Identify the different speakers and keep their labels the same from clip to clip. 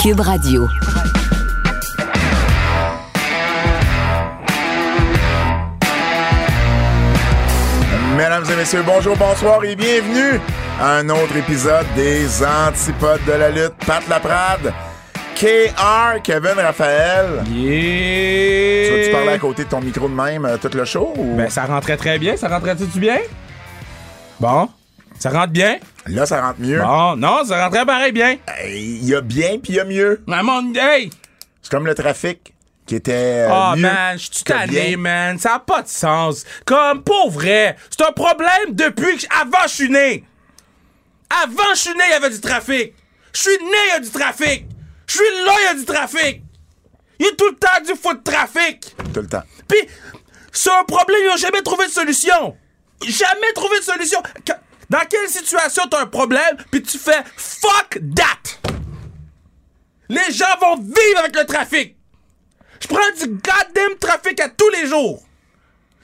Speaker 1: Cube Radio.
Speaker 2: Mesdames et messieurs, bonjour, bonsoir et bienvenue à un autre épisode des Antipodes de la lutte. Pat Laprade, KR, Kevin Raphaël.
Speaker 3: Yeah!
Speaker 2: Tu vas-tu parler à côté de ton micro de même euh, tout le show? Ou...
Speaker 3: Ben, ça rentrait très bien. Ça rentrait-tu bien? Bon. Ça rentre bien?
Speaker 2: Là, ça rentre mieux.
Speaker 3: Bon. Non, ça rentrait pareil bien.
Speaker 2: Hey, Il y a bien puis il y a mieux.
Speaker 3: Ah, mon... Hey!
Speaker 2: C'est comme le trafic qui était euh,
Speaker 3: Oh,
Speaker 2: mieux
Speaker 3: man, je suis
Speaker 2: que
Speaker 3: tanné,
Speaker 2: bien.
Speaker 3: man. Ça n'a pas de sens. Comme, pour vrai, c'est un problème depuis que... j- Avant, je suis né. Avant, je suis né, il y avait du trafic. Je suis né, il y a du trafic. Je suis là, il y a du trafic. Il y a tout le temps du fou de trafic.
Speaker 2: Tout le temps.
Speaker 3: Puis, c'est un problème, ils n'ont jamais trouvé de solution. Jamais trouvé de solution. Que- Dans quelle situation t'as un problème, puis tu fais fuck that? Les gens vont vivre avec le trafic. Je prends du goddamn trafic à tous les jours.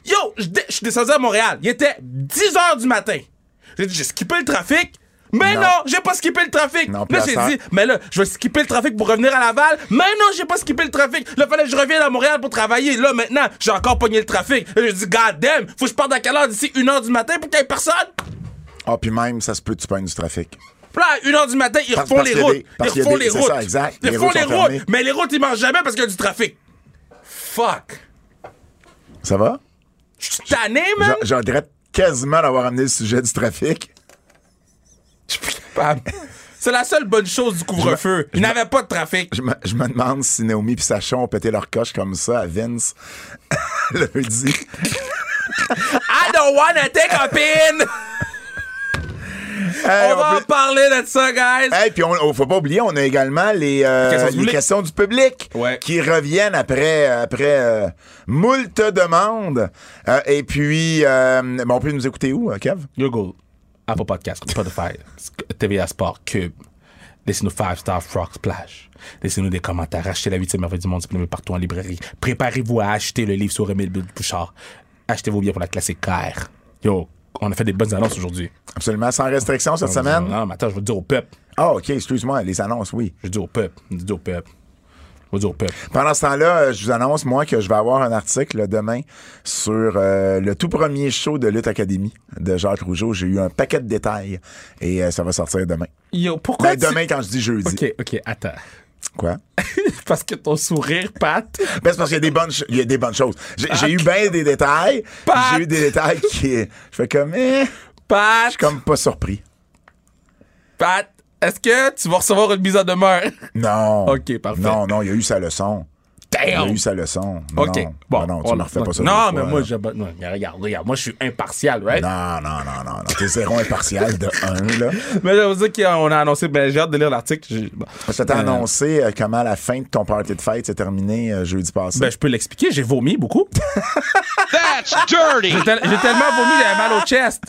Speaker 3: Yo, je dé- je suis descendu à Montréal. Il était 10 h du matin. J'ai dit, j'ai skippé le trafic. Mais
Speaker 2: Non.
Speaker 3: non, j'ai pas skippé le trafic.
Speaker 2: Non,
Speaker 3: là,
Speaker 2: puis
Speaker 3: j'ai
Speaker 2: à ça-
Speaker 3: dit, mais là, je vais skipper le trafic pour revenir à Laval. Mais non, j'ai pas skippé le trafic. Là, fallait que je revienne à Montréal pour travailler. Là, maintenant, j'ai encore pogné le trafic. Là, J'ai dit, god damn, faut que je parte à quelle heure d'ici 1h du matin pour qu'il y ait personne?
Speaker 2: Ah, puis même, ça se peut que tu pognes du trafic.
Speaker 3: Puis là, à 1h du matin, ils
Speaker 2: Parce-
Speaker 3: refont
Speaker 2: parce
Speaker 3: les
Speaker 2: qu'il y a
Speaker 3: routes.
Speaker 2: des- parce
Speaker 3: ils
Speaker 2: qu'il y a
Speaker 3: refont
Speaker 2: des-
Speaker 3: les
Speaker 2: c'est
Speaker 3: routes.
Speaker 2: ça, exact.
Speaker 3: Ils
Speaker 2: Les
Speaker 3: refont
Speaker 2: routes
Speaker 3: les
Speaker 2: sont fermées.
Speaker 3: routes. Mais les routes, ils mangent jamais parce qu'il y a du trafic. Fuck.
Speaker 2: Ça va?
Speaker 3: Je suis tanné, man.
Speaker 2: J'en- J'en dirais quasiment d'avoir amené le sujet du trafic.
Speaker 3: Je suis plus capable. C'est la seule bonne chose du couvre-feu. Il n'avait pas de trafic.
Speaker 2: Je me, je me demande si Naomi et Sachon ont pété leur coche comme ça à Vince lundi.
Speaker 3: I don't wanna take a pin!
Speaker 2: Hey, on
Speaker 3: On va en
Speaker 2: peut-
Speaker 3: parler de ça, guys!
Speaker 2: Hey, puis on, on- faut pas oublier, on a également les, euh,
Speaker 3: Questions du
Speaker 2: les
Speaker 3: public.
Speaker 2: questions du public
Speaker 3: Ouais.
Speaker 2: qui reviennent après après euh, moult demandes. Euh, et puis, euh, bon, on peut nous écouter où, euh, Kev?
Speaker 3: Google, Apple Podcast, Spotify, TVA Sport, Cube. Laissez-nous 5 Star Frog Splash. Laissez-nous des commentaires. Achetez la 8 merveille du monde disponible partout en librairie. Préparez-vous à acheter le livre sur Émile Bouchard. Achetez vos billets pour la classique KR. Yo, on a fait des bonnes annonces aujourd'hui.
Speaker 2: Absolument, sans restriction cette semaine.
Speaker 3: Non, mais attends, je vais le dire au peuple.
Speaker 2: Ah, OK, excuse-moi, les annonces, oui.
Speaker 3: Je dis au peuple. Je dis au peuple. Je dis au peuple.
Speaker 2: Pendant ce temps-là, euh, je vous annonce, moi, que je vais avoir un article demain sur euh, le tout premier show de Lutte Académie de Jacques Rougeau. J'ai eu un paquet de détails et euh, ça va sortir demain.
Speaker 3: Yo, pourquoi
Speaker 2: Ben, demain, quand je dis jeudi.
Speaker 3: Ok, ok, attends.
Speaker 2: Quoi?
Speaker 3: Parce que ton sourire, Pat.
Speaker 2: Ben, c'est parce qu'il y a des bonnes, ch- il y a des bonnes choses. J'ai j'ai eu bien des détails.
Speaker 3: Pat.
Speaker 2: J'ai eu des détails qui. Je fais comme. eh,
Speaker 3: Pat.
Speaker 2: comme pas surpris.
Speaker 3: Pat, est-ce que tu vas recevoir une mise en demeure?
Speaker 2: Non.
Speaker 3: Ok, parfait.
Speaker 2: Non, non, il y a eu sa leçon. Il y a
Speaker 3: Damn!
Speaker 2: eu sa leçon. Non,
Speaker 3: OK.
Speaker 2: Non,
Speaker 3: bon.
Speaker 2: non, non, tu
Speaker 3: on-
Speaker 2: me refais pas ça.
Speaker 3: Non,
Speaker 2: deux
Speaker 3: mais
Speaker 2: fois,
Speaker 3: moi,
Speaker 2: là.
Speaker 3: je. non, mais regarde, regarde, moi, je suis impartial, right?
Speaker 2: Non, non, non, non, non. T'es zéro impartial de un, là.
Speaker 3: Mais je veux dire qu'on a annoncé, ben, j'ai hâte de lire l'article. j'ai- bon.
Speaker 2: Je t'ai
Speaker 3: Euh,
Speaker 2: annoncé euh, comment la fin de ton party de fête s'est terminée euh, jeudi passé.
Speaker 3: Ben, je peux l'expliquer, j'ai vomi beaucoup.
Speaker 4: That's dirty.
Speaker 3: J'ai tel- j'ai tellement vomi, j'avais mal au chest.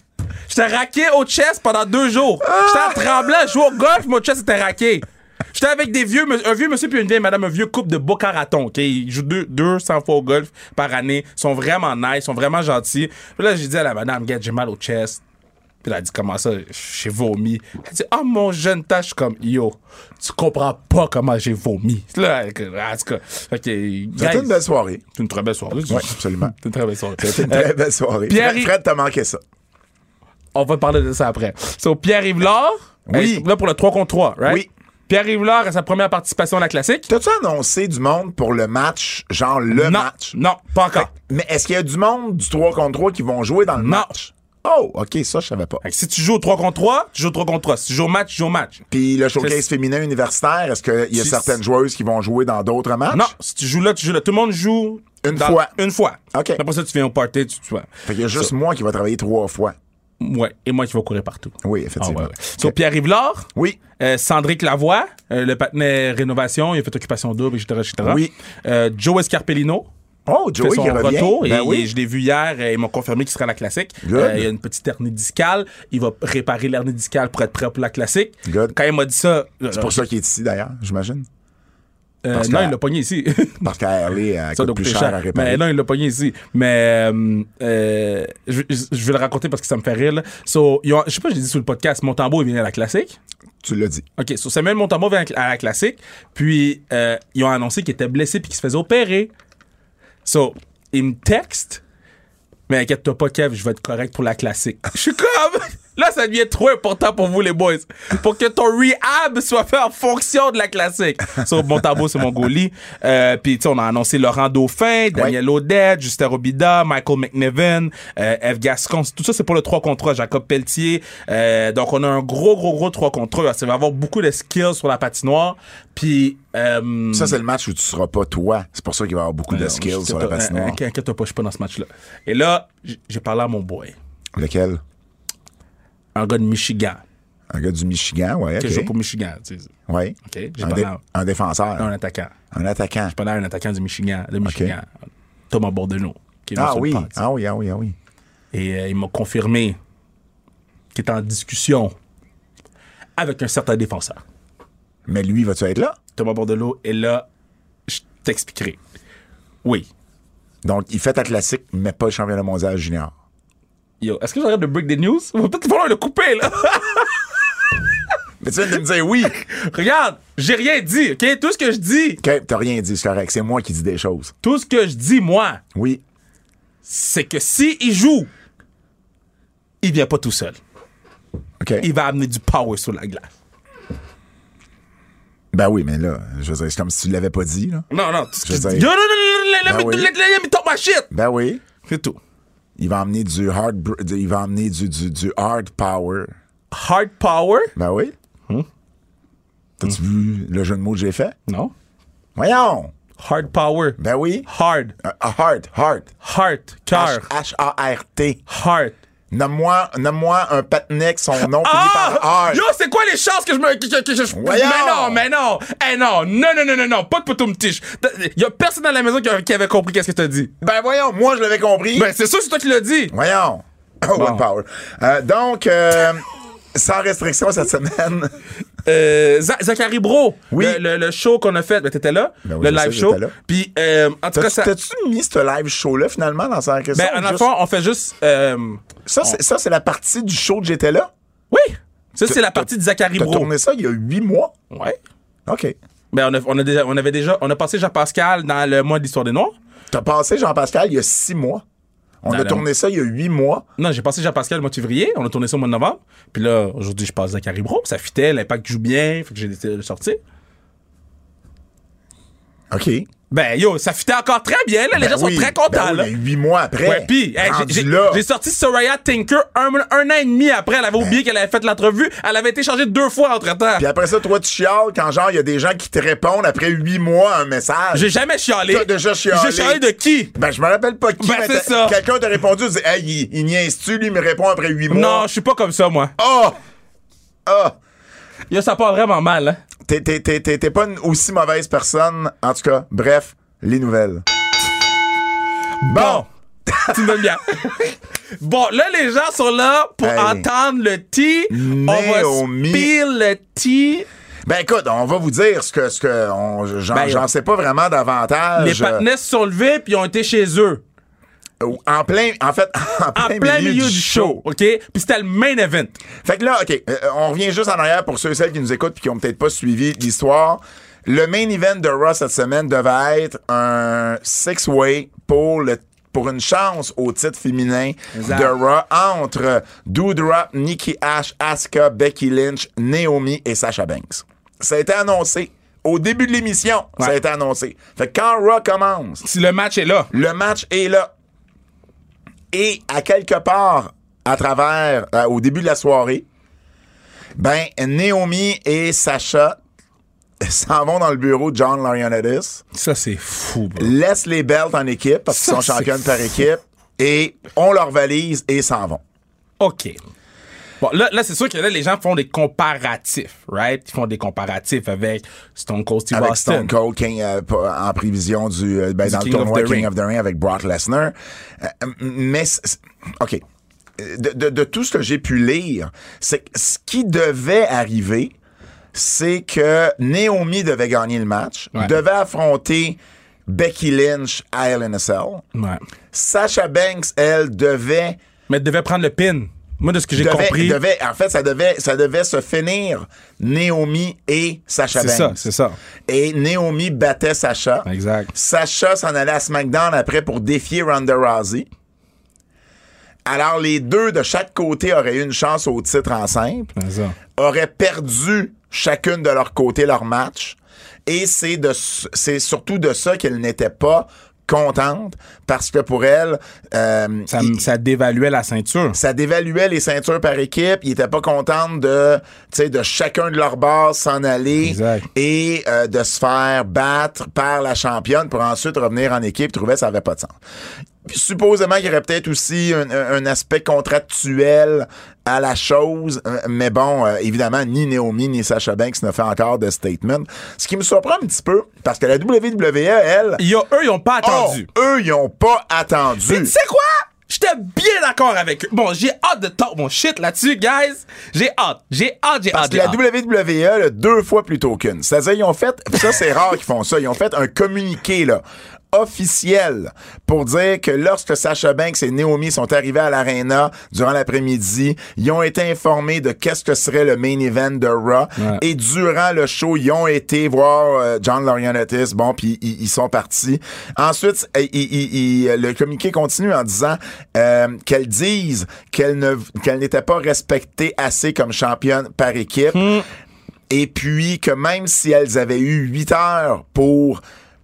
Speaker 3: J'étais raqué au chest pendant deux jours. J'étais en tremblant, je jouais au golf, mon chest était raqué. J'étais avec des vieux, mon- un vieux monsieur puis une vieille madame, un vieux couple de Boca Raton, OK? Ils jouent deux, 200 fois au golf par année. Ils sont vraiment nice, ils sont vraiment gentils. Puis là, j'ai dit à la madame, regarde, j'ai mal au chest. Puis elle a dit, comment ça, j'ai vomi. Elle dit, ah, mon jeune tâche, je suis comme, yo, tu comprends pas comment j'ai vomi. Là, en tout cas, OK.
Speaker 2: C'était une
Speaker 3: guys,
Speaker 2: belle soirée.
Speaker 3: C'est une très belle soirée.
Speaker 2: Oui, absolument.
Speaker 3: C'est une très belle soirée.
Speaker 2: C'était une
Speaker 3: Euh,
Speaker 2: très belle soirée.
Speaker 3: Pierre-
Speaker 2: Fred, Fred, t'as manqué ça.
Speaker 3: on va parler de ça après. So, Pierre Yvelard.
Speaker 2: Oui.
Speaker 3: Là, pour le 3 contre 3, right?
Speaker 2: Oui.
Speaker 3: Pierre Yvelard a sa première participation à la classique.
Speaker 2: T'as-tu annoncé du monde pour le match, genre le
Speaker 3: non,
Speaker 2: match?
Speaker 3: non, pas encore.
Speaker 2: Mais est-ce qu'il y a du monde du 3 contre 3 qui vont jouer dans le
Speaker 3: Non.
Speaker 2: match? Oh, OK, ça, je savais pas.
Speaker 3: Fait que si tu joues au 3 contre 3, tu joues au 3 contre 3. Si tu joues au match, tu joues au match.
Speaker 2: Puis le showcase
Speaker 3: C'est-
Speaker 2: féminin universitaire, est-ce qu'il y a
Speaker 3: Si-
Speaker 2: certaines joueuses qui vont jouer dans d'autres matchs?
Speaker 3: Non, si tu joues là, tu joues là. Tout le monde joue.
Speaker 2: Une fois.
Speaker 3: Une fois.
Speaker 2: OK.
Speaker 3: Après ça, tu viens au party, tu, tu vois.
Speaker 2: Fait qu'il y a juste moi qui va travailler trois fois.
Speaker 3: Ouais, et moi qui vais courir partout.
Speaker 2: Oui,
Speaker 3: Ah,
Speaker 2: effectivement.
Speaker 3: ouais, ouais. So, Pierre Yvelard.
Speaker 2: Oui.
Speaker 3: Euh, Sandrick Lavoie, euh, le partenaire Rénovation, il a fait Occupation Double, etc. etc.
Speaker 2: Oui.
Speaker 3: Euh, Joe Escarpellino,
Speaker 2: Oh,
Speaker 3: fait
Speaker 2: Joey
Speaker 3: son
Speaker 2: qui revient.
Speaker 3: retour.
Speaker 2: Ben
Speaker 3: et,
Speaker 2: oui.
Speaker 3: et je l'ai vu hier et ils m'ont confirmé qu'il sera à la classique.
Speaker 2: Good.
Speaker 3: Euh, il y a une petite hernie discale. Il va réparer l'hernie discale pour être prêt pour la classique.
Speaker 2: Good.
Speaker 3: Quand il m'a dit ça, euh,
Speaker 2: C'est pour ça qu'il est ici, d'ailleurs, j'imagine.
Speaker 3: Euh,
Speaker 2: Parce
Speaker 3: non,
Speaker 2: que-
Speaker 3: il l'a pogné ici.
Speaker 2: Parce qu'à Harley, elle
Speaker 3: Ça
Speaker 2: coûte
Speaker 3: doit
Speaker 2: plus
Speaker 3: coûter
Speaker 2: cher, à
Speaker 3: cher.
Speaker 2: réparer.
Speaker 3: Mais non, il l'a pogné ici. Mais euh, euh, je, je- je vais le raconter parce que ça me fait rire. là. So, ils ont- je sais pas, j'ai dit sur le podcast, Montambo est venu à la classique.
Speaker 2: Tu l'as dit.
Speaker 3: OK, so Samuel Montambo vient à la classique. Puis, euh, ils ont annoncé qu'il était blessé puis qu'il se faisait opérer. So, il me texte. Mais inquiète-toi pas, Kev, je vais être correct pour la classique. Je suis comme. Là, ça devient trop important pour vous, les boys. Pour que ton rehab soit fait en fonction de la classique. So, Montambo, c'est mon goalie. Euh, Puis, tu sais, on a annoncé Laurent Dauphin, Daniel Odette, Justin Robida, Michael McNevin, euh, F. Gascon. Tout ça, c'est pour le 3 contre 1. Jacob Pelletier. Euh, donc, on a un gros, gros, gros 3 contre 1. Ça va avoir beaucoup de skills sur la patinoire. Puis. Euh,
Speaker 2: Ça, c'est le match où tu seras pas toi. C'est pour ça qu'il va y avoir beaucoup de
Speaker 3: Ben non,
Speaker 2: skills
Speaker 3: je-
Speaker 2: sur la
Speaker 3: t'inquiète-
Speaker 2: patinoire.
Speaker 3: inqui- Inquiète-toi pas, je suis pas dans ce match-là. Et là, j- j'ai parlé à mon boy,
Speaker 2: Lequel?
Speaker 3: un gars de Michigan,
Speaker 2: Un gars du Michigan, ouais.
Speaker 3: que
Speaker 2: ok.
Speaker 3: je joue pour Michigan, tu sais.
Speaker 2: Ouais.
Speaker 3: Ok, j'ai
Speaker 2: Un,
Speaker 3: parlé
Speaker 2: dé-
Speaker 3: en-
Speaker 2: un défenseur.
Speaker 3: un attaquant.
Speaker 2: Un attaquant.
Speaker 3: Pendant un attaquant du Michigan, de Michigan, Thomas Bordelot, qui est venu
Speaker 2: Ah
Speaker 3: sur le
Speaker 2: oui.
Speaker 3: parc, tu sais.
Speaker 2: ah oui, ah oui, ah oui.
Speaker 3: Et euh, il m'a confirmé qu'il est en discussion avec un certain défenseur.
Speaker 2: Mais lui, va-tu être là?
Speaker 3: Thomas Bordelot est là, je t'expliquerai. Oui.
Speaker 2: Donc, il fait ta classique, mais pas le championnat mondial junior.
Speaker 3: Yo, est-ce que j'arrête de break the news? On va peut-être falloir le couper, là.
Speaker 2: Mais tu viens de me dire oui.
Speaker 3: Regarde, j'ai rien dit, OK? Tout ce que je dis,
Speaker 2: OK, t'as rien dit, c'est correct. C'est moi qui dis des choses.
Speaker 3: tout ce que je dis, moi,
Speaker 2: Oui.
Speaker 3: c'est que si il joue, il vient pas tout seul.
Speaker 2: OK.
Speaker 3: Il va amener du power sur la glace.
Speaker 2: Ben oui, mais là, je veux dire, c'est comme si tu l'avais pas dit, là.
Speaker 3: Non, non. tu-
Speaker 2: Je
Speaker 3: tu-
Speaker 2: sais.
Speaker 3: Yo, non, non, non, let- let
Speaker 2: Ah
Speaker 3: me-
Speaker 2: oui.
Speaker 3: let- let me talk my shit.
Speaker 2: Ben oui.
Speaker 3: C'est tout.
Speaker 2: Il va emmener du hard, br- du- il va emmener du, du, du hard power.
Speaker 3: Hard power?
Speaker 2: Ben oui.
Speaker 3: Hein?
Speaker 2: T'as-tu vu le jeu de mots que j'ai fait?
Speaker 3: Non.
Speaker 2: Voyons!
Speaker 3: Hard power.
Speaker 2: Ben oui.
Speaker 3: Hard.
Speaker 2: Euh, hard, hard.
Speaker 3: Heart. Cœur.
Speaker 2: H-A-R-T.
Speaker 3: Heart.
Speaker 2: Nomme-moi, nomme-moi un patnick, son nom finit par
Speaker 3: Ah!
Speaker 2: hard.
Speaker 3: Yo, c'est quoi les chances que je me. que- que- que je-
Speaker 2: Voyons!
Speaker 3: Mais non, mais non! Eh non! Non, non, non, non, non! Pas de potomtiche! Y a personne à la maison qui a- qui avait compris qu'est-ce que t'as dit.
Speaker 2: Ben voyons, moi je l'avais compris.
Speaker 3: Ben, c'est sûr, c'est toi qui l'as dit!
Speaker 2: Voyons. Oh, what power. Euh, donc, euh, sans restriction cette semaine.
Speaker 3: Euh, Za- Zachary Bro,
Speaker 2: Oui.
Speaker 3: le, le- le show qu'on a fait, ben, t'étais là,
Speaker 2: Ben oui,
Speaker 3: le
Speaker 2: je sais,
Speaker 3: live
Speaker 2: j'étais
Speaker 3: show.
Speaker 2: là.
Speaker 3: Puis, euh, en tout cas,
Speaker 2: T'as-tu
Speaker 3: ça,
Speaker 2: t'as-tu mis ce live show-là finalement dans sans restriction?
Speaker 3: ben, en
Speaker 2: Juste-
Speaker 3: enfant, on fait juste. euh,
Speaker 2: ça, c'est- ça, c'est la partie du show que j'étais là.
Speaker 3: oui! Ça, c'est la partie de Zachary
Speaker 2: T'as
Speaker 3: Bro.
Speaker 2: tourné ça il y a huit mois.
Speaker 3: Ouais.
Speaker 2: OK.
Speaker 3: Ben, on, a, on, a déjà, on avait déjà. On a passé Jean-Pascal dans le mois de l'histoire des Noirs.
Speaker 2: T'as passé Jean-Pascal il y a six mois. On
Speaker 3: Non,
Speaker 2: a
Speaker 3: non.
Speaker 2: tourné ça il y a huit mois.
Speaker 3: Non, j'ai passé Jean-Pascal le mois de février. On a tourné ça au mois de novembre. Puis là, aujourd'hui, je passe Zachary Bro. Ça fitait, l'impact joue bien. Fait que j'ai décidé de le sortir.
Speaker 2: OK.
Speaker 3: Ben, yo, ça fitait encore très bien, là.
Speaker 2: Ben
Speaker 3: Les gens sont très contents, là.
Speaker 2: mais huit mois après.
Speaker 3: Ouais, puis, hey,
Speaker 2: rendu
Speaker 3: j'ai- j'ai
Speaker 2: là.
Speaker 3: j'ai sorti Soraya Tinker un, un an et demi après. Elle avait oublié qu'elle avait fait l'entrevue. Elle avait été changée deux fois entre-temps.
Speaker 2: Puis après ça, toi, tu chiales quand genre, il y a des gens qui te répondent après huit mois à un message.
Speaker 3: J'ai jamais chialé.
Speaker 2: T'as déjà chialé.
Speaker 3: J'ai chialé de qui?
Speaker 2: Ben, je me rappelle pas qui.
Speaker 3: Ben,
Speaker 2: mais
Speaker 3: c'est
Speaker 2: t'as-
Speaker 3: ça.
Speaker 2: Quelqu'un t'a répondu, tu dis, hey, il, il niaise-tu, lui, il me répond après huit mois.
Speaker 3: Non, je suis pas comme ça, moi.
Speaker 2: Oh! Ah!
Speaker 3: Yo, ça part vraiment mal, hein.
Speaker 2: T'es- T'es t'es- t'es- t'es pas une aussi mauvaise personne. En tout cas, bref, les nouvelles.
Speaker 3: Bon. tu me donnes bien. Bon, là, les gens sont là pour
Speaker 2: Hey.
Speaker 3: entendre le T. On va
Speaker 2: Naomi.
Speaker 3: spill le T.
Speaker 2: Ben écoute, on va vous dire ce que, ce que on- j'en
Speaker 3: Ben,
Speaker 2: j'en sais pas vraiment
Speaker 3: Les
Speaker 2: davantage.
Speaker 3: partenaires se sont levés puis ils ont été chez eux.
Speaker 2: Euh, en plein, en fait, en
Speaker 3: En
Speaker 2: plein,
Speaker 3: plein milieu, du show, OK? Puis c'était le main event.
Speaker 2: Fait que là, OK, euh, on revient juste en arrière pour ceux et celles qui nous écoutent puis qui ont peut-être pas suivi l'histoire. Le main event de Raw cette semaine devait être un six-way pour le pour une chance au titre féminin
Speaker 3: Exact.
Speaker 2: de Raw entre Doudrop, Nikki Ash, Asuka, Becky Lynch, Naomi et Sasha Banks. Ça a été annoncé au début de l'émission. Ça a
Speaker 3: Ouais.
Speaker 2: été annoncé. Fait que quand Raw commence,
Speaker 3: Si le match est là.
Speaker 2: le match est là. Et à quelque part, à travers, euh, au début de la soirée, ben, Naomi et Sacha s'en vont dans le bureau de John Laurinaitis,
Speaker 3: Ça, c'est fou, bro.
Speaker 2: laissent les belts en équipe parce qu'ils
Speaker 3: Ça,
Speaker 2: sont
Speaker 3: c'est
Speaker 2: championnes par
Speaker 3: fou.
Speaker 2: équipe et on leur valise et s'en vont.
Speaker 3: OK. Bon, là, là c'est sûr que là, les gens font des comparatifs, right? Ils font des comparatifs avec Stone Cold Steve
Speaker 2: Avec
Speaker 3: Austin.
Speaker 2: Stone Cold King, euh, pas- en prévision du, euh, ben, dans
Speaker 3: King
Speaker 2: le
Speaker 3: of
Speaker 2: tournoi
Speaker 3: the
Speaker 2: King
Speaker 3: Ring.
Speaker 2: of the Ring avec Brock Lesnar. Euh, mais, c- c- OK. De, de- de tout ce que j'ai pu lire, c'est que ce qui devait arriver, c'est que Naomi devait gagner le match,
Speaker 3: Ouais.
Speaker 2: devait affronter Becky Lynch à LNSL.
Speaker 3: Ouais.
Speaker 2: Sasha Banks, elle, devait
Speaker 3: Mais elle devait prendre le pin. Moi, de ce que j'ai
Speaker 2: devait-
Speaker 3: compris.
Speaker 2: devait- en fait, ça devait, ça devait se finir Naomi et Sacha
Speaker 3: C'est
Speaker 2: Banks.
Speaker 3: ça, c'est ça.
Speaker 2: Et Naomi battait Sacha.
Speaker 3: Exact.
Speaker 2: Sacha s'en allait à SmackDown après pour défier Ronda Rousey. Alors, les deux de chaque côté auraient eu une chance au titre en simple,
Speaker 3: C'est ça.
Speaker 2: auraient perdu chacune de leur côté leur match. Et c'est de, s- c'est surtout de ça qu'elle n'était pas contente parce que pour elle, euh,
Speaker 3: Ça,
Speaker 2: il-
Speaker 3: ça dévaluait la ceinture.
Speaker 2: ça dévaluait les ceintures par équipe. Ils étaient pas contents de, tu sais, de chacun de leur base s'en aller
Speaker 3: Exact.
Speaker 2: et euh, de se faire battre par la championne pour ensuite revenir en équipe. Ils trouvaient que ça avait pas de sens. Puis, Supposément qu'il y aurait peut-être aussi un, un- un aspect contractuel à la chose, euh, mais bon, euh, évidemment, ni Naomi ni Sacha Banks ne fait encore de statement. Ce qui me surprend un petit peu, parce que la WWE, elle,
Speaker 3: Ils ont- eux, ils ont pas
Speaker 2: ont-
Speaker 3: attendu.
Speaker 2: eux, ils ont pas
Speaker 3: Mais
Speaker 2: attendu.
Speaker 3: tu sais quoi? J'étais bien d'accord avec eux. Bon, j'ai hâte de talk mon shit là-dessus, guys. J'ai hâte. J'ai hâte, j'ai
Speaker 2: Parce
Speaker 3: hâte.
Speaker 2: que
Speaker 3: j'ai
Speaker 2: la
Speaker 3: hâte.
Speaker 2: WWE, là, deux fois plutôt qu'une. C'est-à-dire, ils ont fait, ça c'est rare qu'ils font ça, ils ont fait un communiqué là, officiel pour dire que lorsque Sacha Banks et Naomi sont arrivés à l'arena durant l'après-midi, ils ont été informés de qu'est-ce que serait le main event de Raw.
Speaker 3: Ouais.
Speaker 2: Et durant le show, ils ont été voir euh, John Laurinaitis, bon, puis ils ils sont partis. Ensuite, euh, ils- ils- ils- le communiqué continue en disant euh, qu'elles disent qu'elles ne- qu'elles n'étaient pas respectées assez comme championne par équipe. Et puis que même si elles avaient eu 8 heures pour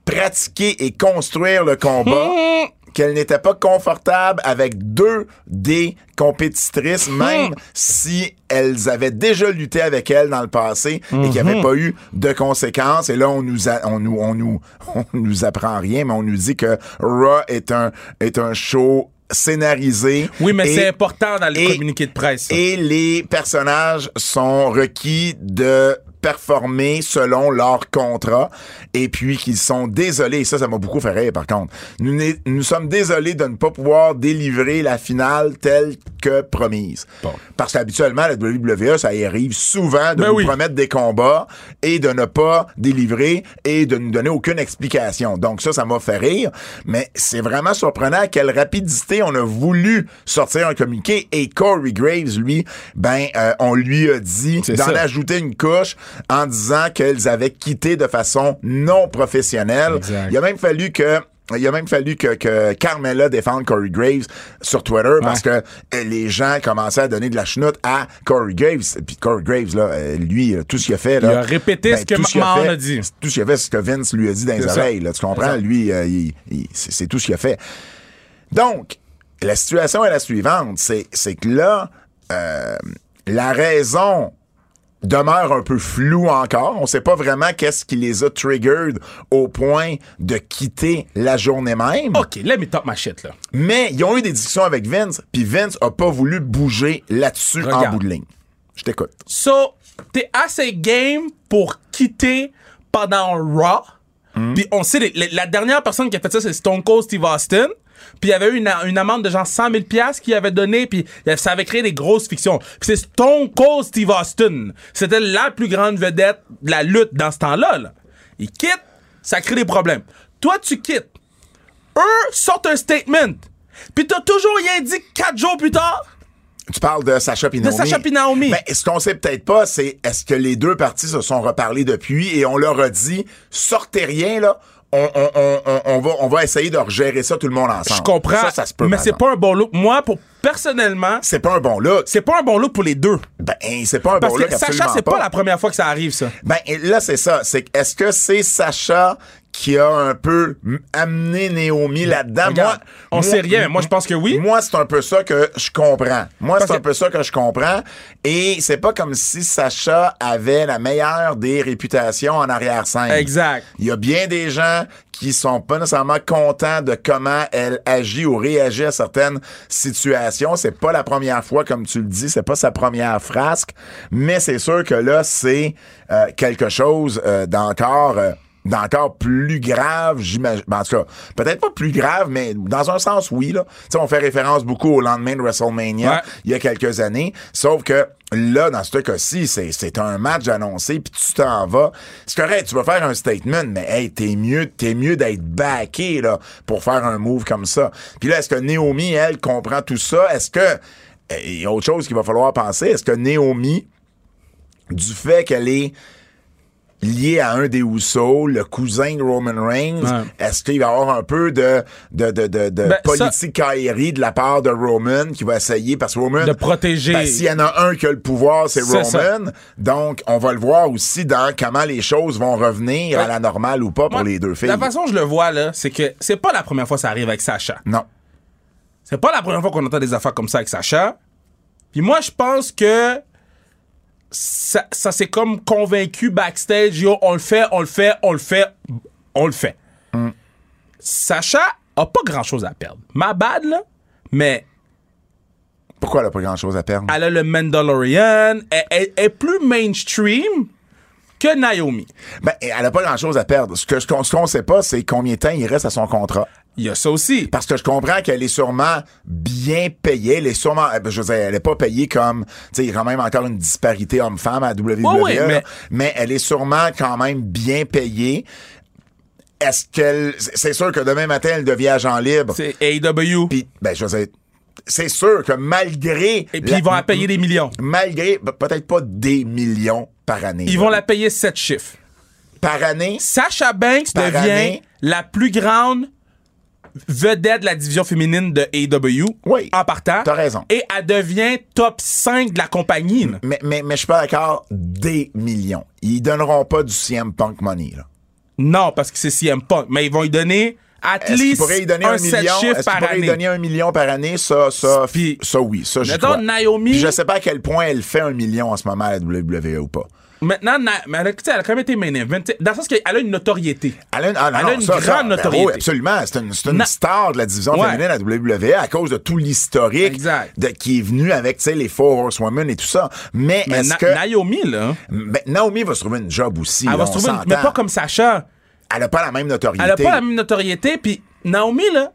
Speaker 2: pratiquer et construire le combat,
Speaker 3: Hmm.
Speaker 2: qu'elles n'étaient pas confortables avec deux des compétitrices,
Speaker 3: Hmm.
Speaker 2: même si elles avaient déjà lutté avec elles dans le passé et qu'il n'y
Speaker 3: Hmm.
Speaker 2: avait pas eu de conséquences. Et là, on nous, a- on nous, on nous, on nous apprend rien, mais on nous dit que Raw est un, est un show scénarisé.
Speaker 3: Oui, mais
Speaker 2: Et-
Speaker 3: c'est important dans les
Speaker 2: et-
Speaker 3: communiqués de presse. ça.
Speaker 2: et les personnages sont requis de performer selon leur contrat et puis qu'ils sont désolés. Et ça, ça m'a beaucoup fait rire, par contre. Nous, n'est- nous sommes désolés de ne pas pouvoir délivrer la finale telle que promise.
Speaker 3: Bon.
Speaker 2: Parce qu'habituellement, la WWE, ça y arrive souvent de
Speaker 3: Ben
Speaker 2: nous
Speaker 3: oui.
Speaker 2: promettre des combats et de ne pas délivrer et de nous donner aucune explication. Donc ça, ça m'a fait rire. Mais c'est vraiment surprenant à quelle rapidité on a voulu sortir un communiqué. Et Corey Graves, lui, ben, euh, on lui a dit
Speaker 3: C'est
Speaker 2: d'en
Speaker 3: ça.
Speaker 2: ajouter une couche en disant qu'elles avaient quitté de façon non professionnelle.
Speaker 3: Exact.
Speaker 2: Il a même fallu que il a même fallu que, que Carmella défende Corey Graves sur Twitter parce que euh, les gens commençaient à donner de la chenoute à Corey Graves. Puis Corey Graves, là, euh, lui, euh, tout ce qu'il a fait. Là, ben,
Speaker 3: Il a répété ce que
Speaker 2: tout qu'il
Speaker 3: Mahon
Speaker 2: fait-
Speaker 3: a dit.
Speaker 2: Tout ce qu'il a fait, c'est ce que Vince lui a dit dans les
Speaker 3: C'est ça.
Speaker 2: oreilles. là, tu comprends? Lui, euh, il- il- c'est c'est tout ce qu'il a fait. Donc, la situation est la suivante. C'est c'est que là, euh, la raison demeure un peu floue encore. On ne sait pas vraiment qu'est-ce qui les a triggered au point de quitter la journée même.
Speaker 3: OK, let me top ma shit, là.
Speaker 2: Mais ils ont eu des discussions avec Vince, puis Vince a pas voulu bouger là-dessus en
Speaker 3: Regarde.
Speaker 2: bout de ligne. Je t'écoute.
Speaker 3: So, t'es assez game pour quitter pendant Raw. Puis on sait, les- les- la dernière personne qui a fait ça, c'est Stone Cold Steve Austin. Puis il y avait eu une, a- une amende de genre 100 000 qu'il avait donné, puis il a- ça avait créé des grosses fictions. Puis c'est Stone Cold Steve Austin. C'était la plus grande vedette de la lutte dans ce temps-là. là. Il quitte, ça crée des problèmes. Toi, tu quittes. Eux sortent un statement. Puis t'as toujours rien dit quatre jours plus tard.
Speaker 2: Tu parles de Sacha Pinaomi.
Speaker 3: Sacha puis Naomi.
Speaker 2: ce qu'on sait peut-être pas, c'est est-ce que les deux parties se sont reparlées depuis et on leur a dit sortez rien là, on, on- on- on- on va on va essayer de gérer ça tout le monde ensemble.
Speaker 3: Je comprends.
Speaker 2: Ça, ça se peut.
Speaker 3: mais
Speaker 2: par
Speaker 3: c'est
Speaker 2: exemple.
Speaker 3: pas un bon look. Moi, pour personnellement,
Speaker 2: c'est pas un bon look.
Speaker 3: c'est pas un bon look pour les deux.
Speaker 2: Ben, c'est pas un
Speaker 3: Parce
Speaker 2: bon
Speaker 3: que
Speaker 2: look
Speaker 3: Sacha,
Speaker 2: absolument
Speaker 3: c'est pas la première fois que ça arrive, ça.
Speaker 2: Ben et là, c'est ça. C'est que est-ce que c'est Sacha qui a un peu m- amené Naomi là-dedans?
Speaker 3: Regarde, on sait rien, mais moi, je pense que oui.
Speaker 2: Moi, c'est un peu ça que je comprends. Moi,
Speaker 3: Parce
Speaker 2: c'est un
Speaker 3: que-
Speaker 2: peu ça que je comprends. Et c'est pas comme si Sacha avait la meilleure des réputations en arrière-scène.
Speaker 3: Exact.
Speaker 2: Il y a bien des gens qui sont pas nécessairement contents de comment elle agit ou réagit à certaines situations. C'est pas la première fois, comme tu le dis, c'est pas sa première frasque, mais c'est sûr que là, c'est euh, quelque chose euh, d'encore euh, d'encore plus grave, j'imagine. Ben, en tout cas, peut-être pas plus grave, mais dans un sens, oui. Là. Tu sais, on fait référence beaucoup au lendemain de WrestleMania,
Speaker 3: Ouais.
Speaker 2: il y a quelques années. Sauf que là, dans ce cas-ci, c'est- c'est un match annoncé, puis tu t'en vas. C'est correct, tu vas faire un statement, mais hey, t'es mieux, t'es mieux d'être backé là, pour faire un move comme ça. Puis là, est-ce que Naomi, elle, comprend tout ça? Est-ce que... eh, Il y a autre chose qu'il va falloir penser. Est-ce que Naomi, du fait qu'elle est liée à un des Housseaux, le cousin de Roman Reigns,
Speaker 3: Ouais.
Speaker 2: est-ce qu'il va y avoir un peu de, de, de, de, de
Speaker 3: Ben,
Speaker 2: politique aérie de la part de Roman qui va essayer, parce que Roman...
Speaker 3: De protéger.
Speaker 2: Ben, S'il y en a un qui a le pouvoir, c'est
Speaker 3: C'est
Speaker 2: Roman.
Speaker 3: ça.
Speaker 2: Donc, on va le voir aussi dans comment les choses vont revenir à la normale ou pas pour
Speaker 3: Moi,
Speaker 2: les deux filles.
Speaker 3: La façon que je le vois, là, c'est que c'est pas la première fois que ça arrive avec Sacha.
Speaker 2: Non.
Speaker 3: C'est pas la première fois qu'on entend des affaires comme ça avec Sacha. Puis moi, je pense que ça, ça s'est comme convaincu backstage, yo, on le fait, on le fait, on le fait, on le fait.
Speaker 2: Hmm.
Speaker 3: Sacha a pas grand-chose à perdre. Ma bad, là, mais
Speaker 2: Pourquoi elle a pas grand-chose à perdre?
Speaker 3: elle a le Mandalorian, elle, elle- elle est plus mainstream que Naomi.
Speaker 2: Ben, elle a pas grand-chose à perdre. Ce que je- ce qu'on sait pas, c'est combien de temps il reste à son contrat.
Speaker 3: Il y a ça aussi.
Speaker 2: Parce que je comprends qu'elle est sûrement bien payée. Elle est sûrement, euh, je veux dire, elle est pas payée comme, tu sais, il y a quand même encore une disparité homme-femme à WWE.
Speaker 3: Ouais, ouais,
Speaker 2: là.
Speaker 3: mais-
Speaker 2: mais... elle est sûrement quand même bien payée. Est-ce qu'elle, c'est sûr que demain matin, elle devient agent libre.
Speaker 3: C'est E AEW.
Speaker 2: Puis, ben, je veux dire, c'est sûr que malgré.
Speaker 3: Et puis
Speaker 2: la-
Speaker 3: ils vont la payer des millions.
Speaker 2: Malgré, pe- peut-être pas des millions par année.
Speaker 3: Ils
Speaker 2: là.
Speaker 3: vont la payer 7 chiffres.
Speaker 2: Par année,
Speaker 3: Sacha Banks
Speaker 2: Par
Speaker 3: devient
Speaker 2: année.
Speaker 3: la plus grande vedette de la division féminine de AEW
Speaker 2: Oui.
Speaker 3: en partant.
Speaker 2: T'as raison.
Speaker 3: Et elle devient top 5 de la compagnie. là.
Speaker 2: mais, mais, mais je suis pas d'accord, des millions. Ils donneront pas du CM Punk Money, là.
Speaker 3: Non, parce que c'est CM Punk. Mais ils vont lui donner at
Speaker 2: Est-ce qu'il
Speaker 3: least
Speaker 2: pourrait y donner
Speaker 3: un
Speaker 2: un,
Speaker 3: 7
Speaker 2: million?
Speaker 3: chiffres
Speaker 2: Est-ce qu'il
Speaker 3: par
Speaker 2: pourrait y
Speaker 3: année.
Speaker 2: donner un million par année? Ça, ça,
Speaker 3: Puis-
Speaker 2: ça oui, ça, je
Speaker 3: Mettons,
Speaker 2: crois.
Speaker 3: Naomi-
Speaker 2: Puis je sais pas à quel point elle fait un million en ce moment à la WWE ou pas.
Speaker 3: Maintenant, na- mais elle, a- tu sais, elle a quand même été main event. tu sais, Dans le sens qu'elle a une notoriété.
Speaker 2: Elle a une, ah, non,
Speaker 3: Elle a
Speaker 2: non,
Speaker 3: une
Speaker 2: ça, ça,
Speaker 3: grande
Speaker 2: ben
Speaker 3: notoriété.
Speaker 2: oui, absolument. C'est une, c'est une
Speaker 3: Na-
Speaker 2: star de la division
Speaker 3: Ouais.
Speaker 2: féminine à WWE à cause de tout l'historique
Speaker 3: Exact.
Speaker 2: de- qui est venu avec tu sais, les Four Horsewomen et tout ça. Mais,
Speaker 3: Mais
Speaker 2: est-ce
Speaker 3: Na-
Speaker 2: que.
Speaker 3: Naomi, là,
Speaker 2: Ben, Naomi va se trouver une job aussi.
Speaker 3: elle
Speaker 2: là,
Speaker 3: va se
Speaker 2: on
Speaker 3: trouver. une-
Speaker 2: s'entend.
Speaker 3: Mais pas comme Sacha.
Speaker 2: Elle a pas la même notoriété.
Speaker 3: Elle a pas la même notoriété. Puis Naomi, là,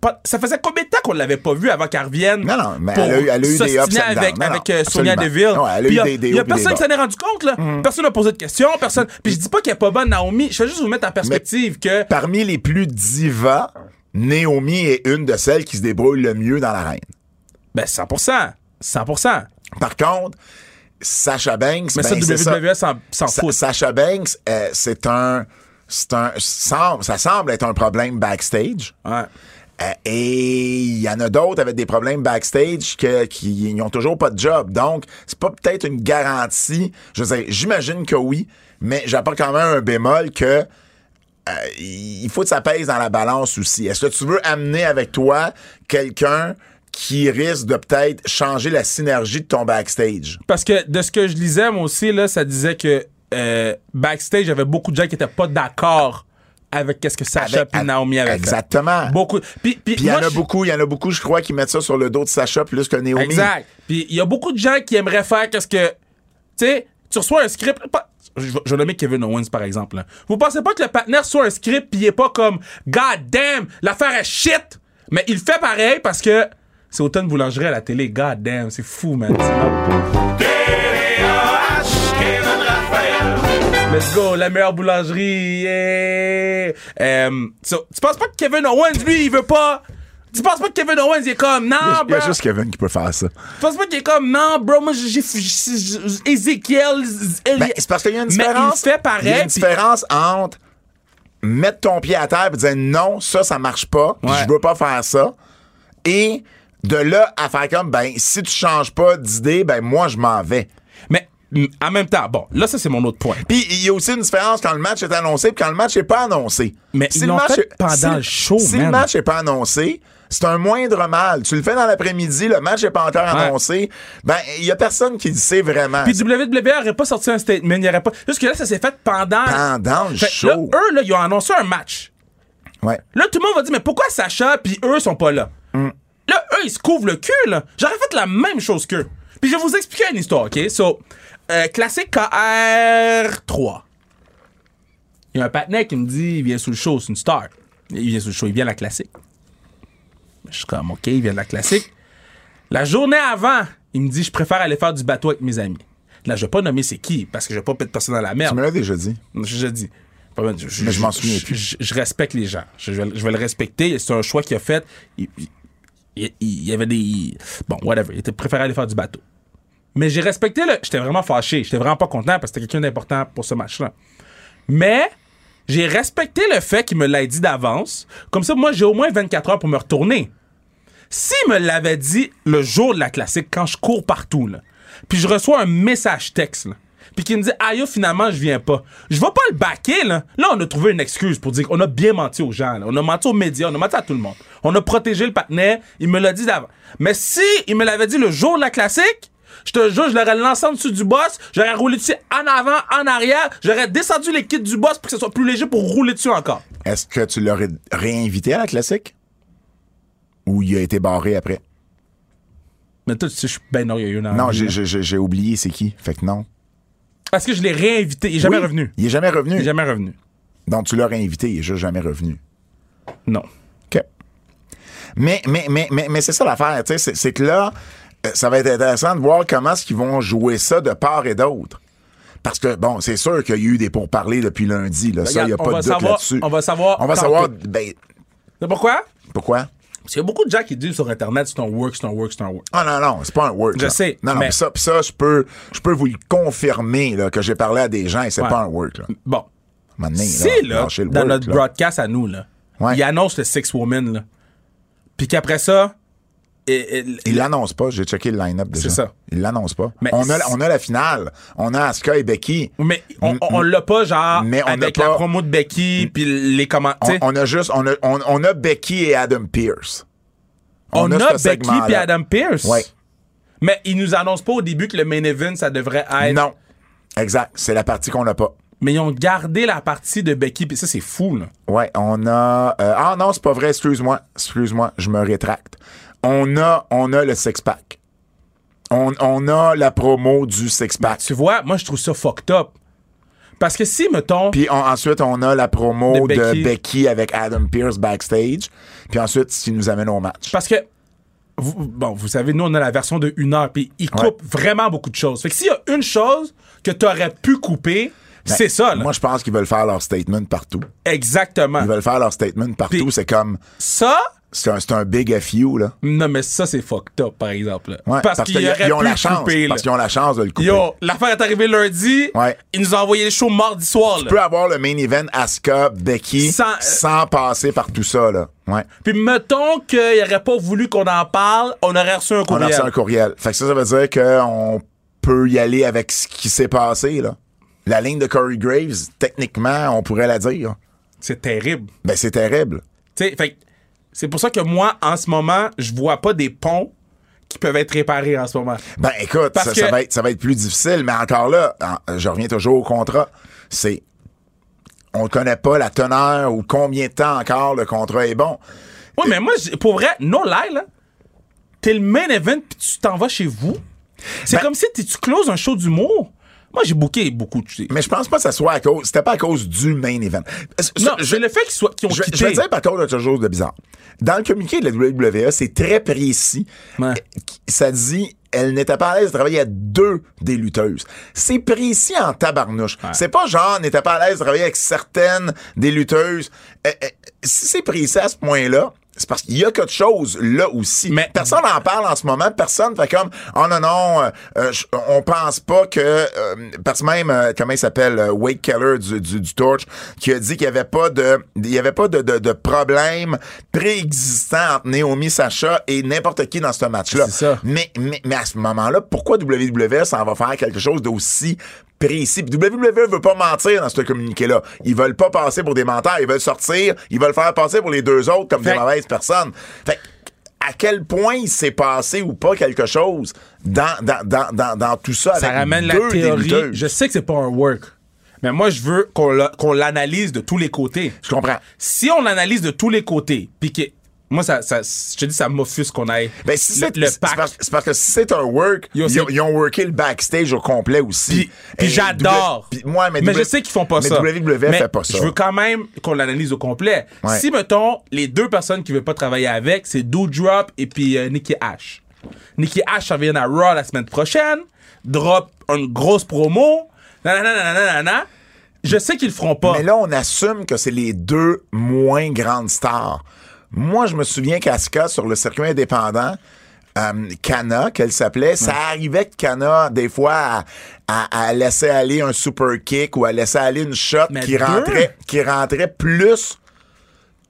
Speaker 3: pas- ça faisait combien de temps qu'on l'avait pas vue avant qu'elle revienne?
Speaker 2: Non, non, mais
Speaker 3: pour
Speaker 2: elle a eu- elle a eu des
Speaker 3: s'ostiner
Speaker 2: ups and downs.
Speaker 3: avec,
Speaker 2: Non, non,
Speaker 3: avec euh, Sonia
Speaker 2: absolument.
Speaker 3: Deville.
Speaker 2: Ouais, elle a eu
Speaker 3: Puis y
Speaker 2: des- des
Speaker 3: Il y a
Speaker 2: hauts puis des
Speaker 3: personne qui
Speaker 2: bas. Mm.
Speaker 3: s'en est rendu compte, là. Personne n'a posé de questions. Personne. Puis je dis pas qu'elle est pas bonne, Naomi. Je veux juste vous mettre en perspective que.
Speaker 2: Parmi les plus divas, Naomi est une de celles qui se débrouille le mieux dans l'arène.
Speaker 3: Ben, 100%. 100%.
Speaker 2: Par contre, Sacha Banks,
Speaker 3: Mais
Speaker 2: ben, c'est ça.
Speaker 3: ça, WWE s'en- s'en
Speaker 2: Sa-
Speaker 3: fout.
Speaker 2: Sacha Banks, euh, c'est un, c'est un, semble- ça semble être un problème backstage.
Speaker 3: Ouais.
Speaker 2: Euh, et il y en a d'autres avec des problèmes backstage que- qui n'ont toujours pas de job. Donc, c'est pas peut-être une garantie. Je veux dire, j'imagine que oui, mais j'apporte quand même un bémol que euh, il faut que ça pèse dans la balance aussi. Est-ce que tu veux amener avec toi quelqu'un qui risque de peut-être changer la synergie de ton backstage?
Speaker 3: Parce que de ce que je lisais, moi aussi, là, ça disait que euh, backstage, il y avait beaucoup de gens qui étaient pas d'accord avec qu'est-ce que Sacha
Speaker 2: Avec-
Speaker 3: puis Naomi avaient fait.
Speaker 2: Exactement.
Speaker 3: Beaucoup. Puis,
Speaker 2: Puis
Speaker 3: puis,
Speaker 2: il y en
Speaker 3: moi,
Speaker 2: a
Speaker 3: je-
Speaker 2: beaucoup, il y en a beaucoup, je crois, qui mettent ça sur le dos de Sacha plus que Naomi.
Speaker 3: Exact. Puis il y a beaucoup de gens qui aimeraient faire qu'est-ce que. Tu sais, tu reçois un script. pas- je, je vais nommer Kevin Owens, par exemple. là. Vous pensez pas que le partenaire soit un script puis il est pas comme God damn, l'affaire est shit! Mais il fait pareil parce que c'est autant de boulangerie à la télé. God damn, c'est fou, man. Let's go, la meilleure boulangerie. yeah. Euh, so, tu penses pas que Kevin Owens, lui, il veut pas. Tu penses pas que Kevin Owens, il est comme, non,
Speaker 2: Il y a
Speaker 3: bro.
Speaker 2: juste Kevin qui peut faire ça.
Speaker 3: Je pense pas qu'il est comme non, bro, moi j'ai j'ai- j'ai- Ezekiel. Z-
Speaker 2: Ben, c'est parce qu'il y a une
Speaker 3: Mais
Speaker 2: différence.
Speaker 3: il fait
Speaker 2: Il y a
Speaker 3: pareil.
Speaker 2: une
Speaker 3: puis-
Speaker 2: différence entre mettre ton pied à terre et dire non, ça, ça marche pas, puis
Speaker 3: Ouais.
Speaker 2: je veux pas faire ça, et de là à faire comme, ben, si tu changes pas d'idée, ben, moi, je m'en vais.
Speaker 3: Mais mm, en même temps, bon, là ça c'est mon autre point.
Speaker 2: Puis il y a aussi une différence quand le match est annoncé et quand le match n'est pas annoncé.
Speaker 3: Mais ils
Speaker 2: le
Speaker 3: l'ont
Speaker 2: match
Speaker 3: fait
Speaker 2: est-
Speaker 3: pendant le show,
Speaker 2: Si
Speaker 3: man.
Speaker 2: le match n'est pas annoncé, c'est un moindre mal. Tu le fais dans l'après-midi, le match n'est pas encore annoncé. Ben, il y a personne qui le sait vraiment.
Speaker 3: Puis WWE aurait pas sorti un statement, il y aurait pas. Juste que là ça s'est fait pendant.
Speaker 2: Pendant le
Speaker 3: Fait que
Speaker 2: show.
Speaker 3: là, eux là, ils ont annoncé un match.
Speaker 2: Ouais.
Speaker 3: Là tout le monde va dire mais pourquoi Sacha puis eux sont pas là. Là eux ils se couvrent le cul là. J'aurais fait la même chose qu'eux. Puis je vais vous expliquer une histoire, ok? So, euh, classique KR3. Il Il y a un patinet qui me dit, il vient sous le show, c'est une star. Il vient sous le show, il vient à la classique. Je suis comme, OK, il vient de la classique. La journée avant, il me dit, je préfère aller faire du bateau avec mes amis. Là, je vais pas nommer c'est qui, parce que je vais pas mettre personne dans la
Speaker 2: Tu me
Speaker 3: merde.
Speaker 2: l'as déjà dit.
Speaker 3: Je, je dis. Pas mal, Je,
Speaker 2: Mais je m'en souviens plus.
Speaker 3: Je, je respecte les gens. Je, je vais, je vais le respecter. C'est un choix qu'il a fait. Il, il- il y avait des. il- bon, whatever. Il était préféré aller faire du bateau. Mais j'ai respecté le. J'étais vraiment fâché. J'étais vraiment pas content parce que c'était quelqu'un d'important pour ce match-là. Mais j'ai respecté le fait qu'il me l'ait dit d'avance. Comme ça, moi, j'ai au moins 24 heures pour me retourner. S'il me l'avait dit le jour de la classique, quand je cours partout, là, puis je reçois un message texte, là, puis qui me dit Ah yo, finalement, je viens pas. Je vais pas le baquer, là. Là, on a trouvé une excuse pour dire qu'on a bien menti aux gens, là. On a menti aux médias, on a menti à tout le monde. On a protégé le partenaire, il me l'a dit d'avant. Mais si il me l'avait dit le jour de la classique, je te jure, je l'aurais lancé en dessous du boss, j'aurais roulé dessus en avant, en arrière, j'aurais descendu les kits du boss pour que ce soit plus léger pour rouler dessus encore.
Speaker 2: Est-ce que tu l'aurais réinvité à la classique? Ou il a été barré après?
Speaker 3: Mais toi, tu sais, je suis ben orgueilleux dans la
Speaker 2: Non,
Speaker 3: vie,
Speaker 2: j'ai-
Speaker 3: là.
Speaker 2: j'ai j'ai- j'ai oublié c'est qui. Fait que non.
Speaker 3: Parce que je l'ai réinvité, il est jamais
Speaker 2: Oui,
Speaker 3: revenu.
Speaker 2: Il est jamais revenu.
Speaker 3: Il est jamais revenu.
Speaker 2: Donc tu l'as réinvité, il est juste jamais revenu.
Speaker 3: Non.
Speaker 2: OK. Mais, mais, mais, mais, mais c'est ça l'affaire, tu sais, c'est- c'est que là, euh, ça va être intéressant de voir comment est-ce qu'ils vont jouer ça de part et d'autre. Parce que, bon, c'est sûr qu'il y a eu des pourparlers depuis lundi, là. ça, il n'y a
Speaker 3: regarde, on
Speaker 2: pas de
Speaker 3: va
Speaker 2: doute
Speaker 3: savoir-
Speaker 2: là-dessus.
Speaker 3: on va savoir
Speaker 2: On va
Speaker 3: tantôt.
Speaker 2: savoir, ben,
Speaker 3: C'est pourquoi?
Speaker 2: pourquoi?
Speaker 3: Parce qu'il y a beaucoup de gens qui disent sur Internet, c'est un work, c'est un work, c'est un work.
Speaker 2: Ah non, non, c'est pas un work.
Speaker 3: Je
Speaker 2: là.
Speaker 3: sais,
Speaker 2: Non, non,
Speaker 3: mais-
Speaker 2: pis ça, pis ça je, peux, je peux vous le confirmer là, que j'ai parlé à des gens et c'est
Speaker 3: Ouais.
Speaker 2: pas un work. Là.
Speaker 3: Bon.
Speaker 2: Maintenant,
Speaker 3: Si, là,
Speaker 2: lâchez le
Speaker 3: dans
Speaker 2: work,
Speaker 3: notre
Speaker 2: là.
Speaker 3: broadcast à nous, là,
Speaker 2: Ouais.
Speaker 3: il annonce le Six Women, là. Puis qu'après ça, et- et-
Speaker 2: Il l'annonce pas, j'ai checké le line-up déjà.
Speaker 3: C'est ça.
Speaker 2: Il l'annonce pas.
Speaker 3: Mais
Speaker 2: on, a,
Speaker 3: c'est-
Speaker 2: on a la finale. On a Asuka et Becky.
Speaker 3: mais on,
Speaker 2: Mm,
Speaker 3: on- on l'a pas, genre,
Speaker 2: Mais on
Speaker 3: avec
Speaker 2: n'a pas-
Speaker 3: la promo de Becky, puis les
Speaker 2: On,
Speaker 3: commentaires.
Speaker 2: on a juste, on a, on, on a Becky et Adam Pierce.
Speaker 3: On, a,
Speaker 2: ce
Speaker 3: Becky
Speaker 2: segment-là.
Speaker 3: puis Adam Pierce.
Speaker 2: Ouais.
Speaker 3: Mais ils nous annoncent pas au début que le main event, ça devrait être.
Speaker 2: Non. Exact. C'est la partie qu'on n'a pas.
Speaker 3: Mais ils ont gardé la partie de Becky, puis ça, c'est fou, là.
Speaker 2: Ouais, on a. euh, ah non, c'est pas vrai, excuse-moi. Excuse-moi, je me rétracte. On a, on a le six-pack. On, on a la promo du six-pack.
Speaker 3: Tu vois, moi, je trouve ça fucked up. Parce que si, mettons.
Speaker 2: Puis on- ensuite, on a la promo
Speaker 3: De
Speaker 2: de
Speaker 3: Becky.
Speaker 2: Becky. avec Adam Pierce backstage. Puis ensuite, ce qui nous amène au match.
Speaker 3: Parce que, vous, bon, vous savez, nous, on a la version de une heure, puis il coupe
Speaker 2: Ouais.
Speaker 3: vraiment beaucoup de choses. Fait que s'il y a une chose que t'aurais pu couper,
Speaker 2: Ben,
Speaker 3: c'est ça, là.
Speaker 2: Moi, je pense qu'ils veulent faire leur statement partout.
Speaker 3: Exactement.
Speaker 2: Ils veulent faire leur statement partout.
Speaker 3: Puis-
Speaker 2: C'est comme.
Speaker 3: Ça,
Speaker 2: C'est un, c'est un big F you, là.
Speaker 3: non, mais ça, c'est fucked up, par exemple. là.
Speaker 2: Ouais,
Speaker 3: parce qu'il
Speaker 2: y a-
Speaker 3: aurait
Speaker 2: ils ont
Speaker 3: pu
Speaker 2: la
Speaker 3: le
Speaker 2: chance.
Speaker 3: couper, là.
Speaker 2: parce qu'ils ont la chance de le couper.
Speaker 3: Yo, l'affaire est arrivée lundi.
Speaker 2: Ouais.
Speaker 3: Ils nous ont envoyé les shows mardi soir,
Speaker 2: Tu
Speaker 3: là.
Speaker 2: peux avoir le main event Asuka, Becky,
Speaker 3: Sans- euh,
Speaker 2: sans, passer par tout ça, là. Ouais.
Speaker 3: Puis mettons qu'ils n'auraient pas voulu qu'on en parle, on aurait reçu un
Speaker 2: On a
Speaker 3: courriel.
Speaker 2: reçu un courriel. Fait que ça, ça veut dire qu'on peut y aller avec ce qui s'est passé, là. La ligne de Corey Graves, techniquement, on pourrait la dire.
Speaker 3: C'est terrible.
Speaker 2: Ben, c'est terrible.
Speaker 3: Tu sais, fait que c'est pour ça que moi, en ce moment, je vois pas des ponts qui peuvent être réparés en ce moment.
Speaker 2: Ben, écoute,
Speaker 3: Parce
Speaker 2: ça,
Speaker 3: que-
Speaker 2: ça va être, ça va être plus difficile, mais encore là, en- je reviens toujours au contrat. C'est. On ne connaît pas la teneur ou combien de temps encore le contrat est bon.
Speaker 3: Oui, mais moi, j'ai- pour vrai, no lie, là, t'es le main event puis tu t'en vas chez vous. C'est
Speaker 2: Ben-
Speaker 3: comme si t'es- tu closes un show d'humour. Moi, j'ai booké beaucoup, tu sais.
Speaker 2: Mais je pense pas que ça soit à cause. C'était pas à cause du main event. Ça,
Speaker 3: Non,
Speaker 2: je-
Speaker 3: je le fait qu'ils soient- qu'ils ont
Speaker 2: Je,
Speaker 3: quitté.
Speaker 2: je vais dire par contre quelque chose de bizarre. Dans le communiqué de la WWE, c'est très précis.
Speaker 3: Ouais.
Speaker 2: Euh, Ça dit, elle n'était pas à l'aise de travailler à deux des lutteuses. C'est précis en tabarnouche. C'est pas genre, n'était pas à l'aise de travailler avec certaines des lutteuses. Euh, euh, si c'est précis à ce point-là, c'est parce qu'il y a quelque chose là aussi.
Speaker 3: Mais-
Speaker 2: personne n'en parle en ce moment. Personne fait comme, oh non, non, euh, euh, je- on pense pas que... euh, parce que même, euh, comment il s'appelle, euh, Wade Keller du, du, du Torch, qui a dit qu'il y avait pas de, il y avait pas de, de, de problème préexistant entre Naomi, Sacha et n'importe qui dans ce match-là.
Speaker 3: C'est ça.
Speaker 2: Mais, mais, mais à ce moment-là, pourquoi WWE s'en va faire quelque chose d'aussi précis? Puis WWE veut pas mentir dans ce communiqué-là. Ils veulent pas passer pour des menteurs. Ils veulent sortir. Ils veulent faire passer pour les deux autres comme
Speaker 3: Fait-
Speaker 2: des mauvaises personnes. Fait que, à quel point il s'est passé ou pas quelque chose dans, dans, dans, dans, dans tout ça
Speaker 3: Ça
Speaker 2: avec
Speaker 3: ramène la
Speaker 2: deux des
Speaker 3: théorie.
Speaker 2: lutteuses?
Speaker 3: Je sais que c'est pas un work. Mais moi, je veux qu'on l'a- qu'on l'analyse de tous les côtés.
Speaker 2: Je comprends.
Speaker 3: Si on l'analyse de tous les côtés, puis que Moi, ça, ça- je te dis, ça m'offuse qu'on aille.
Speaker 2: Ben, si
Speaker 3: le,
Speaker 2: c'est
Speaker 3: le
Speaker 2: c'est
Speaker 3: pack.
Speaker 2: parce, c'est parce que si c'est un work,
Speaker 3: Yo,
Speaker 2: ils,
Speaker 3: c'est-
Speaker 2: ont, ils ont worké le backstage au complet aussi.
Speaker 3: Puis, puis
Speaker 2: Et W-
Speaker 3: j'adore.
Speaker 2: puis moi, mais,
Speaker 3: je
Speaker 2: W-
Speaker 3: sais qu'ils font pas
Speaker 2: mais
Speaker 3: ça.
Speaker 2: WWE
Speaker 3: Mais
Speaker 2: fait pas ça.
Speaker 3: Je veux quand même qu'on l'analyse au complet.
Speaker 2: Ouais.
Speaker 3: Si, mettons, les deux personnes qui veulent pas travailler avec, c'est Doudrop et puis euh, Nikki H. Nikki H revient à Raw la semaine prochaine, drop une grosse promo, nanana, nanana, nanana. Je sais qu'ils le feront pas.
Speaker 2: Mais là, on assume que c'est les deux moins grandes stars. Moi, je me souviens qu'Asuka, sur le circuit indépendant, euh, Kana, qu'elle s'appelait, ça arrivait que Kana, des fois, à, à- à laisser aller un super kick ou à laisser aller une shot
Speaker 3: Mais
Speaker 2: qui
Speaker 3: deux?
Speaker 2: rentrait, qui rentrait plus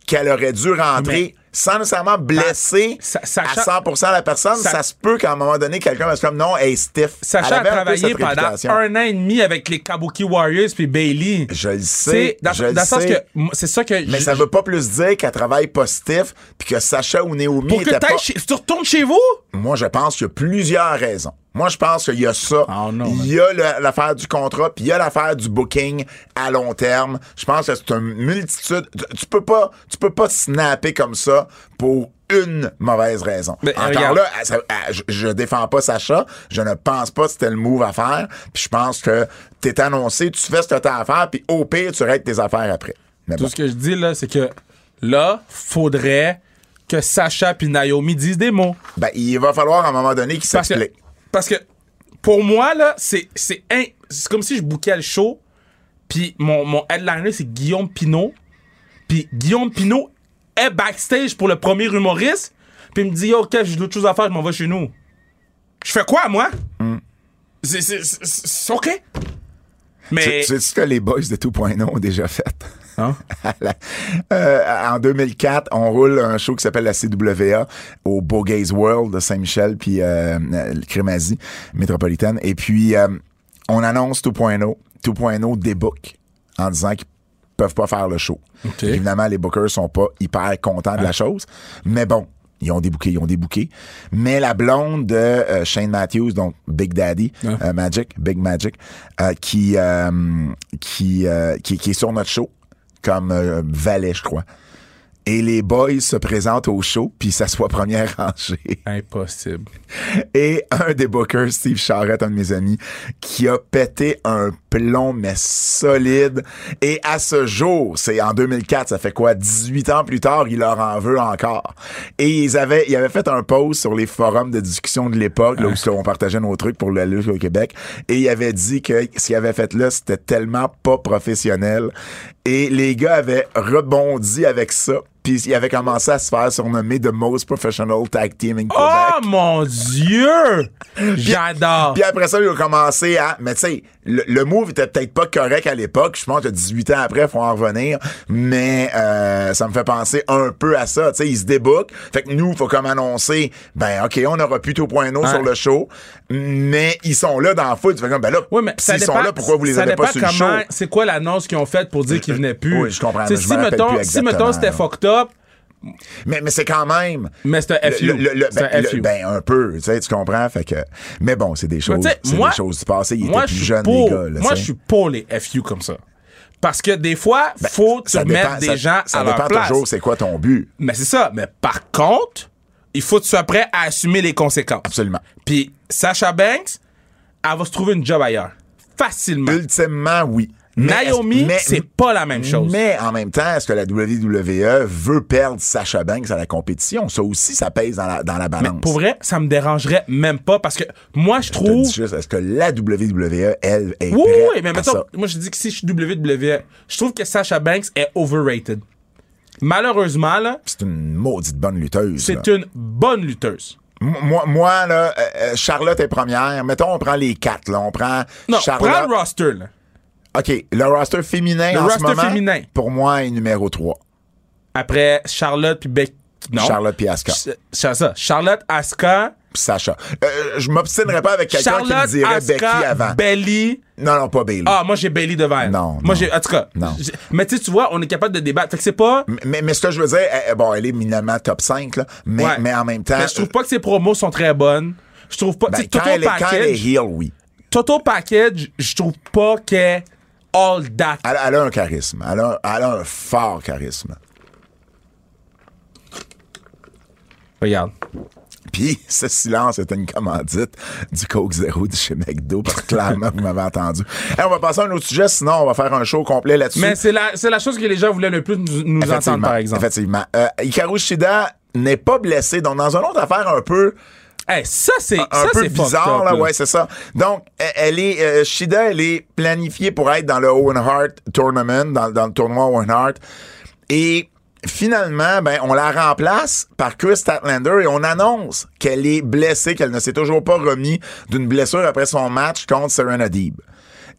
Speaker 2: qu'elle aurait dû rentrer.
Speaker 3: Mais- Ben,
Speaker 2: sans nécessairement blesser
Speaker 3: Sa- Sacha-
Speaker 2: à 100% la personne,
Speaker 3: Sa-
Speaker 2: ça se peut qu'à un moment donné, quelqu'un va se comme non, hey, stiff.
Speaker 3: Sacha a
Speaker 2: Elle avait un peu
Speaker 3: travaillé
Speaker 2: cette
Speaker 3: pendant
Speaker 2: réputation.
Speaker 3: un an et demi avec les Kabuki Warriors puis Bailey.
Speaker 2: Je le sais,
Speaker 3: Dans,
Speaker 2: je
Speaker 3: dans
Speaker 2: le
Speaker 3: le sens
Speaker 2: sais.
Speaker 3: que moi, c'est ça que
Speaker 2: Mais
Speaker 3: je-
Speaker 2: ça veut pas plus dire qu'elle travaille positif puis que Sacha ou Naomi
Speaker 3: pour que
Speaker 2: étaient
Speaker 3: t'ailles
Speaker 2: pas...
Speaker 3: chez- tu retournes chez vous.
Speaker 2: Moi, je pense qu'il y a plusieurs raisons. Moi, je pense qu'il y a ça.
Speaker 3: Ah, non,
Speaker 2: il y a le- l'affaire du contrat, puis il y a l'affaire du booking à long terme. Je pense que c'est une multitude. Tu- Tu peux pas, tu peux pas snapper comme ça pour une mauvaise raison.
Speaker 3: Mais, euh,
Speaker 2: Encore
Speaker 3: regarde.
Speaker 2: là, elle- ça- elle- je, je défends pas Sacha. Je ne pense pas que c'était le move à faire. Puis je pense que t'es annoncé, tu fais ce que t'as à faire, puis au pire, tu règles tes affaires après. Mais
Speaker 3: Tout ce que je dis là, c'est que là, faudrait que Sacha puis Naomi disent des mots.
Speaker 2: Ben, il va falloir à un moment donné qu'il
Speaker 3: Parce que,
Speaker 2: s'explique.
Speaker 3: parce que pour moi, là, c'est c'est in- c'est comme si je bouquais le show, puis mon, mon headliner, c'est Guillaume Pinot. Puis Guillaume Pinot est backstage pour le premier humoriste, puis il me dit Yo, ok, j'ai d'autres choses à faire, je m'en vais chez nous. Je fais quoi, moi C'est- C'est c'est- c'est OK. Mais.
Speaker 2: C'est ce que les boys de 2.0 ont déjà fait.
Speaker 3: Hein?
Speaker 2: À la- euh, en 2004, on roule un show qui s'appelle la CWA au Beau Gays World de Saint-Michel, puis euh, euh, le Crémazie métropolitaine. Et puis, euh, on annonce 2.0. 2.0 débook en disant qu'ils peuvent pas faire le show.
Speaker 3: OK.
Speaker 2: Évidemment, les bookers sont pas hyper contents de la chose. Mais bon, ils ont débouqué, ils ont débouqué. Mais la blonde de euh, Shane Matthews, donc Big Daddy, euh, Magic, Big Magic, euh, qui, euh, qui, euh, qui, qui est sur notre show, comme euh, valet, je crois. Et les boys se présentent au show, puis s'assoient première rangée.
Speaker 3: Impossible.
Speaker 2: Et un des bookers, Steve Charrette, un de mes amis, qui a pété un plomb, mais solide. Et à ce jour, c'est en 2004, ça fait quoi? 18 ans plus tard, il leur en veut encore. Et ils avaient, ils avaient fait un post sur les forums de discussion de l'époque, là, où on partageait nos trucs pour la lutte au Québec. Et ils avaient dit que ce qu'ils avaient fait là, c'était tellement pas professionnel. Et les gars avaient rebondi avec ça. Puis ils avaient commencé à se faire surnommer The Most Professional Tag Team in Quebec.
Speaker 3: Oh mon Dieu! J'adore.
Speaker 2: Puis après ça, ils ont commencé à. Mais tu sais, le, le move était peut-être pas correct à l'époque. Je pense que 18 ans après, faut en revenir. Mais euh, ça me fait penser un peu à ça. Tu sais, ils se débookent. Fait que nous, faut comme annoncer, ben OK, on aura plus tôt point sur le show. Mais ils sont là dans le foot. Tu fais comme, ben là,
Speaker 3: Oui, mais ça
Speaker 2: s'ils
Speaker 3: dépend,
Speaker 2: sont là, pourquoi vous les
Speaker 3: ça
Speaker 2: avez pas
Speaker 3: dépend
Speaker 2: sur le show?
Speaker 3: comment, C'est quoi l'annonce qu'ils ont faite pour dire qu'ils venaient plus?
Speaker 2: Oui, je comprends,
Speaker 3: T'sais,
Speaker 2: mais je
Speaker 3: si,
Speaker 2: me rappelle
Speaker 3: mettons,
Speaker 2: plus
Speaker 3: si, mettons,
Speaker 2: exactement,
Speaker 3: c'était
Speaker 2: là.
Speaker 3: fucked up,
Speaker 2: Mais, mais c'est quand même.
Speaker 3: mais c'était un FU.
Speaker 2: Le- le- le-
Speaker 3: C'est
Speaker 2: ben,
Speaker 3: un
Speaker 2: le-
Speaker 3: FU.
Speaker 2: ben, un peu, tu sais, tu comprends? Fait que, mais bon, c'est des choses,
Speaker 3: Mais t'sais,
Speaker 2: c'est des
Speaker 3: moi-
Speaker 2: choses du passé. Ils
Speaker 3: moi,
Speaker 2: étaient
Speaker 3: je
Speaker 2: plus
Speaker 3: suis
Speaker 2: jeunes,
Speaker 3: pour,
Speaker 2: les gars. là,
Speaker 3: moi,
Speaker 2: tu sais.
Speaker 3: je suis pour les FU comme ça. Parce que des fois, faut te
Speaker 2: Ben, Ça
Speaker 3: mettre des
Speaker 2: ça-
Speaker 3: gens
Speaker 2: ça
Speaker 3: à leur
Speaker 2: dépend
Speaker 3: place.
Speaker 2: toujours c'est quoi ton but.
Speaker 3: Mais c'est ça. Mais par contre, il faut que tu sois prêt à assumer les conséquences.
Speaker 2: Absolument.
Speaker 3: Puis Sasha Banks, elle va se trouver une job ailleurs. Facilement.
Speaker 2: Ultimement, oui. Mais-
Speaker 3: Naomi,
Speaker 2: mais-
Speaker 3: c'est pas la même chose.
Speaker 2: Mais en même temps, est-ce que la WWE veut perdre Sacha Banks à la compétition? Ça aussi, ça pèse dans la, dans la balance.
Speaker 3: Pour vrai, ça me dérangerait même pas parce que moi, je
Speaker 2: Je te
Speaker 3: trouve.
Speaker 2: dis juste, est-ce que la WWE, elle, est
Speaker 3: Oui,
Speaker 2: prête
Speaker 3: oui, mais
Speaker 2: à
Speaker 3: mettons,
Speaker 2: ça?
Speaker 3: moi je dis que si je suis WWE, je trouve que Sasha Banks est overrated. Malheureusement, là,
Speaker 2: C'est une maudite bonne lutteuse. là.
Speaker 3: c'est une bonne lutteuse.
Speaker 2: M- Moi, moi, là, euh, euh, Charlotte est première. Mettons, on prend les quatre, là. On prend
Speaker 3: Non,
Speaker 2: Charlotte.
Speaker 3: prends le roster, là.
Speaker 2: OK, le roster féminin
Speaker 3: Le
Speaker 2: en
Speaker 3: roster
Speaker 2: ce moment,
Speaker 3: féminin.
Speaker 2: pour moi, est numéro 3.
Speaker 3: Après Charlotte puis Beck. Non.
Speaker 2: Charlotte puis Asuka.
Speaker 3: Ch- c'est ça. Charlotte, Asuka.
Speaker 2: Puis Sacha. Euh, je m'obstinerai pas avec quelqu'un qui me
Speaker 3: Charlotte,
Speaker 2: dirait Becky
Speaker 3: Asuka,
Speaker 2: avant.
Speaker 3: Belly.
Speaker 2: non, non, pas Bailey.
Speaker 3: Ah, moi j'ai Bailey devant. elle.
Speaker 2: Non, non.
Speaker 3: Moi j'ai. En tout cas.
Speaker 2: Non.
Speaker 3: j'ai- Mais tu sais, tu vois, on est capable de débattre. Fait que c'est pas.
Speaker 2: Mais, mais ce que je veux dire, elle- bon, elle est éminemment top 5, là, mais,
Speaker 3: Ouais.
Speaker 2: mais en même temps, euh,
Speaker 3: Mais je trouve pas que ses promos sont très bonnes. Je trouve pas.
Speaker 2: ben,
Speaker 3: tu sais,
Speaker 2: quand,
Speaker 3: Toto
Speaker 2: elle est, quand
Speaker 3: Package-
Speaker 2: elle est heel, oui.
Speaker 3: Toto Package, je trouve pas qu'elle est all that.
Speaker 2: Elle, elle a un charisme. Elle a, elle a un fort charisme.
Speaker 5: Regarde.
Speaker 2: Puis ce silence était une commandite du Coke Zero de chez McDo, parce que clairement, vous m'avez entendu. Hey, on va passer à un autre sujet, sinon on va faire un show complet là-dessus.
Speaker 5: Mais c'est la, c'est la chose que les gens voulaient le plus nous, nous entendre, par exemple.
Speaker 2: Effectivement. Euh, Hikaru Shida n'est pas blessé, donc dans une autre affaire un peu
Speaker 5: Hey, ça, c'est
Speaker 2: un
Speaker 5: ça,
Speaker 2: peu
Speaker 5: c'est fucked
Speaker 2: bizarre,
Speaker 5: up,
Speaker 2: là. Ouais, c'est ça. Donc, elle- elle est, euh, Shida, elle est planifiée pour être dans le Owen Hart Tournament, dans, dans le tournoi Owen Hart. Et finalement, ben, on la remplace par Chris Statlander et on annonce qu'elle est blessée, qu'elle ne s'est toujours pas remis d'une blessure après son match contre Serena Deeb.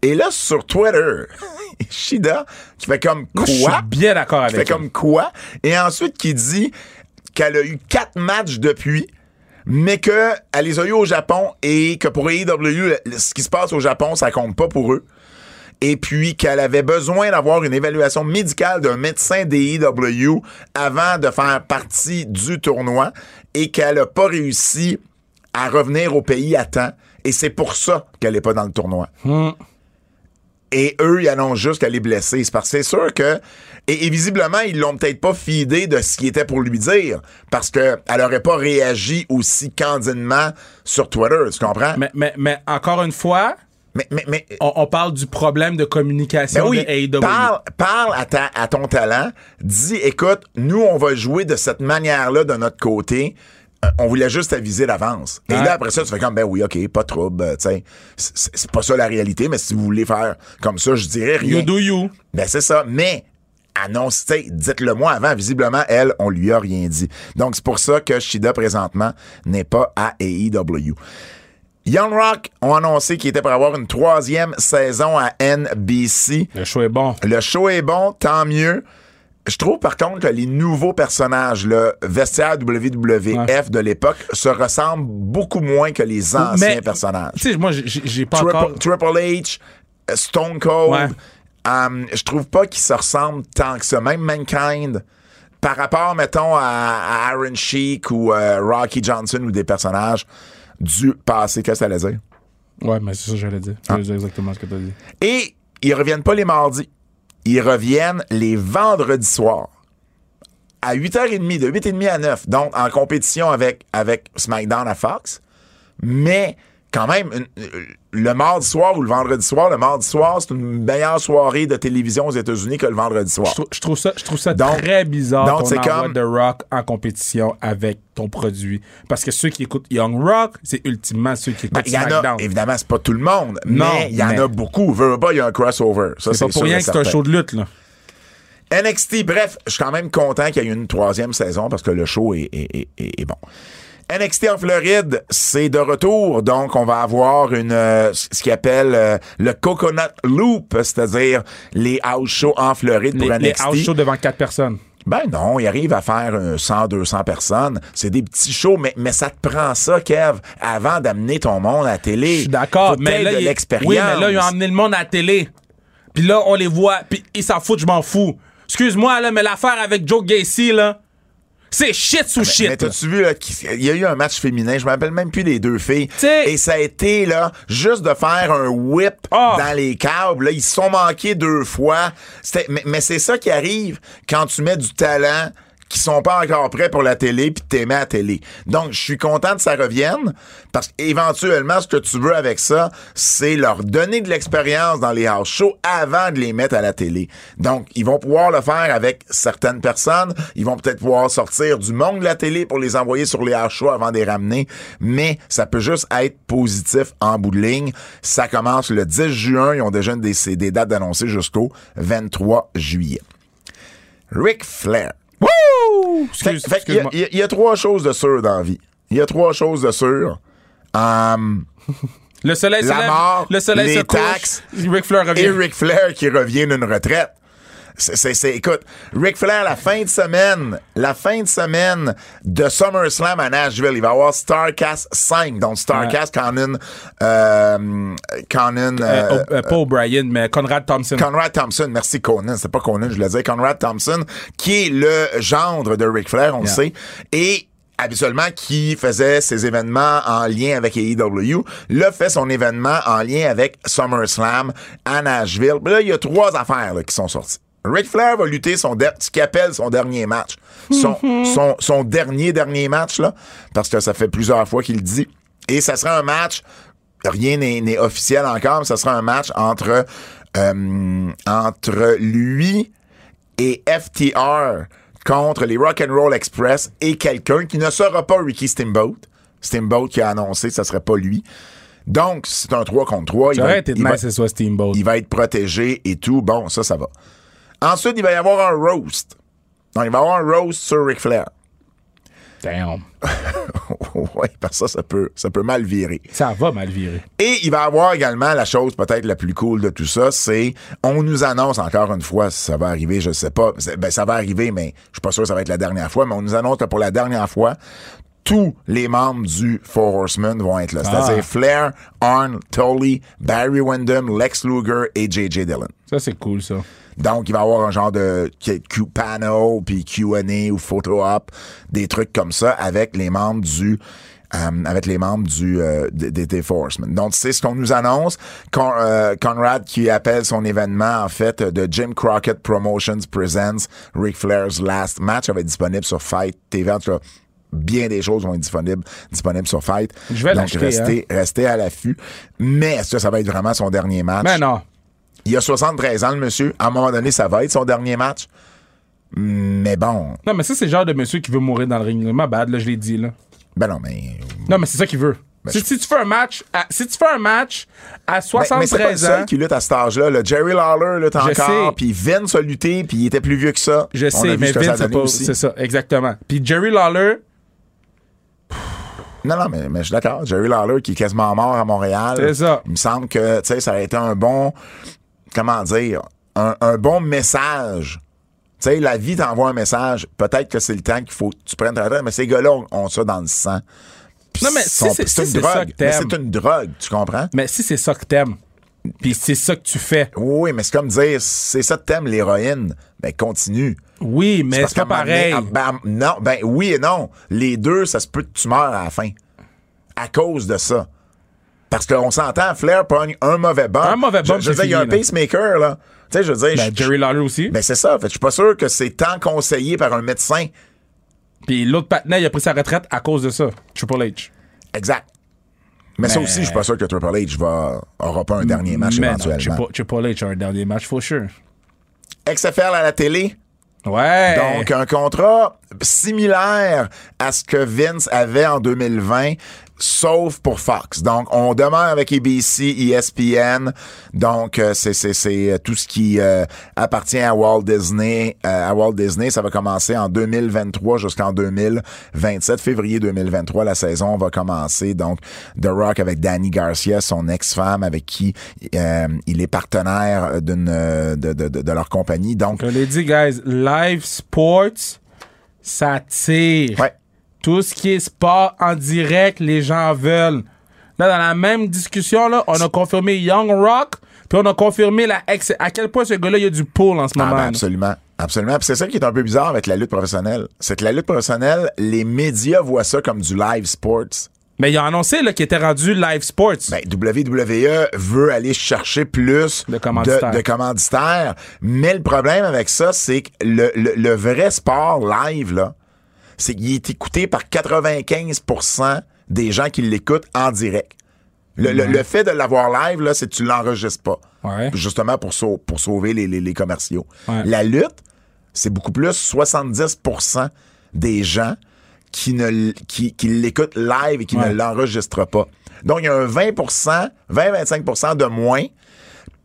Speaker 2: Et là, sur Twitter, Shida, qui fait comme quoi?
Speaker 5: Je suis bien d'accord
Speaker 2: fait
Speaker 5: avec
Speaker 2: comme quoi. Et ensuite, qui dit qu'elle a eu quatre matchs depuis, mais qu'elle les a eu au Japon et que pour AEW, le- le- ce qui se passe au Japon, ça compte pas pour eux. Et puis qu'elle avait besoin d'avoir une évaluation médicale d'un médecin d'AEW avant de faire partie du tournoi et qu'elle n'a pas réussi à revenir au pays à temps. Et c'est pour ça qu'elle n'est pas dans le tournoi. Et eux, ils annoncent juste qu'elle est blessée. C'est parce que c'est sûr que. Et, et visiblement, ils l'ont peut-être pas fidé de ce qui était pour lui dire. Parce qu'elle aurait pas réagi aussi candidement sur Twitter. Tu comprends? Mais,
Speaker 5: Mais, mais, mais encore une fois,
Speaker 2: mais, mais,
Speaker 5: on, on parle du problème de communication
Speaker 2: ben
Speaker 5: de E AEW.
Speaker 2: parle, parle à, ta- à ton talent. Dis, écoute, nous, on va jouer de cette manière-là de notre côté. Euh, On voulait juste aviser d'avance. Et
Speaker 5: Ouais.
Speaker 2: là, après ça, tu fais comme, ben oui, OK, pas de trouble. euh, tu sais. C'est- c'est c'est pas ça la réalité, mais si vous voulez faire comme ça, je dirais rien.
Speaker 5: You do you.
Speaker 2: Ben, c'est ça. Mais, annonce, tu sais, dites-le moi avant. Visiblement, elle, on lui a rien dit. Donc, c'est pour ça que Shida, présentement, n'est pas à AEW. Young Rock ont annoncé qu'il était pour avoir une troisième saison à NBC.
Speaker 5: Le show est bon.
Speaker 2: Le show est bon, tant mieux. Je trouve par contre que les nouveaux personnages, le vestiaire WWF de l'époque, se ressemblent beaucoup moins que les anciens
Speaker 5: Mais,
Speaker 2: personnages.
Speaker 5: Tu sais, moi, j'ai- j'ai j'ai pas
Speaker 2: Triple,
Speaker 5: encore.
Speaker 2: Triple H, euh, Stone Cold.
Speaker 5: Ouais.
Speaker 2: euh, je trouve pas qu'ils se ressemblent tant que ça. Même Mankind, par rapport, mettons, à, à Aaron Sheik ou euh, Rocky Johnson ou des personnages du passé. Qu'est-ce que ça allait dire?
Speaker 5: Ouais, mais c'est ça que j'allais dire.
Speaker 2: Ah.
Speaker 5: Je vais dire exactement ce que t'as dit.
Speaker 2: Et ils reviennent pas les mardis. Ils reviennent les vendredis soirs. À 8h30, de 8h30 à 9. Donc, en compétition avec, avec SmackDown à Fox. Mais, quand même, une- euh, le mardi soir ou le vendredi soir, le mardi soir, c'est une meilleure soirée de télévision aux États-Unis que le vendredi soir.
Speaker 5: Je trou- Je trouve ça, je trouve ça
Speaker 2: Donc-
Speaker 5: très bizarre
Speaker 2: donc
Speaker 5: qu'on
Speaker 2: c'est
Speaker 5: envoie
Speaker 2: comme-
Speaker 5: The Rock en compétition avec ton produit. Parce que ceux qui écoutent Young Rock, c'est ultimement ceux qui écoutent
Speaker 2: Il Ben, y en a,
Speaker 5: SmackDown.
Speaker 2: évidemment, c'est pas tout le monde,
Speaker 5: Non,
Speaker 2: mais il y en
Speaker 5: mais-
Speaker 2: a beaucoup. Veux, veux pas, il y a un crossover. Ça,
Speaker 5: C'est pas
Speaker 2: sûr
Speaker 5: pour rien
Speaker 2: et
Speaker 5: que c'est un
Speaker 2: certain.
Speaker 5: show de lutte, là.
Speaker 2: NXT, bref, je suis quand même content qu'il y ait une troisième saison parce que le show est, est- est- est- est bon. NXT en Floride, c'est de retour, donc on va avoir une euh, ce ce qu'ils appelle euh, le Coconut Loop, c'est-à-dire les house shows en Floride
Speaker 5: Les,
Speaker 2: pour
Speaker 5: les
Speaker 2: NXT.
Speaker 5: house shows devant quatre personnes.
Speaker 2: Ben non, ils arrivent à faire euh, 100, 200 personnes. C'est des petits shows, mais, mais ça te prend ça, Kev, avant d'amener ton monde à la télé.
Speaker 5: Je suis d'accord,
Speaker 2: Faut
Speaker 5: mais
Speaker 2: peut-être
Speaker 5: là,
Speaker 2: de
Speaker 5: il-
Speaker 2: l'expérience.
Speaker 5: Oui, mais là, ils ont emmené le monde à la télé. Puis là, on les voit, puis ils s'en foutent, je m'en fous. Excuse-moi, là, mais l'affaire avec Joe Gacy, là, c'est shit sous
Speaker 2: Ah, ben, Mais
Speaker 5: shit. là.
Speaker 2: t'as-tu vu, là, qu'il- il y a eu un match féminin, je me rappelle même plus des deux filles.
Speaker 5: T'sais-
Speaker 2: Et ça a été, là, juste de faire un whip
Speaker 5: Ah.
Speaker 2: dans les câbles. Là, ils se sont manqués deux fois. C'était- Mais, mais c'est ça qui arrive quand tu mets du talent qui sont pas encore prêts pour la télé puis t'es mis à la télé. Donc, je suis content que ça revienne parce qu'éventuellement, ce que tu veux avec ça, c'est leur donner de l'expérience dans les house shows avant de les mettre à la télé. Donc, ils vont pouvoir le faire avec certaines personnes. Ils vont peut-être pouvoir sortir du monde de la télé pour les envoyer sur les house shows avant de les ramener. Mais ça peut juste être positif en bout de ligne. Ça commence le 10 juin. Ils ont déjà des, c'est des dates annoncées jusqu'au 23 juillet. Ric Flair.
Speaker 5: Wouh!
Speaker 2: Fait-
Speaker 5: Excuse-
Speaker 2: fait qu'il y a-
Speaker 5: Excuse-moi.
Speaker 2: Il y, a- il y a trois choses de sûr dans la vie. Il y a trois choses de sûr. Hum,
Speaker 5: Le soleil se
Speaker 2: La
Speaker 5: lève,
Speaker 2: mort,
Speaker 5: le soleil
Speaker 2: les
Speaker 5: se couche,
Speaker 2: taxes,
Speaker 5: Ric Flair revient.
Speaker 2: et Ric Flair qui revient d'une retraite. C'est, c'est- c'est- écoute, Ric Flair, la fin de semaine, la fin de semaine de SummerSlam à Nashville, il va avoir StarCast 5. Donc, StarCast, Conan, euh, Conan,
Speaker 5: Euh,
Speaker 2: euh,
Speaker 5: oh, euh, pas O'Brien, mais Conrad Thompson.
Speaker 2: Conrad Thompson, merci Conan, c'est pas Conan, je voulais dire Conrad Thompson, qui est le gendre de Ric Flair, on le
Speaker 5: Yeah.
Speaker 2: sait, et habituellement qui faisait ses événements en lien avec AEW, là fait son événement en lien avec SummerSlam à Nashville. Mais là, il y a trois affaires là, qui sont sorties. Ric Flair va lutter son der- ce qu'il appelle son dernier match. Son,
Speaker 5: Mm-hmm.
Speaker 2: son, son dernier, dernier match, là, parce que ça fait plusieurs fois qu'il le dit. Et ça sera un match, rien n'est n'est officiel encore, mais ça sera un match entre, euh, entre lui et FTR contre les Rock'n'Roll Express et quelqu'un qui ne sera pas Ricky Steamboat. Steamboat qui a annoncé que ça serait pas lui. Donc, c'est un 3 contre 3. Il
Speaker 3: Ça
Speaker 2: va,
Speaker 3: aurait
Speaker 2: être-
Speaker 3: été
Speaker 2: il va-
Speaker 3: nice que ce soit Steamboat.
Speaker 2: il va être protégé et tout. Bon, ça, ça va. Ensuite, il va y avoir un roast. Donc, il va y avoir un roast sur Ric Flair.
Speaker 3: Damn.
Speaker 2: oui, parce que ça, ça peut, ça peut mal virer.
Speaker 3: Ça va mal virer.
Speaker 2: Et il va avoir également la chose peut-être la plus cool de tout ça, c'est on nous annonce encore une fois, si ça va arriver, je sais pas, C'est- ben, ça va arriver, mais je suis pas sûr que ça va être la dernière fois, mais on nous annonce que pour la dernière fois, tous les membres du Four Horsemen vont être là. C'est-à-dire Flair, Arn, Tully, Barry Windham, Lex Luger et J.J. Dillon.
Speaker 3: Ça, c'est cool, ça.
Speaker 2: Donc, il va y avoir un genre de Q- Q panel, puis Q&A ou photo op, des trucs comme ça avec les membres du euh, avec les membres du euh, des, des- des Forcemen. Donc, c'est ce qu'on nous annonce. Con- euh, Conrad qui appelle son événement, en fait, de Jim Crockett Promotions Presents Ric Flair's Last Match. Ça va être disponible sur Fight TV. En tout cas, bien des choses vont être disponibles, disponibles sur Fight.
Speaker 3: Je vais
Speaker 2: Donc,
Speaker 3: l'acheter, hein.
Speaker 2: restez, restez à l'affût. Mais est-ce que ça va être vraiment son dernier match?
Speaker 3: Mais Ben non.
Speaker 2: Il a 73 ans, le monsieur. À un moment donné, ça va être son dernier match. Mais bon,
Speaker 3: Non, mais ça, c'est le genre de monsieur qui veut mourir dans le ring. Ma bad, là, je l'ai dit, là.
Speaker 2: ben non, mais.
Speaker 3: Non, mais c'est ça qu'il veut. si,
Speaker 2: Ben, je-
Speaker 3: si tu fais un match à, si tu fais un match
Speaker 2: Ben,
Speaker 3: à
Speaker 2: mais c'est pas le
Speaker 3: 73 ans,
Speaker 2: seul qui lutte à cet âge-là. là. Jerry Lawler lutte
Speaker 3: sais.
Speaker 2: encore, puis Vince a lutté, puis il était plus vieux que ça.
Speaker 3: je
Speaker 2: On a
Speaker 3: sais,
Speaker 2: vu
Speaker 3: mais
Speaker 2: ce que ça
Speaker 3: Vince, c'est
Speaker 2: donnait
Speaker 3: pas.
Speaker 2: aussi.
Speaker 3: C'est ça, exactement. Puis Jerry Lawler,
Speaker 2: Non, non, mais, mais je suis d'accord. Jerry Lawler qui est quasiment mort à Montréal.
Speaker 3: C'est ça.
Speaker 2: Il me semble que, tu sais, ça aurait été un bon. Comment dire? Un, un bon message. Tu sais, la vie t'envoie un message. Peut-être que c'est le temps qu'il faut que tu prennes ta retraite, mais ces gars-là ont, ont ça dans le sang. Puis
Speaker 3: Non, mais
Speaker 2: sont-
Speaker 3: si c'est- si
Speaker 2: une
Speaker 3: c'est ça
Speaker 2: drogue.
Speaker 3: que
Speaker 2: Mais
Speaker 3: t'aimes.
Speaker 2: c'est une drogue, tu comprends?
Speaker 3: mais si c'est ça que t'aimes, puis c'est ça que tu fais,
Speaker 2: Oui, mais c'est comme dire, c'est ça que t'aimes, l'héroïne. Ben, continue.
Speaker 3: oui, mais
Speaker 2: Parce
Speaker 3: c'est pas
Speaker 2: qu'à un moment
Speaker 3: pareil.
Speaker 2: donné, à- ben, non, ben oui et non. Les deux, ça se peut que tu meurs à la fin. À cause de ça. Parce qu'on s'entend, Flair pogne un mauvais bump.
Speaker 3: Un mauvais
Speaker 2: Je-
Speaker 3: bump,
Speaker 2: Je, veux
Speaker 3: c'est
Speaker 2: dire, il y a un
Speaker 3: fini, là.
Speaker 2: pacemaker, là. Tu sais, je veux dire.
Speaker 3: Ben,
Speaker 2: je-
Speaker 3: Jerry Lawler aussi.
Speaker 2: ben, c'est ça. Fait que je suis pas sûr que c'est tant conseillé par un médecin.
Speaker 3: Puis l'autre partenaire, il a pris sa retraite à cause de ça. Triple H.
Speaker 2: Exact. Mais, ça aussi, je suis pas sûr que Triple H va, aura pas un dernier match
Speaker 3: Ben, mais non,
Speaker 2: éventuellement.
Speaker 3: Triple- Triple H a un dernier match, for sure.
Speaker 2: XFL à la télé,
Speaker 3: Ouais.
Speaker 2: Donc, un contrat similaire à ce que Vince avait en 2020, sauf pour Fox. Donc, on demeure avec ABC, ESPN. Donc, euh, c'est- c'est c'est, euh, tout ce qui euh, appartient à Walt Disney. euh, à Walt Disney, ça va commencer en 2023 jusqu'en 2027. Février 2023, la saison va commencer. Donc, The Rock avec Danny Garcia, son ex-femme avec qui euh, il est partenaire d'une euh, de, de- de- de leur compagnie. Donc,
Speaker 3: Je l'ai dit, guys, live sports, ça tire.
Speaker 2: Ouais.
Speaker 3: Tout ce qui est sport en direct, les gens veulent. Là, dans la même discussion, là, on a confirmé Young Rock, puis on a confirmé la ex. À quel point ce gars-là, il y a du pull en ce
Speaker 2: Ah, ben,
Speaker 3: moment. là.
Speaker 2: absolument. Absolument. Puis c'est ça qui est un peu bizarre avec la lutte professionnelle. C'est que la lutte professionnelle, les médias voient ça comme du live sports.
Speaker 3: Mais il a annoncé là, qu'il était rendu live sports.
Speaker 2: Ben, WWE veut aller chercher plus
Speaker 3: De commanditaires.
Speaker 2: de- de commanditaires. Mais le problème avec ça, c'est que le, le- le vrai sport live, là, c'est qu'il est écouté par 95% des gens qui l'écoutent en direct. Le, le- le fait de l'avoir live, là, c'est que tu l'enregistres pas.
Speaker 3: Ouais.
Speaker 2: Justement pour, sau- pour sauver les, les- les commerciaux.
Speaker 3: Ouais.
Speaker 2: La lutte, c'est beaucoup plus 70% des gens qui, ne, l- qui, qui l'écoutent live et qui
Speaker 3: Ouais.
Speaker 2: ne l'enregistrent pas. Donc, il y a un 20%, 20-25% de moins